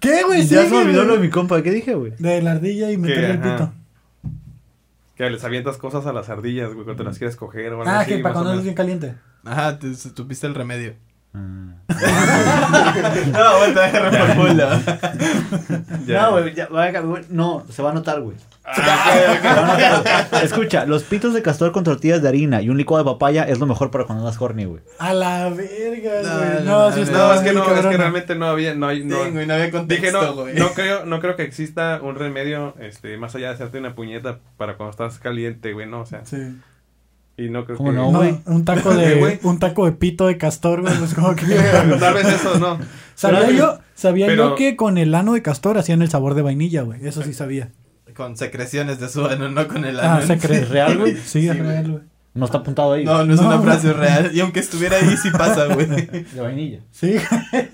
[SPEAKER 3] ¿Qué, güey?
[SPEAKER 2] ya
[SPEAKER 3] Sigue,
[SPEAKER 2] se me olvidó
[SPEAKER 3] güey.
[SPEAKER 2] lo de mi compa. ¿Qué dije, güey?
[SPEAKER 3] De la ardilla y meterle el
[SPEAKER 5] ajá.
[SPEAKER 3] pito.
[SPEAKER 5] Que les avientas cosas a las ardillas, güey, cuando te las quieres coger o algo
[SPEAKER 3] Ah,
[SPEAKER 5] así.
[SPEAKER 3] que para
[SPEAKER 5] más o
[SPEAKER 3] cuando andas bien
[SPEAKER 5] menos.
[SPEAKER 3] caliente.
[SPEAKER 4] Ajá, tú supiste el remedio.
[SPEAKER 2] Ah.
[SPEAKER 4] No, bueno, te voy a agarrar por culo.
[SPEAKER 5] Ya.
[SPEAKER 2] No, güey, ya, va a cam- güey, no, se va a notar, güey.
[SPEAKER 5] Ah,
[SPEAKER 2] Se va a notar, güey. Escucha, los pitos de castor con tortillas de harina y un licuado de papaya es lo mejor para cuando andas horny, güey.
[SPEAKER 3] A la verga,
[SPEAKER 4] No,
[SPEAKER 3] güey. No,
[SPEAKER 4] no,
[SPEAKER 3] sí
[SPEAKER 4] no,
[SPEAKER 5] No,
[SPEAKER 3] estaba
[SPEAKER 5] es que
[SPEAKER 3] muy
[SPEAKER 5] no, es que
[SPEAKER 3] cabrón.
[SPEAKER 5] realmente no había, no hay, no.
[SPEAKER 4] Sí, güey, no había
[SPEAKER 5] Dije,
[SPEAKER 4] contexto,
[SPEAKER 5] no,
[SPEAKER 4] güey.
[SPEAKER 5] no creo, no creo que exista un remedio, este, más allá de hacerte una puñeta para cuando estás caliente, güey, no, o sea,
[SPEAKER 3] Sí.
[SPEAKER 5] y no creo
[SPEAKER 2] ¿Cómo
[SPEAKER 5] que...
[SPEAKER 2] no?
[SPEAKER 3] No,
[SPEAKER 2] güey.
[SPEAKER 3] un taco
[SPEAKER 5] Eh, güey.
[SPEAKER 3] de un taco de pito de castor, güey, pues como que
[SPEAKER 5] Tal vez eso, no.
[SPEAKER 3] sabía
[SPEAKER 5] Pero-
[SPEAKER 3] yo, sabía yo
[SPEAKER 5] pero-
[SPEAKER 3] que con el ano de castor hacían el sabor de vainilla, güey. Eso sí sabía.
[SPEAKER 4] Con secreciones de su ano, no con el
[SPEAKER 3] Ah,
[SPEAKER 4] ano.
[SPEAKER 3] se cree
[SPEAKER 2] ¿Es real, güey?
[SPEAKER 3] Sí, es real, güey.
[SPEAKER 2] No está apuntado ahí.
[SPEAKER 4] No, no es
[SPEAKER 3] No,
[SPEAKER 4] una
[SPEAKER 3] güey.
[SPEAKER 4] frase real. Y aunque estuviera ahí, sí pasa, güey.
[SPEAKER 2] De vainilla.
[SPEAKER 3] Sí,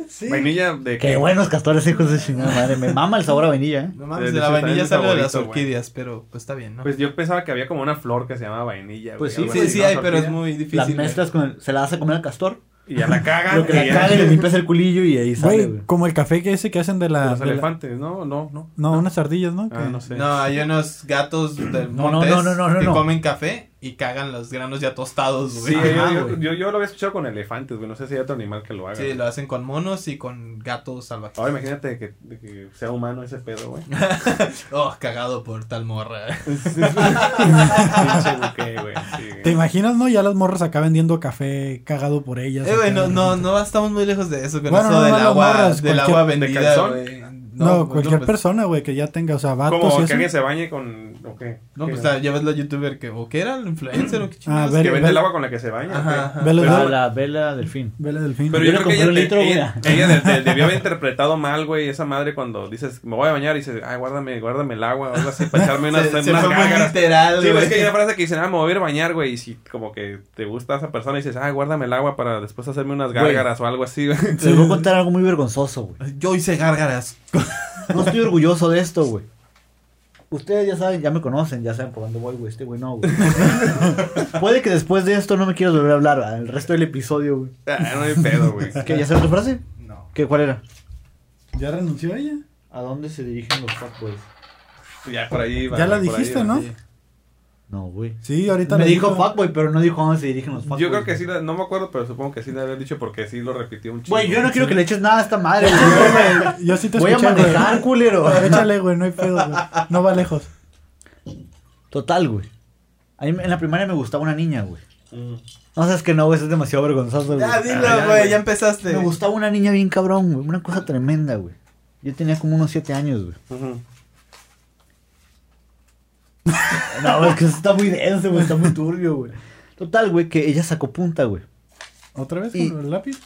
[SPEAKER 3] sí.
[SPEAKER 5] Vainilla de
[SPEAKER 2] Qué buenos castores, hijos de chingada madre. Me mama el sabor a vainilla, ¿eh?
[SPEAKER 4] No mames,
[SPEAKER 5] El
[SPEAKER 4] de la
[SPEAKER 5] desinfectante
[SPEAKER 4] vainilla sale de las
[SPEAKER 5] favorito, güey.
[SPEAKER 4] orquídeas, pero pues está bien, ¿no?
[SPEAKER 5] Pues yo pensaba que había como una flor que se llamaba vainilla.
[SPEAKER 2] Pues
[SPEAKER 5] güey,
[SPEAKER 2] sí,
[SPEAKER 5] algo
[SPEAKER 4] sí,
[SPEAKER 5] así,
[SPEAKER 4] sí
[SPEAKER 5] ¿no?
[SPEAKER 4] hay, pero es
[SPEAKER 5] Tortilla.
[SPEAKER 4] muy
[SPEAKER 2] Las
[SPEAKER 4] difícil. eh. güey.
[SPEAKER 2] mezclas con el- Se la hace comer al castor.
[SPEAKER 5] Y ya la cagan.
[SPEAKER 2] Lo que
[SPEAKER 5] y
[SPEAKER 2] la
[SPEAKER 5] ya-
[SPEAKER 2] caga y le limpias el culillo y ahí sale, güey.
[SPEAKER 3] Güey, como el café que ese que hacen de la...
[SPEAKER 5] Los
[SPEAKER 3] de la-
[SPEAKER 5] elefantes, no, no, no.
[SPEAKER 3] No, unas ardillas, ¿no?
[SPEAKER 5] Ah,
[SPEAKER 3] Que-
[SPEAKER 5] no sé.
[SPEAKER 4] No, hay unos gatos del
[SPEAKER 2] No, no,
[SPEAKER 4] montes
[SPEAKER 2] no, no, no, no,
[SPEAKER 4] que
[SPEAKER 2] no.
[SPEAKER 4] comen café y cagan los granos ya tostados, güey.
[SPEAKER 5] Sí,
[SPEAKER 2] Ajá,
[SPEAKER 5] yo, yo,
[SPEAKER 2] güey.
[SPEAKER 5] yo- yo lo había escuchado con elefantes, güey. No sé si hay otro animal que lo haga.
[SPEAKER 4] Sí, lo hacen con monos y con gatos salvajes.
[SPEAKER 5] Ahora imagínate que, de que sea humano ese pedo, güey.
[SPEAKER 4] Oh, cagado por tal morra.
[SPEAKER 5] Pinche buque, güey. sí, güey.
[SPEAKER 3] ¿Te imaginas, no? Ya las morras acá vendiendo café cagado por ellas.
[SPEAKER 4] Eh, güey,
[SPEAKER 3] acá.
[SPEAKER 4] no, no, no estamos muy lejos de eso, con
[SPEAKER 3] Bueno,
[SPEAKER 4] eso
[SPEAKER 3] no,
[SPEAKER 4] del
[SPEAKER 3] no, no,
[SPEAKER 4] agua,
[SPEAKER 3] morras,
[SPEAKER 4] del
[SPEAKER 3] cualquier-
[SPEAKER 4] agua
[SPEAKER 5] ¿De
[SPEAKER 4] vendida,
[SPEAKER 5] calzón?
[SPEAKER 4] güey.
[SPEAKER 3] No, cualquier
[SPEAKER 4] pues,
[SPEAKER 3] persona, güey, que ya tenga, o sea, vatos
[SPEAKER 5] Como
[SPEAKER 3] y
[SPEAKER 5] que
[SPEAKER 3] eso.
[SPEAKER 5] alguien se bañe con. ¿O qué?
[SPEAKER 4] No,
[SPEAKER 5] ¿Qué
[SPEAKER 4] pues
[SPEAKER 5] era?
[SPEAKER 4] ah, ya ves la youtuber que, o que era el influencer o qué
[SPEAKER 3] Ah,
[SPEAKER 4] chingados.
[SPEAKER 3] ver-
[SPEAKER 5] Que
[SPEAKER 3] Vela-
[SPEAKER 5] vende el agua con la que se baña.
[SPEAKER 4] Ajá,
[SPEAKER 5] ¿o qué?
[SPEAKER 4] ajá.
[SPEAKER 3] Velo,
[SPEAKER 2] Ah,
[SPEAKER 3] velo.
[SPEAKER 2] la vela del fin.
[SPEAKER 3] Vela del fin.
[SPEAKER 5] Pero
[SPEAKER 2] Yo le
[SPEAKER 5] yo, creo
[SPEAKER 2] compré
[SPEAKER 5] que ella,
[SPEAKER 2] un litro,
[SPEAKER 5] ella-
[SPEAKER 2] güey.
[SPEAKER 5] ella de- de- debió haber interpretado mal, güey, esa madre cuando dices, me voy a bañar y dices, ay, guárdame, guárdame el agua, o algo así, para echarme unas,
[SPEAKER 4] se, se
[SPEAKER 5] unas
[SPEAKER 4] fue muy
[SPEAKER 5] gágaras.
[SPEAKER 4] literal,
[SPEAKER 5] Sí,
[SPEAKER 4] güey.
[SPEAKER 5] ves que hay una frase que dicen, ah, me voy a ir a bañar, güey, y si como que te gusta esa persona y dices, ah, guárdame el agua para después hacerme unas
[SPEAKER 2] Güey.
[SPEAKER 5] gárgaras o algo así, güey.
[SPEAKER 2] Les voy a contar algo muy vergonzoso, güey.
[SPEAKER 4] Yo hice gárgaras.
[SPEAKER 2] No estoy orgulloso de esto, güey. Ustedes ya saben, ya me conocen, ya saben por dónde voy, güey. Este güey no, güey. Puede que después de esto no me quieras volver a hablar al resto del episodio, güey.
[SPEAKER 5] Ah, no hay pedo, güey.
[SPEAKER 2] ¿Qué? ¿Ya sabes tu frase?
[SPEAKER 4] No.
[SPEAKER 2] ¿Qué? ¿Cuál era?
[SPEAKER 3] ¿Ya renunció ella?
[SPEAKER 2] ¿A dónde se dirigen los fuckboys?
[SPEAKER 5] Ya por ahí va,
[SPEAKER 3] ya la
[SPEAKER 5] por ahí
[SPEAKER 3] dijiste,
[SPEAKER 5] va.
[SPEAKER 3] ¿no?
[SPEAKER 4] sí.
[SPEAKER 2] No, güey.
[SPEAKER 3] Sí, ahorita
[SPEAKER 2] Me
[SPEAKER 3] la
[SPEAKER 2] dijo
[SPEAKER 3] dijo.
[SPEAKER 2] fuckboy, pero no dijo a dónde se dirigen los fuckboys.
[SPEAKER 5] Yo creo que sí, la- no me acuerdo, pero supongo que sí la había dicho porque sí lo repitió un chico.
[SPEAKER 2] Güey, yo no quiero que le eches nada a esta madre, güey.
[SPEAKER 3] Yo sí te
[SPEAKER 2] Voy a
[SPEAKER 3] escuché, güey.
[SPEAKER 2] manejar, culero.
[SPEAKER 3] Échale, güey, no hay pedo, güey. No va lejos.
[SPEAKER 2] Total, güey. A mí en la primaria me gustaba una niña, güey. No sabes que no, güey, eso es demasiado vergonzoso, güey.
[SPEAKER 4] Ya,
[SPEAKER 5] Ah,
[SPEAKER 4] dilo,
[SPEAKER 5] ya,
[SPEAKER 4] güey,
[SPEAKER 5] güey.
[SPEAKER 4] ya empezaste.
[SPEAKER 2] Me gustaba una niña bien cabrón, güey. Una cosa tremenda, güey. Yo tenía como unos 7 años, güey. No, güey, es que eso está muy denso, güey. Está muy turbio, güey. Total, güey, que ella sacó punta, güey.
[SPEAKER 3] ¿Otra vez
[SPEAKER 2] Y-
[SPEAKER 3] con el lápiz?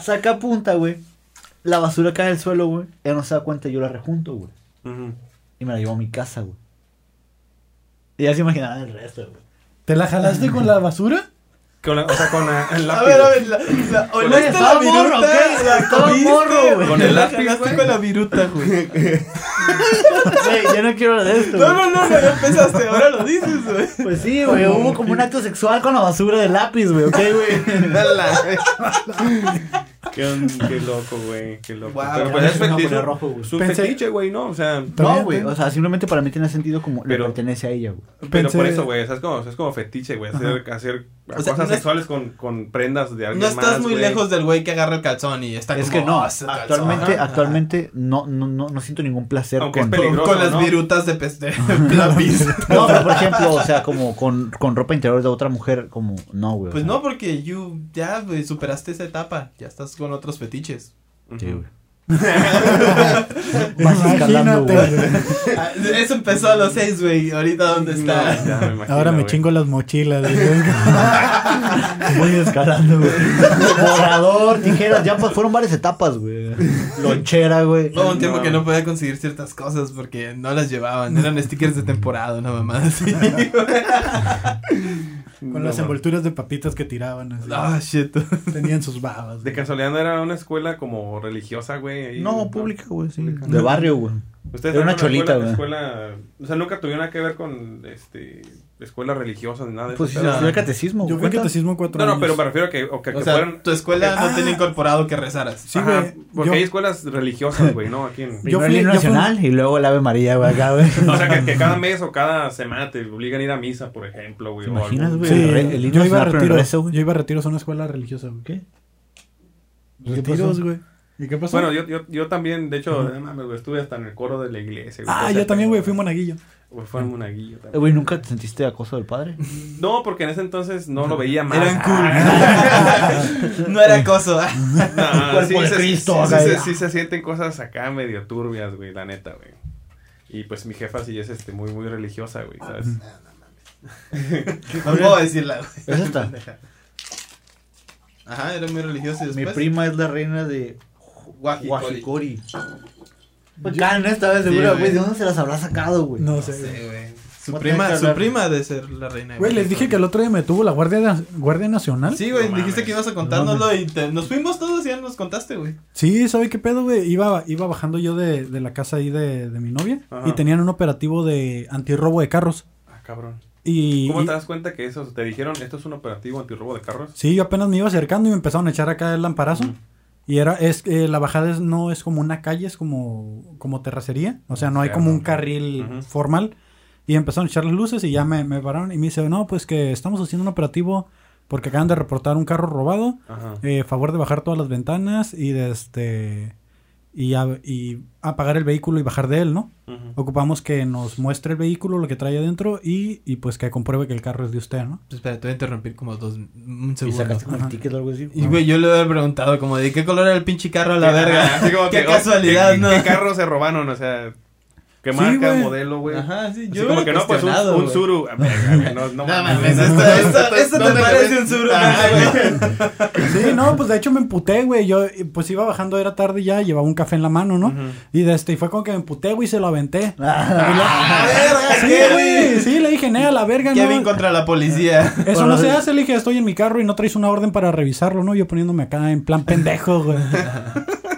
[SPEAKER 2] Saca punta, güey. La basura cae al suelo, güey. Ella no se da cuenta, yo la rejunto, güey. Y me la llevo a mi casa, güey. Y ya se imaginaba el resto, güey.
[SPEAKER 3] ¿Te la jalaste con la basura?
[SPEAKER 5] Con la- o sea, con la- el lápiz.
[SPEAKER 4] A ver, a
[SPEAKER 5] güey.
[SPEAKER 4] ver, la, la,
[SPEAKER 5] Con
[SPEAKER 4] oliste
[SPEAKER 2] el-
[SPEAKER 4] la
[SPEAKER 2] estaba morro,
[SPEAKER 4] viruta,
[SPEAKER 2] ¿ok?
[SPEAKER 4] la
[SPEAKER 2] Estaba
[SPEAKER 4] comiste,
[SPEAKER 2] morro, güey.
[SPEAKER 5] Con el lápiz,
[SPEAKER 4] Jalaste
[SPEAKER 5] güey.
[SPEAKER 4] con la viruta, güey.
[SPEAKER 2] Güey, yo no quiero hablar de esto,
[SPEAKER 4] No,
[SPEAKER 2] güey.
[SPEAKER 4] no, no, no, ya empezaste, ahora lo dices, güey.
[SPEAKER 2] Pues sí, güey. Hubo como un acto sexual con la basura de lápiz, güey, ¿ok, güey?
[SPEAKER 5] Qué, on- qué loco, güey, qué loco.
[SPEAKER 4] Guau,
[SPEAKER 5] pero
[SPEAKER 2] ya
[SPEAKER 5] pues
[SPEAKER 2] me
[SPEAKER 5] es
[SPEAKER 2] suena
[SPEAKER 5] fetiche,
[SPEAKER 2] poner rojo, güey.
[SPEAKER 5] su
[SPEAKER 3] Pensé-
[SPEAKER 5] fetiche, güey, ¿no? O sea,
[SPEAKER 2] No,
[SPEAKER 3] También,
[SPEAKER 2] güey.
[SPEAKER 3] güey.
[SPEAKER 2] O sea, simplemente para mí tiene sentido como
[SPEAKER 5] Pero-
[SPEAKER 2] le pertenece a ella, güey.
[SPEAKER 5] pero
[SPEAKER 3] Pensé-
[SPEAKER 5] por eso, güey, o sea, es como, es como fetiche, güey, hacer, hacer
[SPEAKER 4] sea,
[SPEAKER 5] cosas
[SPEAKER 4] no es-
[SPEAKER 5] sexuales con, con prendas de alguien
[SPEAKER 4] No estás
[SPEAKER 5] más,
[SPEAKER 4] muy
[SPEAKER 5] güey.
[SPEAKER 4] lejos del güey que agarra el calzón y está
[SPEAKER 2] Es
[SPEAKER 4] como,
[SPEAKER 2] que no,
[SPEAKER 4] "Ah, ese calzón".
[SPEAKER 2] actualmente,
[SPEAKER 4] Ajá.
[SPEAKER 2] actualmente no, no, no, no siento ningún placer
[SPEAKER 5] Aunque es
[SPEAKER 2] con...
[SPEAKER 5] peli-
[SPEAKER 4] Con,
[SPEAKER 5] Peligroso,
[SPEAKER 4] con las
[SPEAKER 5] ¿no?
[SPEAKER 4] virutas de peste. lápiz.
[SPEAKER 2] No, pero por ejemplo, o sea, como con, con ropa interior de otra mujer, como... No, güey. o
[SPEAKER 4] Pues
[SPEAKER 2] sea,
[SPEAKER 4] no, porque you ya güey, superaste esa etapa. Ya estás con otros fetiches.
[SPEAKER 5] Ujú.
[SPEAKER 2] Sí, güey. Vas escalando,
[SPEAKER 3] Imagínate,
[SPEAKER 2] güey.
[SPEAKER 3] güey.
[SPEAKER 4] Ah, Eso empezó a los seis, güey. Ahorita, ¿dónde
[SPEAKER 5] No,
[SPEAKER 4] está?
[SPEAKER 5] ya me imagino,
[SPEAKER 3] Ahora me
[SPEAKER 5] güey.
[SPEAKER 3] chingo las mochilas, güey.
[SPEAKER 2] Voy escalando, güey. Borrador, tijeras, ya pues, fueron varias etapas, güey. Lonchera, güey.
[SPEAKER 4] Hubo un tiempo
[SPEAKER 5] No.
[SPEAKER 4] que no podía conseguir ciertas cosas porque no las llevaban. Eran stickers de temporada, una mamada así.
[SPEAKER 5] No,
[SPEAKER 3] Con las
[SPEAKER 5] mames.
[SPEAKER 3] envolturas de papitas que tiraban. así.
[SPEAKER 4] Ah, shit.
[SPEAKER 3] Tenían sus babas.
[SPEAKER 5] De
[SPEAKER 3] güey.
[SPEAKER 5] casualidad no era una escuela como religiosa, güey. ahí?
[SPEAKER 2] No, pública, güey, sí.
[SPEAKER 5] Pública.
[SPEAKER 2] De barrio, güey.
[SPEAKER 5] Ustedes
[SPEAKER 2] Era una
[SPEAKER 5] fueron a
[SPEAKER 2] cholita,
[SPEAKER 5] la
[SPEAKER 2] güey.
[SPEAKER 5] escuela, escuela- o sea, nunca tuvieron nada que ver con este escuelas religiosas ni nada de
[SPEAKER 2] Pues sí,
[SPEAKER 5] eso.
[SPEAKER 2] fui
[SPEAKER 4] no.
[SPEAKER 2] al catecismo,
[SPEAKER 3] Yo fui
[SPEAKER 2] ¿cuenta?
[SPEAKER 3] catecismo cuatro
[SPEAKER 5] No,
[SPEAKER 3] años.
[SPEAKER 5] no, pero me refiero a que, o que,
[SPEAKER 4] O
[SPEAKER 5] que
[SPEAKER 4] sea,
[SPEAKER 5] fueron...
[SPEAKER 4] tu escuela no
[SPEAKER 3] Ah.
[SPEAKER 4] tiene incorporado que rezaras.
[SPEAKER 3] Sí,
[SPEAKER 5] Ajá,
[SPEAKER 3] güey,
[SPEAKER 5] porque
[SPEAKER 3] yo-
[SPEAKER 5] hay escuelas religiosas, güey, ¿no? Aquí en...
[SPEAKER 3] Yo
[SPEAKER 2] Yo
[SPEAKER 3] fui-
[SPEAKER 2] fui el
[SPEAKER 3] yo
[SPEAKER 2] himno
[SPEAKER 3] fui-
[SPEAKER 2] nacional y luego el Ave María, güey, acá, güey.
[SPEAKER 5] O sea, que, que cada mes o cada semana te obligan a ir a misa, por ejemplo, güey.
[SPEAKER 2] ¿Te
[SPEAKER 5] o
[SPEAKER 2] imaginas,
[SPEAKER 5] algún-
[SPEAKER 2] güey?
[SPEAKER 3] Sí,
[SPEAKER 2] El re- el himno
[SPEAKER 3] yo iba
[SPEAKER 2] nacional,
[SPEAKER 3] a
[SPEAKER 2] pero en
[SPEAKER 3] retiros.
[SPEAKER 2] rezo, güey.
[SPEAKER 3] yo iba a retiros a una escuela religiosa, güey.
[SPEAKER 2] ¿Qué?
[SPEAKER 3] Retiros,
[SPEAKER 2] pasó?
[SPEAKER 3] güey. ¿Y qué pasó?
[SPEAKER 5] Bueno, yo, yo, yo también, de hecho, no mames, güey, estuve hasta en el coro de la iglesia.
[SPEAKER 3] ah,
[SPEAKER 5] O sea,
[SPEAKER 3] yo también, güey, fui
[SPEAKER 5] güey.
[SPEAKER 3] monaguillo.
[SPEAKER 5] Fue en monaguillo
[SPEAKER 2] Eh,
[SPEAKER 5] también.
[SPEAKER 2] Güey, ¿nunca te sentiste acoso del padre?
[SPEAKER 5] No, porque en ese entonces no lo veía mal.
[SPEAKER 4] Eran cool. No
[SPEAKER 5] era
[SPEAKER 4] era acoso.
[SPEAKER 5] No,
[SPEAKER 2] Cuerpo
[SPEAKER 5] Ah, sí,
[SPEAKER 2] de
[SPEAKER 5] se,
[SPEAKER 2] Cristo,
[SPEAKER 5] sí,
[SPEAKER 2] acá.
[SPEAKER 5] sí, se- sí se sienten cosas acá medio turbias, güey, la neta, güey. Y pues mi jefa sí es este muy muy religiosa, güey, ¿sabes?
[SPEAKER 4] No puedo decirla, güey.
[SPEAKER 2] ¿Es esta?
[SPEAKER 4] Ajá, era muy religioso y
[SPEAKER 2] Mi
[SPEAKER 4] después.
[SPEAKER 2] prima es la reina de
[SPEAKER 4] Guajicoli.
[SPEAKER 2] Guajicori. Pues Karen esta vez seguro,
[SPEAKER 4] güey.
[SPEAKER 2] güey. ¿De dónde se las habrá sacado, güey?
[SPEAKER 3] No
[SPEAKER 4] No
[SPEAKER 3] sé. güey.
[SPEAKER 4] sé, güey. Su
[SPEAKER 2] Voy a
[SPEAKER 4] prima,
[SPEAKER 2] tener que
[SPEAKER 4] su
[SPEAKER 2] hablar.
[SPEAKER 4] prima ha de ser la reina. de
[SPEAKER 3] Güey, les
[SPEAKER 4] México.
[SPEAKER 3] dije que el otro día me tuvo la Guardia, Na- Guardia Nacional.
[SPEAKER 4] Sí, güey,
[SPEAKER 5] No
[SPEAKER 4] dijiste
[SPEAKER 5] mames.
[SPEAKER 4] que ibas a
[SPEAKER 3] No
[SPEAKER 4] contárnoslo y te- nos fuimos todos y ya nos contaste, güey.
[SPEAKER 3] Sí, ¿sabe qué pedo, güey? Iba, iba bajando yo de, de la casa ahí de, de mi novia
[SPEAKER 5] Ajá.
[SPEAKER 3] y tenían un operativo de antirrobo de carros.
[SPEAKER 5] Ah, cabrón.
[SPEAKER 3] Y,
[SPEAKER 5] ¿Cómo
[SPEAKER 3] y-
[SPEAKER 5] te das cuenta que eso? Te dijeron, esto es un operativo antirrobo de carros.
[SPEAKER 3] Sí, yo apenas me iba acercando y me empezaron a echar acá el lamparazo.
[SPEAKER 5] Ujú.
[SPEAKER 3] Y era, es eh, la bajada es- no es como una calle, es como, como terracería. O sea, no hay como un
[SPEAKER 5] Claro.
[SPEAKER 3] carril
[SPEAKER 5] Ujú.
[SPEAKER 3] formal. Y empezaron a echar las luces y ya me, me pararon y me dice, no, pues que estamos haciendo un operativo porque acaban de reportar un carro robado.
[SPEAKER 5] Ajá.
[SPEAKER 3] Eh, favor de bajar todas las ventanas y de este y, a- y apagar el vehículo y bajar de él, ¿no?
[SPEAKER 5] Ujú.
[SPEAKER 3] Ocupamos que nos muestre el vehículo, lo que trae adentro y, y pues que compruebe que el carro es de usted, ¿no?
[SPEAKER 4] Pues espera, te voy a interrumpir como dos. Un
[SPEAKER 2] Y
[SPEAKER 4] segundo.
[SPEAKER 2] sacaste como el ticket o algo así.
[SPEAKER 4] Y güey, yo le hubiera preguntado como de qué color era el pinche carro a la verga.
[SPEAKER 5] Así como
[SPEAKER 4] qué
[SPEAKER 5] que, oh,
[SPEAKER 4] casualidad,
[SPEAKER 5] ¿qué,
[SPEAKER 4] ¿no?
[SPEAKER 5] ¿Qué carro se robaron? O sea, ¿qué
[SPEAKER 3] Sí,
[SPEAKER 5] marca,
[SPEAKER 3] güey.
[SPEAKER 5] modelo, güey?
[SPEAKER 4] Ajá, sí,
[SPEAKER 5] Así
[SPEAKER 4] yo
[SPEAKER 5] como
[SPEAKER 4] hubiera
[SPEAKER 5] que no, pues un,
[SPEAKER 4] cuestionado,
[SPEAKER 5] un
[SPEAKER 4] güey.
[SPEAKER 5] Zuru. A ver, a ver, No, no
[SPEAKER 4] No
[SPEAKER 5] mames.
[SPEAKER 4] mames, esto, esto, esto
[SPEAKER 5] no
[SPEAKER 4] te
[SPEAKER 5] te
[SPEAKER 4] parece
[SPEAKER 5] ves-
[SPEAKER 4] un suru,
[SPEAKER 5] Ah,
[SPEAKER 4] güey.
[SPEAKER 3] Sí, no, pues de hecho me emputé, güey. Yo eh, pues iba bajando, era tarde ya, llevaba un café en la mano, ¿no?
[SPEAKER 5] Ujú.
[SPEAKER 3] Y de este, y fue como que me emputé, güey, y se lo aventé.
[SPEAKER 2] Ah,
[SPEAKER 4] A ver,
[SPEAKER 3] sí,
[SPEAKER 4] ¿qué,
[SPEAKER 3] güey, sí, le dije, nea, la verga,
[SPEAKER 4] Kevin
[SPEAKER 3] no.
[SPEAKER 4] contra la policía.
[SPEAKER 3] Eso
[SPEAKER 2] Por
[SPEAKER 3] no
[SPEAKER 2] los-
[SPEAKER 3] se hace, le dije, estoy en mi carro y no traes una orden para revisarlo, ¿no? Yo poniéndome acá en plan pendejo, güey.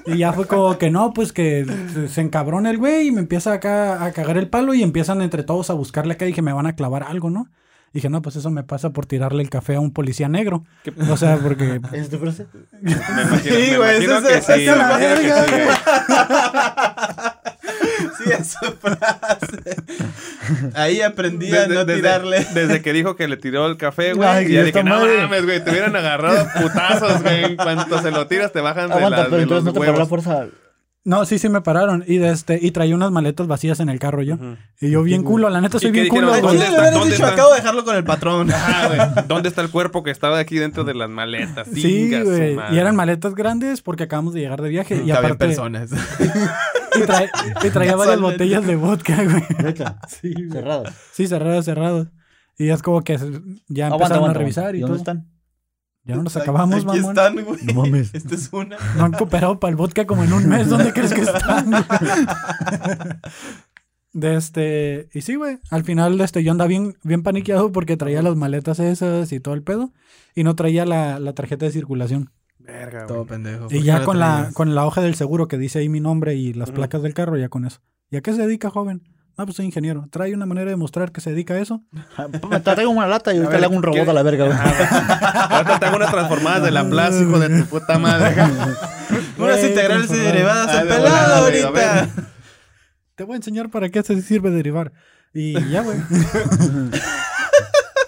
[SPEAKER 3] Y ya fue como que no, pues que se- se encabrona el güey y me empieza acá a cagar el palo y empiezan entre todos a buscarle acá. Dije, me van a clavar algo, ¿no? Dije, no, pues eso me pasa por tirarle el café a un policía negro. O sea, porque
[SPEAKER 2] ¿Es tu frase?
[SPEAKER 5] Me imagino,
[SPEAKER 4] Sí,
[SPEAKER 5] me
[SPEAKER 4] güey,
[SPEAKER 5] imagino
[SPEAKER 4] eso
[SPEAKER 5] que
[SPEAKER 4] se-
[SPEAKER 5] sí.
[SPEAKER 4] eso
[SPEAKER 5] me
[SPEAKER 4] la
[SPEAKER 5] imagino que
[SPEAKER 4] verga,
[SPEAKER 5] sí, güey.
[SPEAKER 4] Sí, es su frase. Ahí aprendí a
[SPEAKER 5] Desde-
[SPEAKER 4] no
[SPEAKER 5] desde-
[SPEAKER 4] tirarle.
[SPEAKER 5] Desde que dijo que le tiró el café,
[SPEAKER 2] Ay,
[SPEAKER 5] güey. Y ya
[SPEAKER 2] esta
[SPEAKER 5] dije, no
[SPEAKER 2] madre".
[SPEAKER 5] mames, güey. Te hubieran agarrado a putazos, güey. En cuanto se lo tiras, te bajan de,
[SPEAKER 2] Aguanta,
[SPEAKER 5] la,
[SPEAKER 2] pero
[SPEAKER 5] de los
[SPEAKER 2] entonces no te paró la
[SPEAKER 5] huevos.
[SPEAKER 2] fuerza.
[SPEAKER 3] No, sí, sí me pararon. Y de este, y traía unas maletas vacías en el carro yo. Y yo bien culo, la neta soy
[SPEAKER 5] ¿Y
[SPEAKER 3] bien
[SPEAKER 5] qué dijeron?
[SPEAKER 3] culo.
[SPEAKER 5] Ay,
[SPEAKER 3] güey.
[SPEAKER 4] Oye,
[SPEAKER 5] ¿dónde
[SPEAKER 4] le
[SPEAKER 5] está?
[SPEAKER 4] hubieras
[SPEAKER 5] ¿Dónde
[SPEAKER 4] dicho,
[SPEAKER 5] está?
[SPEAKER 4] acabo de dejarlo con el patrón.
[SPEAKER 5] Ah, güey, ¿Dónde está el cuerpo que estaba aquí dentro de las maletas?
[SPEAKER 3] Sí,
[SPEAKER 5] Chinga su
[SPEAKER 3] güey.
[SPEAKER 5] madre.
[SPEAKER 3] Y eran maletas grandes porque acabamos de llegar de viaje. Y
[SPEAKER 4] Cabían
[SPEAKER 3] aparte,
[SPEAKER 4] personas.
[SPEAKER 3] y, trae- y traía varias
[SPEAKER 4] Casualmente.
[SPEAKER 3] botellas de vodka, güey.
[SPEAKER 2] Neta. Sí. Cerrado.
[SPEAKER 3] Sí, cerrados, cerrados. Y es como que se- ya
[SPEAKER 2] Aguanta,
[SPEAKER 3] empezaron a
[SPEAKER 2] aguanta.
[SPEAKER 3] revisar y,
[SPEAKER 2] dónde
[SPEAKER 3] todo.
[SPEAKER 2] están?
[SPEAKER 3] Ya no nos acabamos,
[SPEAKER 4] Aquí
[SPEAKER 3] mamón.
[SPEAKER 4] están, güey.
[SPEAKER 2] No mames.
[SPEAKER 4] Esta es una.
[SPEAKER 3] No han cooperado para el vodka como en un mes. ¿Dónde crees que están? güey? De este. Y sí, güey. Al final, este, yo andaba bien, bien paniqueado porque traía las maletas esas y todo el pedo. Y no traía la, la tarjeta de circulación.
[SPEAKER 5] Verga, güey.
[SPEAKER 4] Todo pendejo.
[SPEAKER 3] Y ya con la, con la hoja del seguro que dice ahí mi nombre y las placas del carro, ya con eso. ¿Y a qué se dedica, joven? Ah, pues soy ingeniero. Trae una manera de mostrar que se dedica a eso.
[SPEAKER 2] Ah, me Traigo una lata y
[SPEAKER 5] A
[SPEAKER 2] ahorita
[SPEAKER 5] ver,
[SPEAKER 2] le hago un robot
[SPEAKER 5] ¿qué- Ah,
[SPEAKER 2] a la verga, güey.
[SPEAKER 5] Ahorita te hago unas transformadas de la plaza, hijo de tu puta madre.
[SPEAKER 4] Unas
[SPEAKER 3] Güey,
[SPEAKER 4] integrales y
[SPEAKER 3] transformado.
[SPEAKER 4] derivadas
[SPEAKER 5] Ah,
[SPEAKER 4] al
[SPEAKER 5] de volada,
[SPEAKER 4] pelado
[SPEAKER 5] güey, a ver.
[SPEAKER 4] ahorita.
[SPEAKER 3] Te voy a enseñar para qué se sirve derivar. Y ya, güey.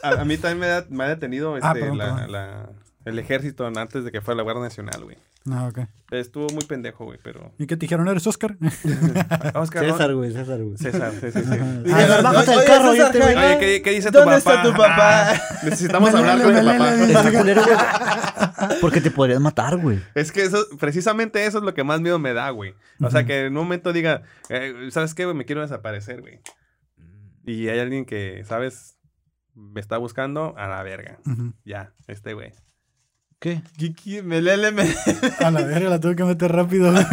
[SPEAKER 5] A, a mí también me, da- me ha detenido este,
[SPEAKER 3] Ah, perdón,
[SPEAKER 5] la-
[SPEAKER 3] perdón.
[SPEAKER 5] la- el ejército antes de que fuera la Guardia Nacional, güey.
[SPEAKER 3] No, Ah, ok.
[SPEAKER 5] Estuvo muy pendejo, güey, pero...
[SPEAKER 3] ¿Y qué te dijeron? ¿Eres Oscar?
[SPEAKER 5] Oscar, ¿no?
[SPEAKER 2] César, güey, César, güey.
[SPEAKER 5] César, sí, sí, sí.
[SPEAKER 2] Ah,
[SPEAKER 4] Oye,
[SPEAKER 2] bájate del
[SPEAKER 4] oye,
[SPEAKER 2] carro,
[SPEAKER 4] César,
[SPEAKER 2] ya te voy.
[SPEAKER 4] Jaime.
[SPEAKER 5] Oye, ¿qué, qué dice tu papá?
[SPEAKER 4] ¿Dónde está tu papá?
[SPEAKER 5] Ah, necesitamos
[SPEAKER 3] Me
[SPEAKER 5] hablar
[SPEAKER 3] lele,
[SPEAKER 5] con mi
[SPEAKER 3] me
[SPEAKER 5] papá.
[SPEAKER 3] lele.
[SPEAKER 2] Está culero, güey. Porque te podrías matar, güey.
[SPEAKER 5] Es que eso, precisamente eso es lo que más miedo me da, güey. O sea, que en un momento diga, eh, ¿sabes qué, güey? Me quiero desaparecer, güey. Y hay alguien que, ¿sabes? Me está buscando a la verga.
[SPEAKER 3] Ujú.
[SPEAKER 5] Ya, este güey.
[SPEAKER 2] ¿Qué?
[SPEAKER 4] Kiki, melele, me-
[SPEAKER 3] A la verga, la tuve que meter rápido.
[SPEAKER 2] ¿A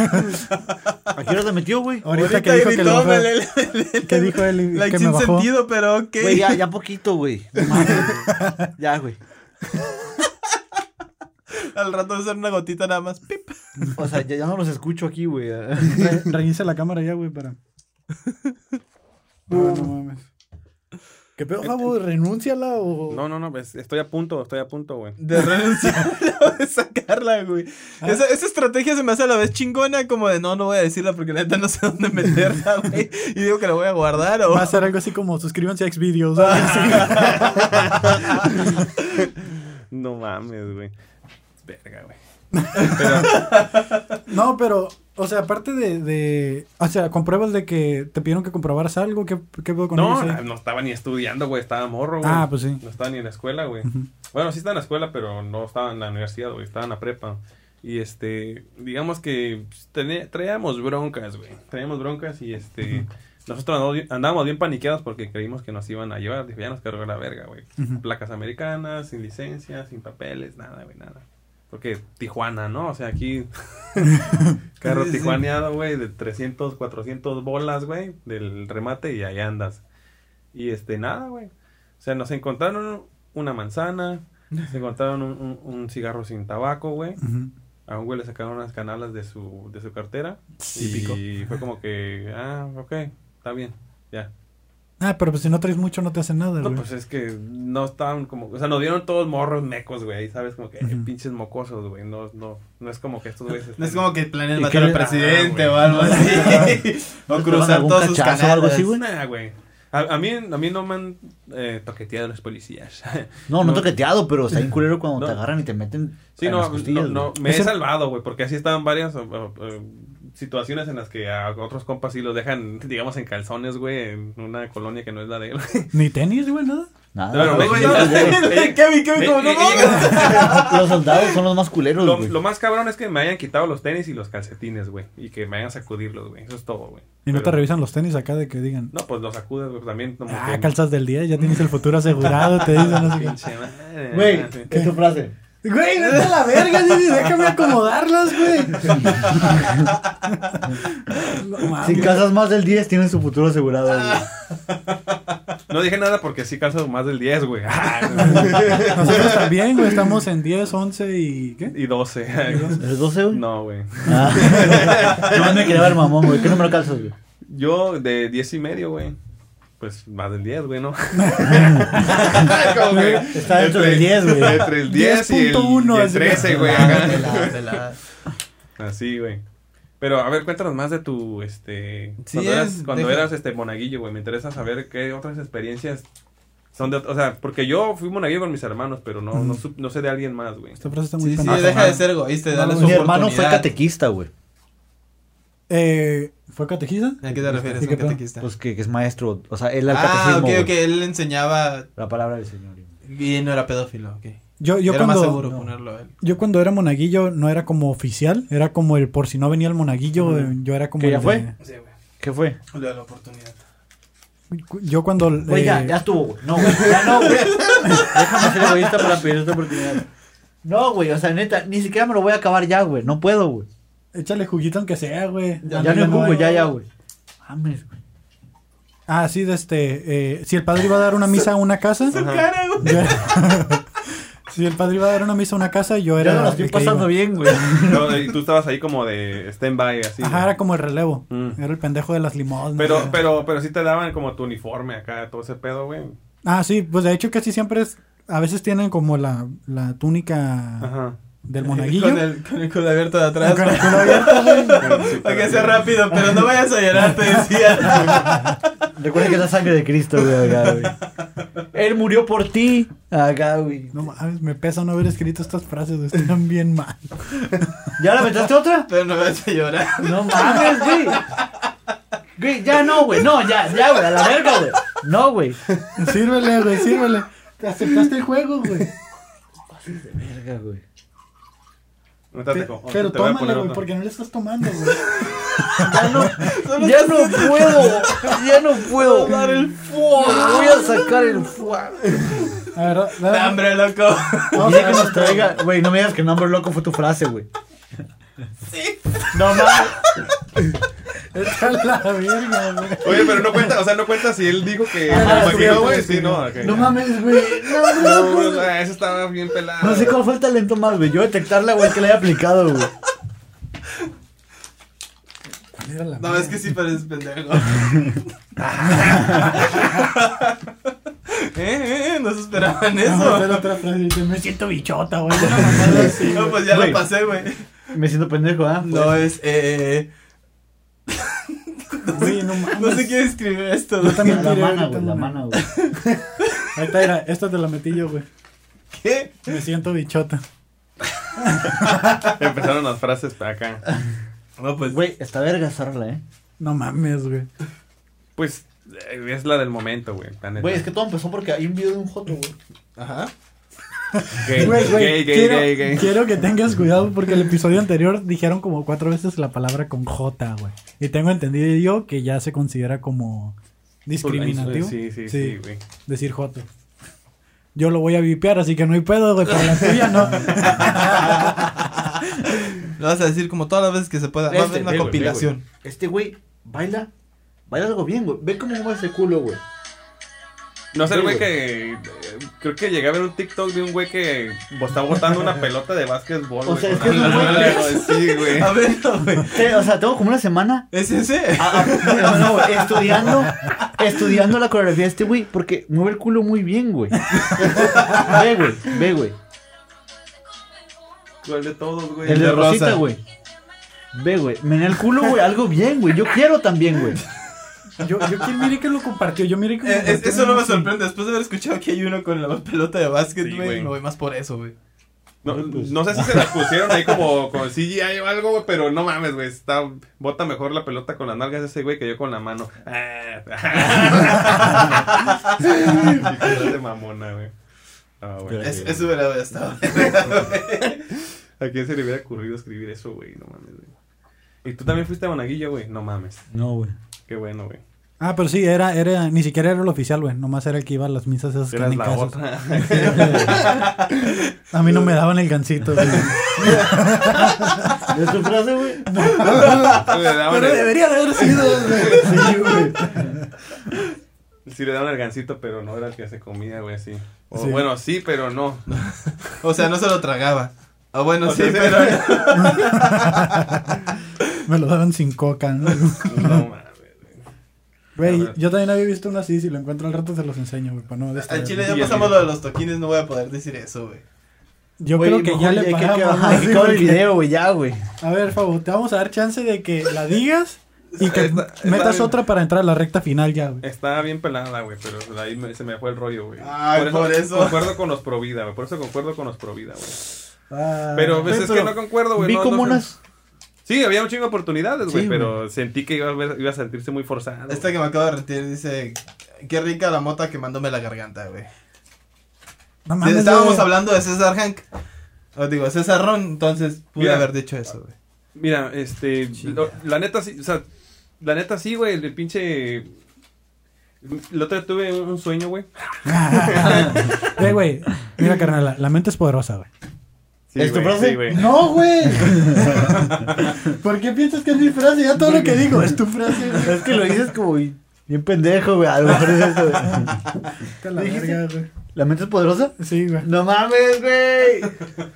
[SPEAKER 2] qué hora te metió, güey?
[SPEAKER 3] Ahorita que
[SPEAKER 4] ahorita
[SPEAKER 3] dijo que, lo
[SPEAKER 4] gritó,
[SPEAKER 3] bajó,
[SPEAKER 4] melele, melele.
[SPEAKER 3] que dijo él y
[SPEAKER 4] Like
[SPEAKER 3] que me
[SPEAKER 4] sin
[SPEAKER 3] bajó.
[SPEAKER 4] sentido, pero ok.
[SPEAKER 2] Güey, ya, ya poquito, güey. No mames, güey. Ya, güey.
[SPEAKER 4] Al rato va a ser una gotita nada más. Pip.
[SPEAKER 2] O sea, ya, ya no los escucho aquí, güey.
[SPEAKER 3] Re- Reinicia la cámara ya, güey, para. No, no mames. ¿Qué pedo, Fabo? ¿Renúnciala o.?
[SPEAKER 5] No, no, no, es- estoy a punto, estoy a punto, güey.
[SPEAKER 4] De Ah. renunciar, de sacarla, güey. Esa, esa estrategia se me hace a la vez chingona, como de no, no voy a decirla porque la neta no sé dónde meterla, güey. Y digo que la voy a guardar o.
[SPEAKER 3] Va a ser algo así como suscríbanse a Xvideos. Ah,
[SPEAKER 5] No mames, güey. Verga, güey.
[SPEAKER 3] No, pero, o sea, aparte de, de- O sea, con pruebas de que te pidieron que comprobaras algo, ¿qué, qué pedo con
[SPEAKER 5] No,
[SPEAKER 3] ellos ahí?
[SPEAKER 5] na- no estaba ni estudiando, güey, estaba morro, güey.
[SPEAKER 3] Ah, pues sí.
[SPEAKER 5] No estaba ni en la escuela, güey. Bueno, sí estaba en la escuela, pero no estaba en la universidad, güey, estaba en la prepa. Y este, digamos que pues, tené- traíamos broncas, güey. Traíamos broncas y este, nosotros andamos bien- andábamos bien paniqueados porque creímos que nos iban a llevar. Dije, ya nos cargó la verga, güey. Placas americanas, sin licencia, sin papeles, nada, güey, nada. Porque Tijuana, ¿no? O sea, aquí Carro
[SPEAKER 4] Sí, sí.
[SPEAKER 5] tijuaneado, güey, de 300, 400 bolas, güey, del remate y ahí andas. Y este, nada, güey. O sea, nos encontraron una manzana, nos encontraron un, un- un cigarro sin tabaco, güey.
[SPEAKER 3] Ujú.
[SPEAKER 5] A un güey le sacaron unas canalas de su, de su cartera.
[SPEAKER 3] Sí.
[SPEAKER 5] Y fue como que, ah, ok, está bien, ya.
[SPEAKER 3] Ah, pero pues si no traes mucho no te hacen nada, güey.
[SPEAKER 5] No, pues es que no estaban como, o sea, nos dieron todos morros mecos, güey, ahí sabes, como que eh,
[SPEAKER 3] Ujú.
[SPEAKER 5] pinches mocosos, güey, no, no, no es como que estos güeyes
[SPEAKER 4] No es
[SPEAKER 5] estén-
[SPEAKER 4] como que planean
[SPEAKER 2] ¿Y qué
[SPEAKER 4] matar al
[SPEAKER 2] le-
[SPEAKER 4] presidente
[SPEAKER 5] Ah,
[SPEAKER 4] o
[SPEAKER 5] güey.
[SPEAKER 4] algo así. o
[SPEAKER 2] ¿Te van a
[SPEAKER 4] cruzar
[SPEAKER 2] algún
[SPEAKER 4] todos sus
[SPEAKER 2] cachazo o algo
[SPEAKER 4] canales.
[SPEAKER 2] así, güey?
[SPEAKER 5] Nah, güey. A, a mí, a mí no me han eh, toqueteado los policías.
[SPEAKER 2] No, no, toqueteado, pero está bien culero cuando
[SPEAKER 5] No.
[SPEAKER 2] te agarran y te meten
[SPEAKER 5] Sí,
[SPEAKER 2] en
[SPEAKER 5] no,
[SPEAKER 2] las costillas,
[SPEAKER 5] no, no,
[SPEAKER 2] güey.
[SPEAKER 5] me he
[SPEAKER 3] Ese-
[SPEAKER 5] salvado, güey, porque así estaban varias o- o- eh, situaciones en las que a otros compas sí los dejan, digamos, en calzones, güey, en una colonia que no es la de él.
[SPEAKER 3] Ni tenis, güey, nada. Eh,
[SPEAKER 2] Nada,
[SPEAKER 5] Bueno,
[SPEAKER 2] Ah, güey.
[SPEAKER 5] güey,
[SPEAKER 2] Sí,
[SPEAKER 5] no.
[SPEAKER 2] güey.
[SPEAKER 4] Kevin, Kevin, como no mames.
[SPEAKER 2] Los soldados son los más culeros,
[SPEAKER 5] Lo,
[SPEAKER 2] güey.
[SPEAKER 5] lo más cabrón es que me hayan quitado los tenis y los calcetines, güey, y que me hayan sacudirlos, güey, eso es todo, güey.
[SPEAKER 3] Y no te
[SPEAKER 5] Pero-
[SPEAKER 3] revisan los tenis acá de que digan,
[SPEAKER 5] No, pues los sacudes, güey, también. Como
[SPEAKER 3] ah,
[SPEAKER 5] que- Ah,
[SPEAKER 3] calzas del 10, ya tienes el futuro asegurado, te dicen así.
[SPEAKER 5] Pinche madre, ah,
[SPEAKER 2] Güey,
[SPEAKER 5] madre.
[SPEAKER 2] ¿qué es tu frase?
[SPEAKER 3] Güey, no es la verga, sí, sí, déjame acomodarlas, güey. No
[SPEAKER 2] Si
[SPEAKER 3] mames.
[SPEAKER 2] casas más del 10, tienes tu futuro asegurado, güey.
[SPEAKER 5] No dije nada porque sí calzo más del 10, güey.
[SPEAKER 3] Nosotros también, güey, estamos en 10, 11 y... ¿qué?
[SPEAKER 5] y 12.
[SPEAKER 2] ¿Eres 12, güey?
[SPEAKER 5] no, güey.
[SPEAKER 2] Ah. Nomás me quería ver mamón, güey. ¿Qué número calzas, güey?
[SPEAKER 5] Yo de 10 y medio, güey. Pues más del 10, güey, ¿no? Como que
[SPEAKER 2] Está dentro del 10, güey.
[SPEAKER 5] Entre el 10 y el,
[SPEAKER 3] 10.1,
[SPEAKER 5] y el
[SPEAKER 3] así.
[SPEAKER 5] 13, güey.
[SPEAKER 4] Ah,
[SPEAKER 5] acá.
[SPEAKER 4] pelada, pelada.
[SPEAKER 5] Así, güey. Pero a ver, cuéntanos más de tu, este...
[SPEAKER 4] Sí,
[SPEAKER 5] cuando
[SPEAKER 4] es-
[SPEAKER 5] eras, cuando
[SPEAKER 4] deja-
[SPEAKER 5] eras, este, monaguillo, güey. Me interesa saber qué otras experiencias son de... O sea, porque yo fui monaguillo con mis hermanos, pero no, no, sup- no sé de alguien más, güey.
[SPEAKER 3] Esta frase está muy
[SPEAKER 4] Sí, sí,
[SPEAKER 3] pendeja.
[SPEAKER 4] deja de ser egoísta y dale su
[SPEAKER 2] Mi hermano fue
[SPEAKER 4] oportunidad.
[SPEAKER 2] catequista, güey.
[SPEAKER 3] Eh, ¿Fue catequista?
[SPEAKER 4] ¿A qué te refieres
[SPEAKER 3] ¿Y qué
[SPEAKER 4] con
[SPEAKER 3] pedo?
[SPEAKER 4] catequista?
[SPEAKER 2] Pues que, que es maestro. O sea, él al
[SPEAKER 4] Ah,
[SPEAKER 2] catecismo,
[SPEAKER 4] ok, ok,
[SPEAKER 2] güey.
[SPEAKER 4] él le enseñaba
[SPEAKER 2] La palabra del Señor. güey.
[SPEAKER 4] y no era pedófilo, ok.
[SPEAKER 3] Yo, yo
[SPEAKER 4] era
[SPEAKER 3] cuando...
[SPEAKER 4] más seguro
[SPEAKER 3] no.
[SPEAKER 4] ponerlo a él.
[SPEAKER 3] Yo cuando era monaguillo no era como oficial, era como el por si no venía el monaguillo, eh, yo era como...
[SPEAKER 2] ¿Que ya
[SPEAKER 3] el de-
[SPEAKER 2] fue?
[SPEAKER 4] Sí, güey.
[SPEAKER 2] ¿Qué fue?
[SPEAKER 4] Lo de la oportunidad.
[SPEAKER 3] cu- Yo cuando...
[SPEAKER 2] Güey, ya,
[SPEAKER 3] eh,
[SPEAKER 2] ya estuvo, güey. No, güey. Ya no, güey. Déjame ser egoísta para pedir esta oportunidad. No, güey. O sea, neta, ni siquiera me lo voy a acabar ya, güey. No puedo, güey.
[SPEAKER 3] Échale juguito aunque sea, güey.
[SPEAKER 2] Ya,
[SPEAKER 3] Ah,
[SPEAKER 2] no empujo,
[SPEAKER 3] hay.
[SPEAKER 2] ya, ya, güey. Mames, güey.
[SPEAKER 3] Ah, sí, de este... eh, si el padre iba a dar una misa a una casa... yo era- si el padre iba a dar una misa a una casa, yo
[SPEAKER 2] Ya
[SPEAKER 3] era...
[SPEAKER 2] no la
[SPEAKER 3] el
[SPEAKER 2] estoy
[SPEAKER 3] que
[SPEAKER 2] pasando
[SPEAKER 3] iba.
[SPEAKER 2] bien, güey.
[SPEAKER 5] No, y tú estabas ahí como de stand-by, así.
[SPEAKER 3] Ajá,
[SPEAKER 5] güey.
[SPEAKER 3] era como el relevo.
[SPEAKER 5] Mm.
[SPEAKER 3] Era el pendejo de las limosnas.
[SPEAKER 5] Pero,
[SPEAKER 3] güey.
[SPEAKER 5] pero, pero sí te daban como tu uniforme acá, todo ese pedo, güey.
[SPEAKER 3] Ah, sí, pues de hecho casi siempre es... A veces tienen como la, la túnica
[SPEAKER 5] Ajá.
[SPEAKER 3] del monaguillo.
[SPEAKER 4] Con el, con el culo abierto de atrás.
[SPEAKER 3] Con el culo abierto, güey.
[SPEAKER 4] Para que sea rápido, pero no vayas a llorar, te decía.
[SPEAKER 2] Recuerda que es la sangre de Cristo, güey, acá, güey. Él murió por ti. Acá, güey.
[SPEAKER 3] No mames, me pesa no haber escrito estas frases, güey, están bien mal.
[SPEAKER 2] ¿Ya ahora metaste otra?
[SPEAKER 4] Pero no vayas a llorar.
[SPEAKER 2] No mames, güey. Güey, ya no, güey. No, ya, ya, güey. A la verga, güey. No, güey.
[SPEAKER 3] Sírvele, güey, sírvele. Te aceptaste el juego, güey.
[SPEAKER 2] Verga, güey.
[SPEAKER 5] Ahorita te
[SPEAKER 3] Pe-
[SPEAKER 5] co- ahorita
[SPEAKER 3] Pero
[SPEAKER 5] te voy a
[SPEAKER 3] tómala,
[SPEAKER 5] poner
[SPEAKER 3] güey,
[SPEAKER 5] otra.
[SPEAKER 3] porque no le estás tomando, güey.
[SPEAKER 5] Ah,
[SPEAKER 2] Ya no, ya no puedo. Ya no puedo. Voy a sacar el fuá.
[SPEAKER 3] A ver, da-
[SPEAKER 4] De
[SPEAKER 3] da-
[SPEAKER 4] hambre, loco.
[SPEAKER 3] vamos
[SPEAKER 2] Mira
[SPEAKER 3] a
[SPEAKER 2] que nos
[SPEAKER 3] ver.
[SPEAKER 2] traiga. Güey, no me digas que el nombre loco fue tu frase, güey. Sí. No mames.
[SPEAKER 3] Está la verga, güey.
[SPEAKER 5] Oye, pero no cuenta, o sea, no cuenta si él dijo que
[SPEAKER 2] Ah,
[SPEAKER 5] se lo
[SPEAKER 2] sí,
[SPEAKER 5] imaginó,
[SPEAKER 2] sí,
[SPEAKER 5] güey.
[SPEAKER 2] sí,
[SPEAKER 5] Sí, no, ok.
[SPEAKER 2] No mames, güey. No,
[SPEAKER 5] No,
[SPEAKER 2] no,
[SPEAKER 5] güey,
[SPEAKER 2] güey.
[SPEAKER 5] o sea, eso estaba bien pelado.
[SPEAKER 2] No sé cuál fue el talento más, güey. Yo detectarla, güey, que le haya aplicado, güey.
[SPEAKER 3] Mira la
[SPEAKER 4] No, es que sí pareces pendejo. eh, eh, no se esperaban
[SPEAKER 3] Vamos a hacer
[SPEAKER 4] eso.
[SPEAKER 3] otra frase. dice, Me siento bichota, güey. Una mamada así,
[SPEAKER 4] No,
[SPEAKER 3] güey.
[SPEAKER 4] pues ya
[SPEAKER 2] Güey.
[SPEAKER 4] lo pasé, güey.
[SPEAKER 2] Me siento pendejo, ¿ah?
[SPEAKER 4] No, es, eh...
[SPEAKER 3] Güey, no
[SPEAKER 4] No
[SPEAKER 3] mames.
[SPEAKER 4] sé quién escribió esto.
[SPEAKER 3] Yo también
[SPEAKER 2] la
[SPEAKER 3] tiré
[SPEAKER 2] mano,
[SPEAKER 3] ahorita
[SPEAKER 2] güey. La
[SPEAKER 3] una.
[SPEAKER 2] mano, güey.
[SPEAKER 3] Ahí está, mira, esta te la metí yo, güey.
[SPEAKER 4] ¿Qué?
[SPEAKER 3] Me siento bichota.
[SPEAKER 5] Empezaron las frases para acá.
[SPEAKER 4] No, pues...
[SPEAKER 2] Güey, está verga zorla, eh.
[SPEAKER 3] No mames, güey.
[SPEAKER 5] Pues eh, es la del momento, güey. la neta.
[SPEAKER 2] Güey, es que todo empezó porque hay un video de un joto, güey.
[SPEAKER 4] Ajá.
[SPEAKER 5] Gay,
[SPEAKER 3] Güey, güey,
[SPEAKER 5] gay, gay,
[SPEAKER 3] quiero,
[SPEAKER 5] gay, gay.
[SPEAKER 3] quiero que tengas cuidado porque el episodio anterior dijeron como cuatro veces la palabra con J, güey. Y tengo entendido yo que ya se considera como discriminativo.
[SPEAKER 5] Sí, sí, sí, güey.
[SPEAKER 3] Decir J. Yo lo voy a vipear, así que no hay pedo, güey, pero la tuya no.
[SPEAKER 4] Lo vas a decir como todas las veces que se pueda. Va a haber
[SPEAKER 2] Este,
[SPEAKER 4] una
[SPEAKER 5] ve, güey, ve,
[SPEAKER 4] compilación.
[SPEAKER 2] Este güey baila, baila algo bien, güey. Ve cómo mueve ese culo, güey.
[SPEAKER 5] No sé, el
[SPEAKER 2] Sí,
[SPEAKER 5] güey
[SPEAKER 2] güey.
[SPEAKER 5] que. eh, Creo que llegué a ver un TikTok de un güey que está botando una pelota de básquetbol.
[SPEAKER 2] O
[SPEAKER 5] güey,
[SPEAKER 2] sea, es
[SPEAKER 5] con
[SPEAKER 2] que es
[SPEAKER 5] la-
[SPEAKER 2] un güey que-
[SPEAKER 5] güey, Sí, güey.
[SPEAKER 4] A ver, no, güey.
[SPEAKER 2] Sí, o sea, tengo como una semana
[SPEAKER 4] ¿Es ese?
[SPEAKER 2] a- a- Ah, no, güey, estudiando, estudiando la coreografía de este güey, porque mueve el culo muy bien, güey. Ve, güey, ve, güey.
[SPEAKER 5] ¿Cuál de todos, güey?
[SPEAKER 2] El de
[SPEAKER 4] de
[SPEAKER 2] Rosita,
[SPEAKER 4] Rosa.
[SPEAKER 2] güey. Ve, güey. Menea el culo, güey. Algo bien, güey. Yo quiero también, güey.
[SPEAKER 3] Yo, yo quién miré que lo compartió, yo miré que lo
[SPEAKER 4] Eh, es-
[SPEAKER 3] compartió,
[SPEAKER 4] eso no me
[SPEAKER 3] sé.
[SPEAKER 4] sorprende. Después de haber escuchado que hay uno con la pelota de básquet,
[SPEAKER 5] Sí,
[SPEAKER 4] güey,
[SPEAKER 5] güey.
[SPEAKER 4] me voy más por eso, güey.
[SPEAKER 5] No,
[SPEAKER 3] pues.
[SPEAKER 5] no sé si se las pusieron ahí como con CGI o algo, güey, pero no mames, güey. Está, bota mejor la pelota con las nalgas de ese güey que yo con la mano. Ah. Y que no se mamona, güey. Ah, güey.
[SPEAKER 4] Es- Eso hubiera hubiera estado.
[SPEAKER 5] ¿A quién se le hubiera ocurrido escribir eso, güey? No mames, güey. Y tú también fuiste a Monaguillo, güey. No mames.
[SPEAKER 3] No, güey.
[SPEAKER 5] Qué bueno, güey.
[SPEAKER 3] Ah, pero sí, era, era, ni siquiera era el oficial, güey. Nomás era el que iba a las misas esas
[SPEAKER 5] Eras la
[SPEAKER 3] canicas.
[SPEAKER 5] otra.
[SPEAKER 3] A mí no me daban el gancito, güey.
[SPEAKER 2] ¿Es tu frase, güey?
[SPEAKER 5] Le daban
[SPEAKER 3] Pero
[SPEAKER 5] el-
[SPEAKER 3] debería de haber sido, güey.
[SPEAKER 2] Sí, güey.
[SPEAKER 5] Sí, le daban el gancito, pero no era el que se comía, güey, sí. O,
[SPEAKER 3] Sí.
[SPEAKER 5] Bueno, sí, pero no.
[SPEAKER 4] O sea, no se lo tragaba. Ah, bueno,
[SPEAKER 5] O
[SPEAKER 4] sí,
[SPEAKER 5] sea, sí.
[SPEAKER 4] pero.
[SPEAKER 3] Me lo daban sin coca, ¿no?
[SPEAKER 5] No mames. güey.
[SPEAKER 3] Güey,
[SPEAKER 5] A ver.
[SPEAKER 3] yo también había visto una así, si lo encuentro al rato se los enseño, güey, para no
[SPEAKER 4] Al
[SPEAKER 3] distraerme.
[SPEAKER 4] chile
[SPEAKER 5] Y
[SPEAKER 4] ya
[SPEAKER 5] el-
[SPEAKER 4] pasamos lo de los toquines, no voy a poder decir eso, güey.
[SPEAKER 3] Yo
[SPEAKER 2] Güey,
[SPEAKER 3] creo que ya
[SPEAKER 2] mejor hay
[SPEAKER 3] le
[SPEAKER 2] que
[SPEAKER 3] pagamos.
[SPEAKER 2] acabar- hay que
[SPEAKER 3] sí,
[SPEAKER 2] acabar el
[SPEAKER 3] porque-
[SPEAKER 2] video, güey. Ya, güey.
[SPEAKER 3] A ver, Fabo, te vamos a dar chance de que la digas y que
[SPEAKER 5] Está- está
[SPEAKER 3] metas
[SPEAKER 5] bien.
[SPEAKER 3] otra para entrar a la recta final ya, güey.
[SPEAKER 5] Estaba bien pelada, güey, pero ahí me- se me fue el rollo, güey.
[SPEAKER 4] Ay, por eso.
[SPEAKER 5] Concuerdo con los Provida, güey. Por eso concuerdo con los Provida, güey.
[SPEAKER 3] Ah,
[SPEAKER 5] Pero pues,
[SPEAKER 2] Güey,
[SPEAKER 5] es
[SPEAKER 2] pero
[SPEAKER 5] que no concuerdo, güey.
[SPEAKER 2] Vi
[SPEAKER 5] no-
[SPEAKER 2] como
[SPEAKER 5] no sé.
[SPEAKER 2] unas.
[SPEAKER 5] Sí, había un chingo de oportunidades, güey,
[SPEAKER 2] Sí,
[SPEAKER 5] pero sentí que iba a, ver- iba a sentirse muy forzado.
[SPEAKER 4] Esta que me acabo de retirar dice: Qué rica la mota quemándome la garganta, güey.
[SPEAKER 3] no
[SPEAKER 4] Sí,
[SPEAKER 3] mames,
[SPEAKER 4] Estábamos
[SPEAKER 3] güey.
[SPEAKER 4] hablando de César Hank. O digo, César Ron, entonces pude
[SPEAKER 5] Mira.
[SPEAKER 4] haber dicho eso, güey.
[SPEAKER 5] Mira, este,
[SPEAKER 4] Chinga.
[SPEAKER 5] lo- la neta sí, o sea, la neta sí, güey, el, el pinche... El otro día tuve un sueño, güey.
[SPEAKER 3] Eh, güey, mira, carnal, la, la mente es poderosa, güey.
[SPEAKER 5] Sí,
[SPEAKER 2] ¿Es tu
[SPEAKER 5] güey,
[SPEAKER 2] frase?
[SPEAKER 5] sí, güey.
[SPEAKER 3] No, güey. ¿Por qué piensas que es mi frase? Ya todo lo que digo es tu frase. güey.
[SPEAKER 2] Es que lo dices como bien bien pendejo, güey. A lo mejor es eso, güey.
[SPEAKER 3] Vete a la
[SPEAKER 2] ¿Dijiste?
[SPEAKER 3] verga, güey.
[SPEAKER 2] ¿La mente es poderosa?
[SPEAKER 3] Sí, güey.
[SPEAKER 2] No mames, güey.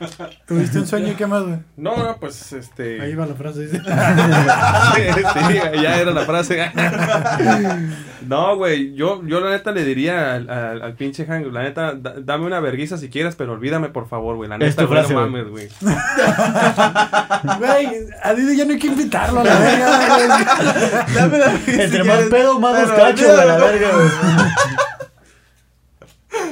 [SPEAKER 3] Tuviste un sueño y qué más, güey.
[SPEAKER 5] No, no, pues,
[SPEAKER 3] Ahí
[SPEAKER 5] este...
[SPEAKER 3] va la frase. dice.
[SPEAKER 5] sí, sí, ya era la frase. no, güey, yo, yo la neta le diría al, al- al pinche Hank, la neta, da- dame una verguiza si quieres, pero olvídame, por favor, güey. La
[SPEAKER 2] Es
[SPEAKER 5] neta,
[SPEAKER 2] tu
[SPEAKER 5] güey,
[SPEAKER 2] frase,
[SPEAKER 5] no
[SPEAKER 2] güey.
[SPEAKER 5] mames, güey.
[SPEAKER 3] Güey, a Dido ya no hay que invitarlo a la verga, güey.
[SPEAKER 4] Dame la
[SPEAKER 2] Entre
[SPEAKER 4] si
[SPEAKER 2] más
[SPEAKER 4] quieres,
[SPEAKER 2] pedo, más
[SPEAKER 4] pero
[SPEAKER 2] nos cacho, güey. a La
[SPEAKER 4] olvídalo.
[SPEAKER 2] verga, güey.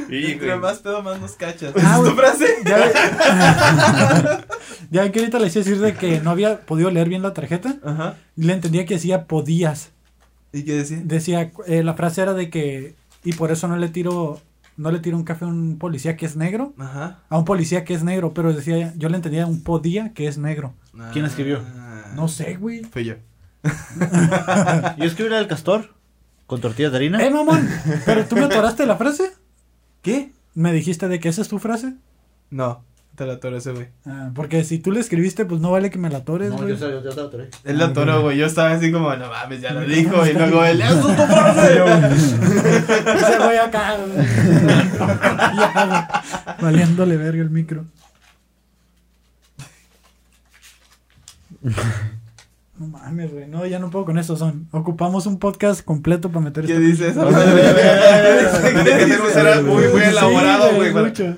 [SPEAKER 5] Y,
[SPEAKER 4] Entre
[SPEAKER 5] güey,
[SPEAKER 4] más pedo, más nos cachas.
[SPEAKER 3] Ah,
[SPEAKER 4] ¿Esa ¿Es tu
[SPEAKER 3] güey.
[SPEAKER 4] frase?
[SPEAKER 3] Ya, ya ven que ahorita le hice decir de que no había podido leer bien la tarjeta.
[SPEAKER 4] Ajá.
[SPEAKER 3] Y le entendía que decía podías.
[SPEAKER 4] ¿Y qué decía?
[SPEAKER 3] Decía, eh, la frase era de que, y por eso no le tiro, no le tiro un café a un policía que es negro.
[SPEAKER 4] Ajá.
[SPEAKER 3] A un policía que es negro, pero decía, yo le entendía un podía que es negro.
[SPEAKER 2] ¿Quién escribió?
[SPEAKER 4] Ah.
[SPEAKER 3] No sé, güey.
[SPEAKER 4] Fui yo.
[SPEAKER 2] Yo escribí la del castor con tortillas de harina.
[SPEAKER 3] Eh, mamón, pero tú me atoraste la frase. ¿Qué? ¿Me dijiste de que esa es tu frase?
[SPEAKER 4] No, te la atoró ese güey.
[SPEAKER 3] Ah, porque si tú le escribiste, pues no vale que me la atores, güey.
[SPEAKER 2] yo te atoré.
[SPEAKER 4] Él la atoró, Ah, güey. Yo estaba así como, no mames, ya lo dijo. Y luego él, "Ah, ¡Eso es tu frase!
[SPEAKER 3] Ese güey acá. güey. Ya, güey. Valiéndole verga el micro. No mames, güey. No, ya no puedo con eso, son. Ocupamos un podcast completo para meter
[SPEAKER 4] ¿Qué
[SPEAKER 3] esto.
[SPEAKER 4] dice esa
[SPEAKER 5] Tiene
[SPEAKER 4] madre?
[SPEAKER 5] que ser un ser muy, muy
[SPEAKER 3] Sí,
[SPEAKER 5] elaborado,
[SPEAKER 3] güey,
[SPEAKER 5] güey. para-
[SPEAKER 3] mucho.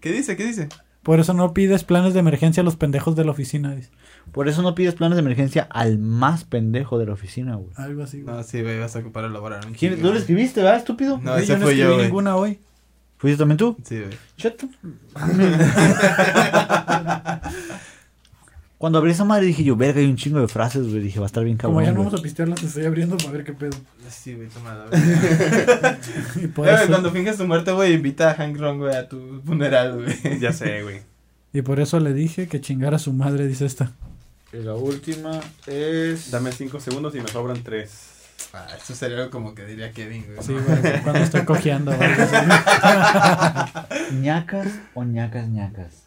[SPEAKER 4] ¿Qué dice? ¿Qué dice?
[SPEAKER 3] Por eso no pides planes de emergencia a los pendejos de la oficina, dice.
[SPEAKER 2] Por eso no pides planes de emergencia al más pendejo de la oficina, güey.
[SPEAKER 3] Algo así, güey.
[SPEAKER 5] Ah,
[SPEAKER 4] No, sí, güey, vas a ocupar elaborar un
[SPEAKER 2] ¿Quién-
[SPEAKER 4] chingo,
[SPEAKER 2] ¿Tú lo
[SPEAKER 4] güey.
[SPEAKER 2] escribiste, verdad, estúpido?
[SPEAKER 4] No,
[SPEAKER 3] Güey,
[SPEAKER 4] ese
[SPEAKER 3] yo no
[SPEAKER 4] fui yo,
[SPEAKER 3] escribí
[SPEAKER 4] güey.
[SPEAKER 3] ninguna hoy.
[SPEAKER 2] ¿Fuiste también tú?
[SPEAKER 4] Sí, güey.
[SPEAKER 2] Shut up. Cuando abrí esa madre dije yo, verga, hay un chingo de frases, güey. Dije, va a estar bien
[SPEAKER 3] Como
[SPEAKER 2] cabrón.
[SPEAKER 3] ya no
[SPEAKER 2] güey.
[SPEAKER 3] vamos a pistear, las estoy abriendo para ver qué pedo.
[SPEAKER 4] Sí, güey, tomada, güey.
[SPEAKER 3] Y
[SPEAKER 4] Ya,
[SPEAKER 3] por
[SPEAKER 4] güey,
[SPEAKER 3] eso-
[SPEAKER 4] Cuando finges tu muerte, güey, invita a Hank Ron, güey, a tu funeral, güey.
[SPEAKER 5] Ya sé, güey.
[SPEAKER 3] y por eso le dije que chingara a su madre, dice esta.
[SPEAKER 2] La última es.
[SPEAKER 5] Dame cinco segundos y me sobran tres.
[SPEAKER 4] Ah, eso sería algo como que diría Kevin, güey.
[SPEAKER 3] Sí, güey, cuando estoy cojeando. güey.
[SPEAKER 2] ¿Ñacas o ñacas, ñacas?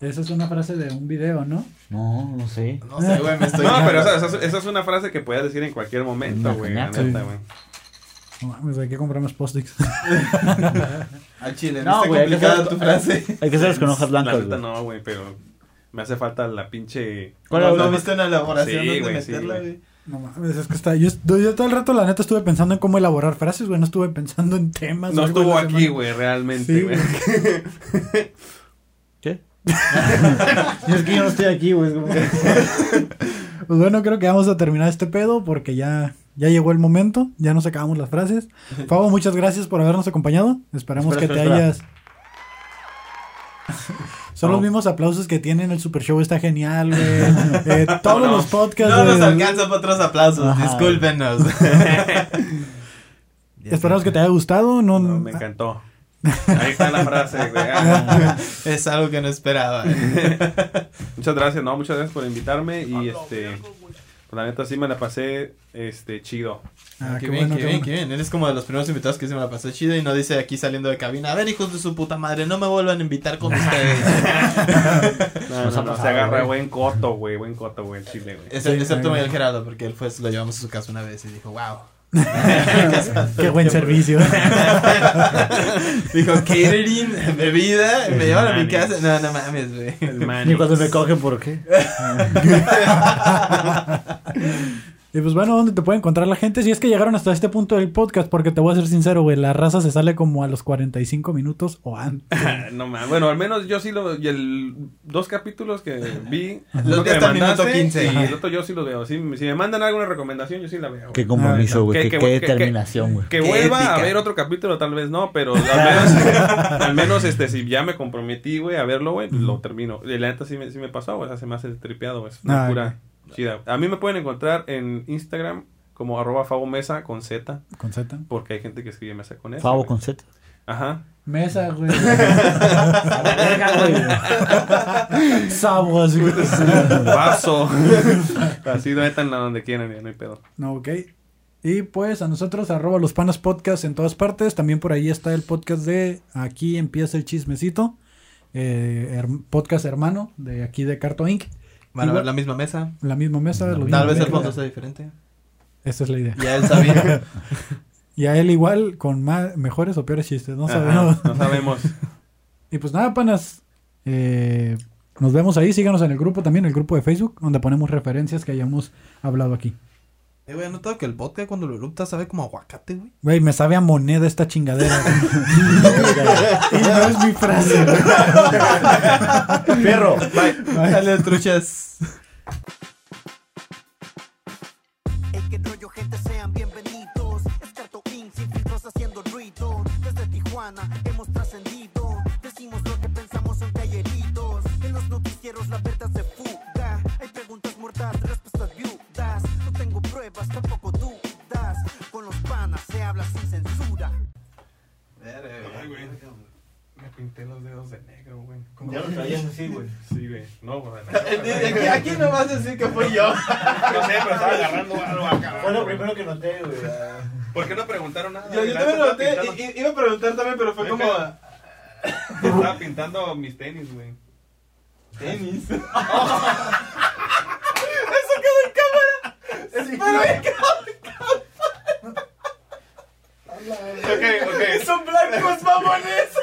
[SPEAKER 3] Esa es una frase de un video, ¿no?
[SPEAKER 2] No, no sé.
[SPEAKER 4] No sé, güey, me estoy.
[SPEAKER 5] No, pero esa, esa- esa es una frase que puedes decir en cualquier momento, güey. la
[SPEAKER 2] Sí.
[SPEAKER 5] neta, güey.
[SPEAKER 3] No mames, hay que comprar más post-its.
[SPEAKER 4] Al chile,
[SPEAKER 2] No,
[SPEAKER 4] no, está
[SPEAKER 2] güey, hay que
[SPEAKER 4] complicada
[SPEAKER 2] hacer-
[SPEAKER 4] tu frase.
[SPEAKER 2] Hay que hacerlos con hojas
[SPEAKER 5] La
[SPEAKER 2] blancas,
[SPEAKER 5] neta
[SPEAKER 2] güey.
[SPEAKER 5] no, güey, pero me hace falta la pinche.
[SPEAKER 2] ¿Cuál
[SPEAKER 4] no,
[SPEAKER 2] era
[SPEAKER 4] no
[SPEAKER 2] la-
[SPEAKER 4] viste una elaboración
[SPEAKER 5] Sí,
[SPEAKER 4] donde
[SPEAKER 5] güey, sí,
[SPEAKER 4] meterla,
[SPEAKER 5] güey.
[SPEAKER 4] güey.
[SPEAKER 3] No mames, es que está. Yo, est- yo todo el rato, la neta, estuve pensando en cómo elaborar frases, güey. No estuve pensando en temas.
[SPEAKER 5] No
[SPEAKER 3] o algo en
[SPEAKER 5] estuvo
[SPEAKER 3] la
[SPEAKER 5] aquí,
[SPEAKER 3] semana.
[SPEAKER 5] güey,
[SPEAKER 3] Sí,
[SPEAKER 5] realmente, güey.
[SPEAKER 2] ¿Qué? es que yo no estoy aquí, güey. es como que-
[SPEAKER 3] Pues bueno, creo que vamos a terminar este pedo porque ya, ya llegó el momento. Ya nos acabamos las frases. Fabo, muchas gracias por habernos acompañado. Esperamos
[SPEAKER 2] Espera,
[SPEAKER 3] que
[SPEAKER 2] espera,
[SPEAKER 3] te
[SPEAKER 2] espera.
[SPEAKER 3] hayas. Son los
[SPEAKER 5] No.
[SPEAKER 3] mismos aplausos que tienen el Super Show, está genial, güey. Eh, todos
[SPEAKER 5] No, no.
[SPEAKER 3] los podcasts.
[SPEAKER 4] No nos
[SPEAKER 3] del-
[SPEAKER 4] alcanza para otros aplausos,
[SPEAKER 2] Ajá.
[SPEAKER 4] discúlpenos.
[SPEAKER 3] Esperamos que te haya gustado. No,
[SPEAKER 5] No, ah. me encantó. Ahí está la frase, güey. Ah,
[SPEAKER 4] es algo que no esperaba. eh.
[SPEAKER 5] Muchas gracias, no, muchas gracias por invitarme y este. La neta sí me la pasé este chido.
[SPEAKER 3] Ah, qué
[SPEAKER 4] qué, bien,
[SPEAKER 3] bueno,
[SPEAKER 4] qué,
[SPEAKER 3] qué
[SPEAKER 4] bien,
[SPEAKER 3] bueno.
[SPEAKER 4] qué bien. Él es como de los primeros invitados que se me la pasó chido y no dice aquí saliendo de cabina. A ver, hijos de su puta madre, no me vuelvan a invitar con ustedes.
[SPEAKER 5] No,
[SPEAKER 2] Nos
[SPEAKER 5] no,
[SPEAKER 2] ha
[SPEAKER 5] no,
[SPEAKER 2] pasado,
[SPEAKER 5] se agarra
[SPEAKER 2] güey.
[SPEAKER 5] buen coto, güey, Eh. buen coto, güey, el chile, güey.
[SPEAKER 4] Excepto,
[SPEAKER 3] Sí,
[SPEAKER 4] excepto
[SPEAKER 3] claro.
[SPEAKER 4] Miguel Gerardo, porque él fue, lo llevamos a su casa una vez y dijo, wow.
[SPEAKER 3] Qué buen servicio.
[SPEAKER 4] dijo, catering, bebida, me llevan a mi casa. No, no mames, güey.
[SPEAKER 5] El
[SPEAKER 2] Ni
[SPEAKER 5] Manny.
[SPEAKER 2] cuando me cogen, ¿por qué?
[SPEAKER 3] Y pues bueno, ¿dónde te puede encontrar la gente? Si es que llegaron hasta este punto del podcast, porque te voy a ser sincero, güey, la raza se sale como a los 45 minutos o antes.
[SPEAKER 5] Ah, No mames. Bueno, al menos yo sí lo. Y el, dos capítulos que vi.
[SPEAKER 4] Los
[SPEAKER 5] uno
[SPEAKER 4] vi hasta el minuto 15.
[SPEAKER 5] Y el otro yo sí los veo. Si, si me mandan alguna recomendación, yo sí la veo.
[SPEAKER 2] Qué
[SPEAKER 5] güey.
[SPEAKER 2] compromiso, güey.
[SPEAKER 5] Qué-
[SPEAKER 2] Qué,
[SPEAKER 5] qué-
[SPEAKER 2] qué
[SPEAKER 5] qué-
[SPEAKER 2] determinación, güey.
[SPEAKER 5] Que
[SPEAKER 4] Qué
[SPEAKER 5] vuelva a
[SPEAKER 4] ética.
[SPEAKER 5] ver otro capítulo, tal vez no, pero al menos, al menos este, si ya me comprometí, güey, a verlo, güey, pues lo termino. Y la neta sí me, sí me pasó, güey, o sea, se me hace tripeado, güey, es una
[SPEAKER 3] Ah,
[SPEAKER 5] cura chida. A mí me pueden encontrar en Instagram como arroba Fabo Mesa con Z,
[SPEAKER 3] Con Z.
[SPEAKER 5] porque hay gente que escribe Mesa con S.
[SPEAKER 2] Favo
[SPEAKER 5] güey.
[SPEAKER 2] con Z.
[SPEAKER 5] Ajá.
[SPEAKER 3] Mesa, güey. Sabos, güey.
[SPEAKER 5] Vaso. Así, métanla donde quieran, ya no hay pedo.
[SPEAKER 3] No, ok. Y pues a nosotros, arroba los panas podcast en todas partes. También por ahí está el podcast de Aquí empieza el chismecito. eh, her- podcast hermano de aquí de Carto Inc.
[SPEAKER 4] Van a
[SPEAKER 3] Igual-
[SPEAKER 4] ver la misma mesa.
[SPEAKER 3] La misma mesa. lo mismo
[SPEAKER 4] Tal vez el
[SPEAKER 3] verga.
[SPEAKER 4] fondo sea diferente.
[SPEAKER 3] Esa es la idea.
[SPEAKER 4] Ya él sabía.
[SPEAKER 3] Y a él igual, con más, mejores o peores chistes. No
[SPEAKER 5] Ajá,
[SPEAKER 3] sabemos.
[SPEAKER 5] No sabemos.
[SPEAKER 3] Y pues nada, panas. eh, nos vemos ahí. Síganos en el grupo también, el grupo de Facebook, donde ponemos referencias que hayamos hablado aquí.
[SPEAKER 4] Eh, güey, he notado que el vodka cuando lo erupta sabe como aguacate, güey.
[SPEAKER 3] Güey, me sabe a moneda esta chingadera. y no es mi frase.
[SPEAKER 2] Perro.
[SPEAKER 4] Dale, truchas.
[SPEAKER 1] Hey, qué rollo, gente, sean bienvenidos. Es Carto Inc, sin filtros haciendo ruido. Desde Tijuana hemos trascendido. Decimos lo que pensamos en talleritos. En los noticieros la verdad se fuga. Hay preguntas mortales, respuestas viudas. No tengo pruebas, tampoco dudas. Con los panas se habla sin censura.
[SPEAKER 5] Me pinté los dedos de negro, güey.
[SPEAKER 2] Ya lo traías así, güey.
[SPEAKER 5] Sí, güey. No, güey.
[SPEAKER 4] Aquí, aquí no vas a decir que fui yo.
[SPEAKER 5] No sé, pero estaba agarrando algo acá.
[SPEAKER 2] que noté, güey.
[SPEAKER 5] ¿Por qué no preguntaron nada?
[SPEAKER 4] Yo, yo
[SPEAKER 5] La
[SPEAKER 4] también
[SPEAKER 5] neta
[SPEAKER 4] lo
[SPEAKER 5] estaba
[SPEAKER 4] noté.
[SPEAKER 5] pintando-
[SPEAKER 4] I- Iba a preguntar también, pero fue
[SPEAKER 5] Ve,
[SPEAKER 4] como
[SPEAKER 5] pero- Estaba pintando mis tenis, güey.
[SPEAKER 4] tenis. Eso quedó en cámara. Espero que
[SPEAKER 5] Ok, ok.
[SPEAKER 4] son blancos mamones.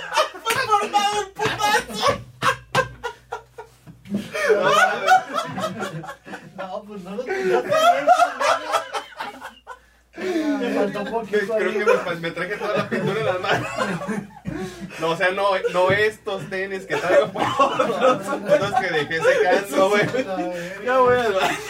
[SPEAKER 6] No, pues no lo tenía tan hecho, ¿no? Me faltó poquito
[SPEAKER 5] Creo
[SPEAKER 6] ahí.
[SPEAKER 5] que me, me traje toda la pintura en las manos. No, o sea, no, no estos tenis que traigo por los que dejé secando, güey.
[SPEAKER 6] A ver.
[SPEAKER 4] Ya voy al baño.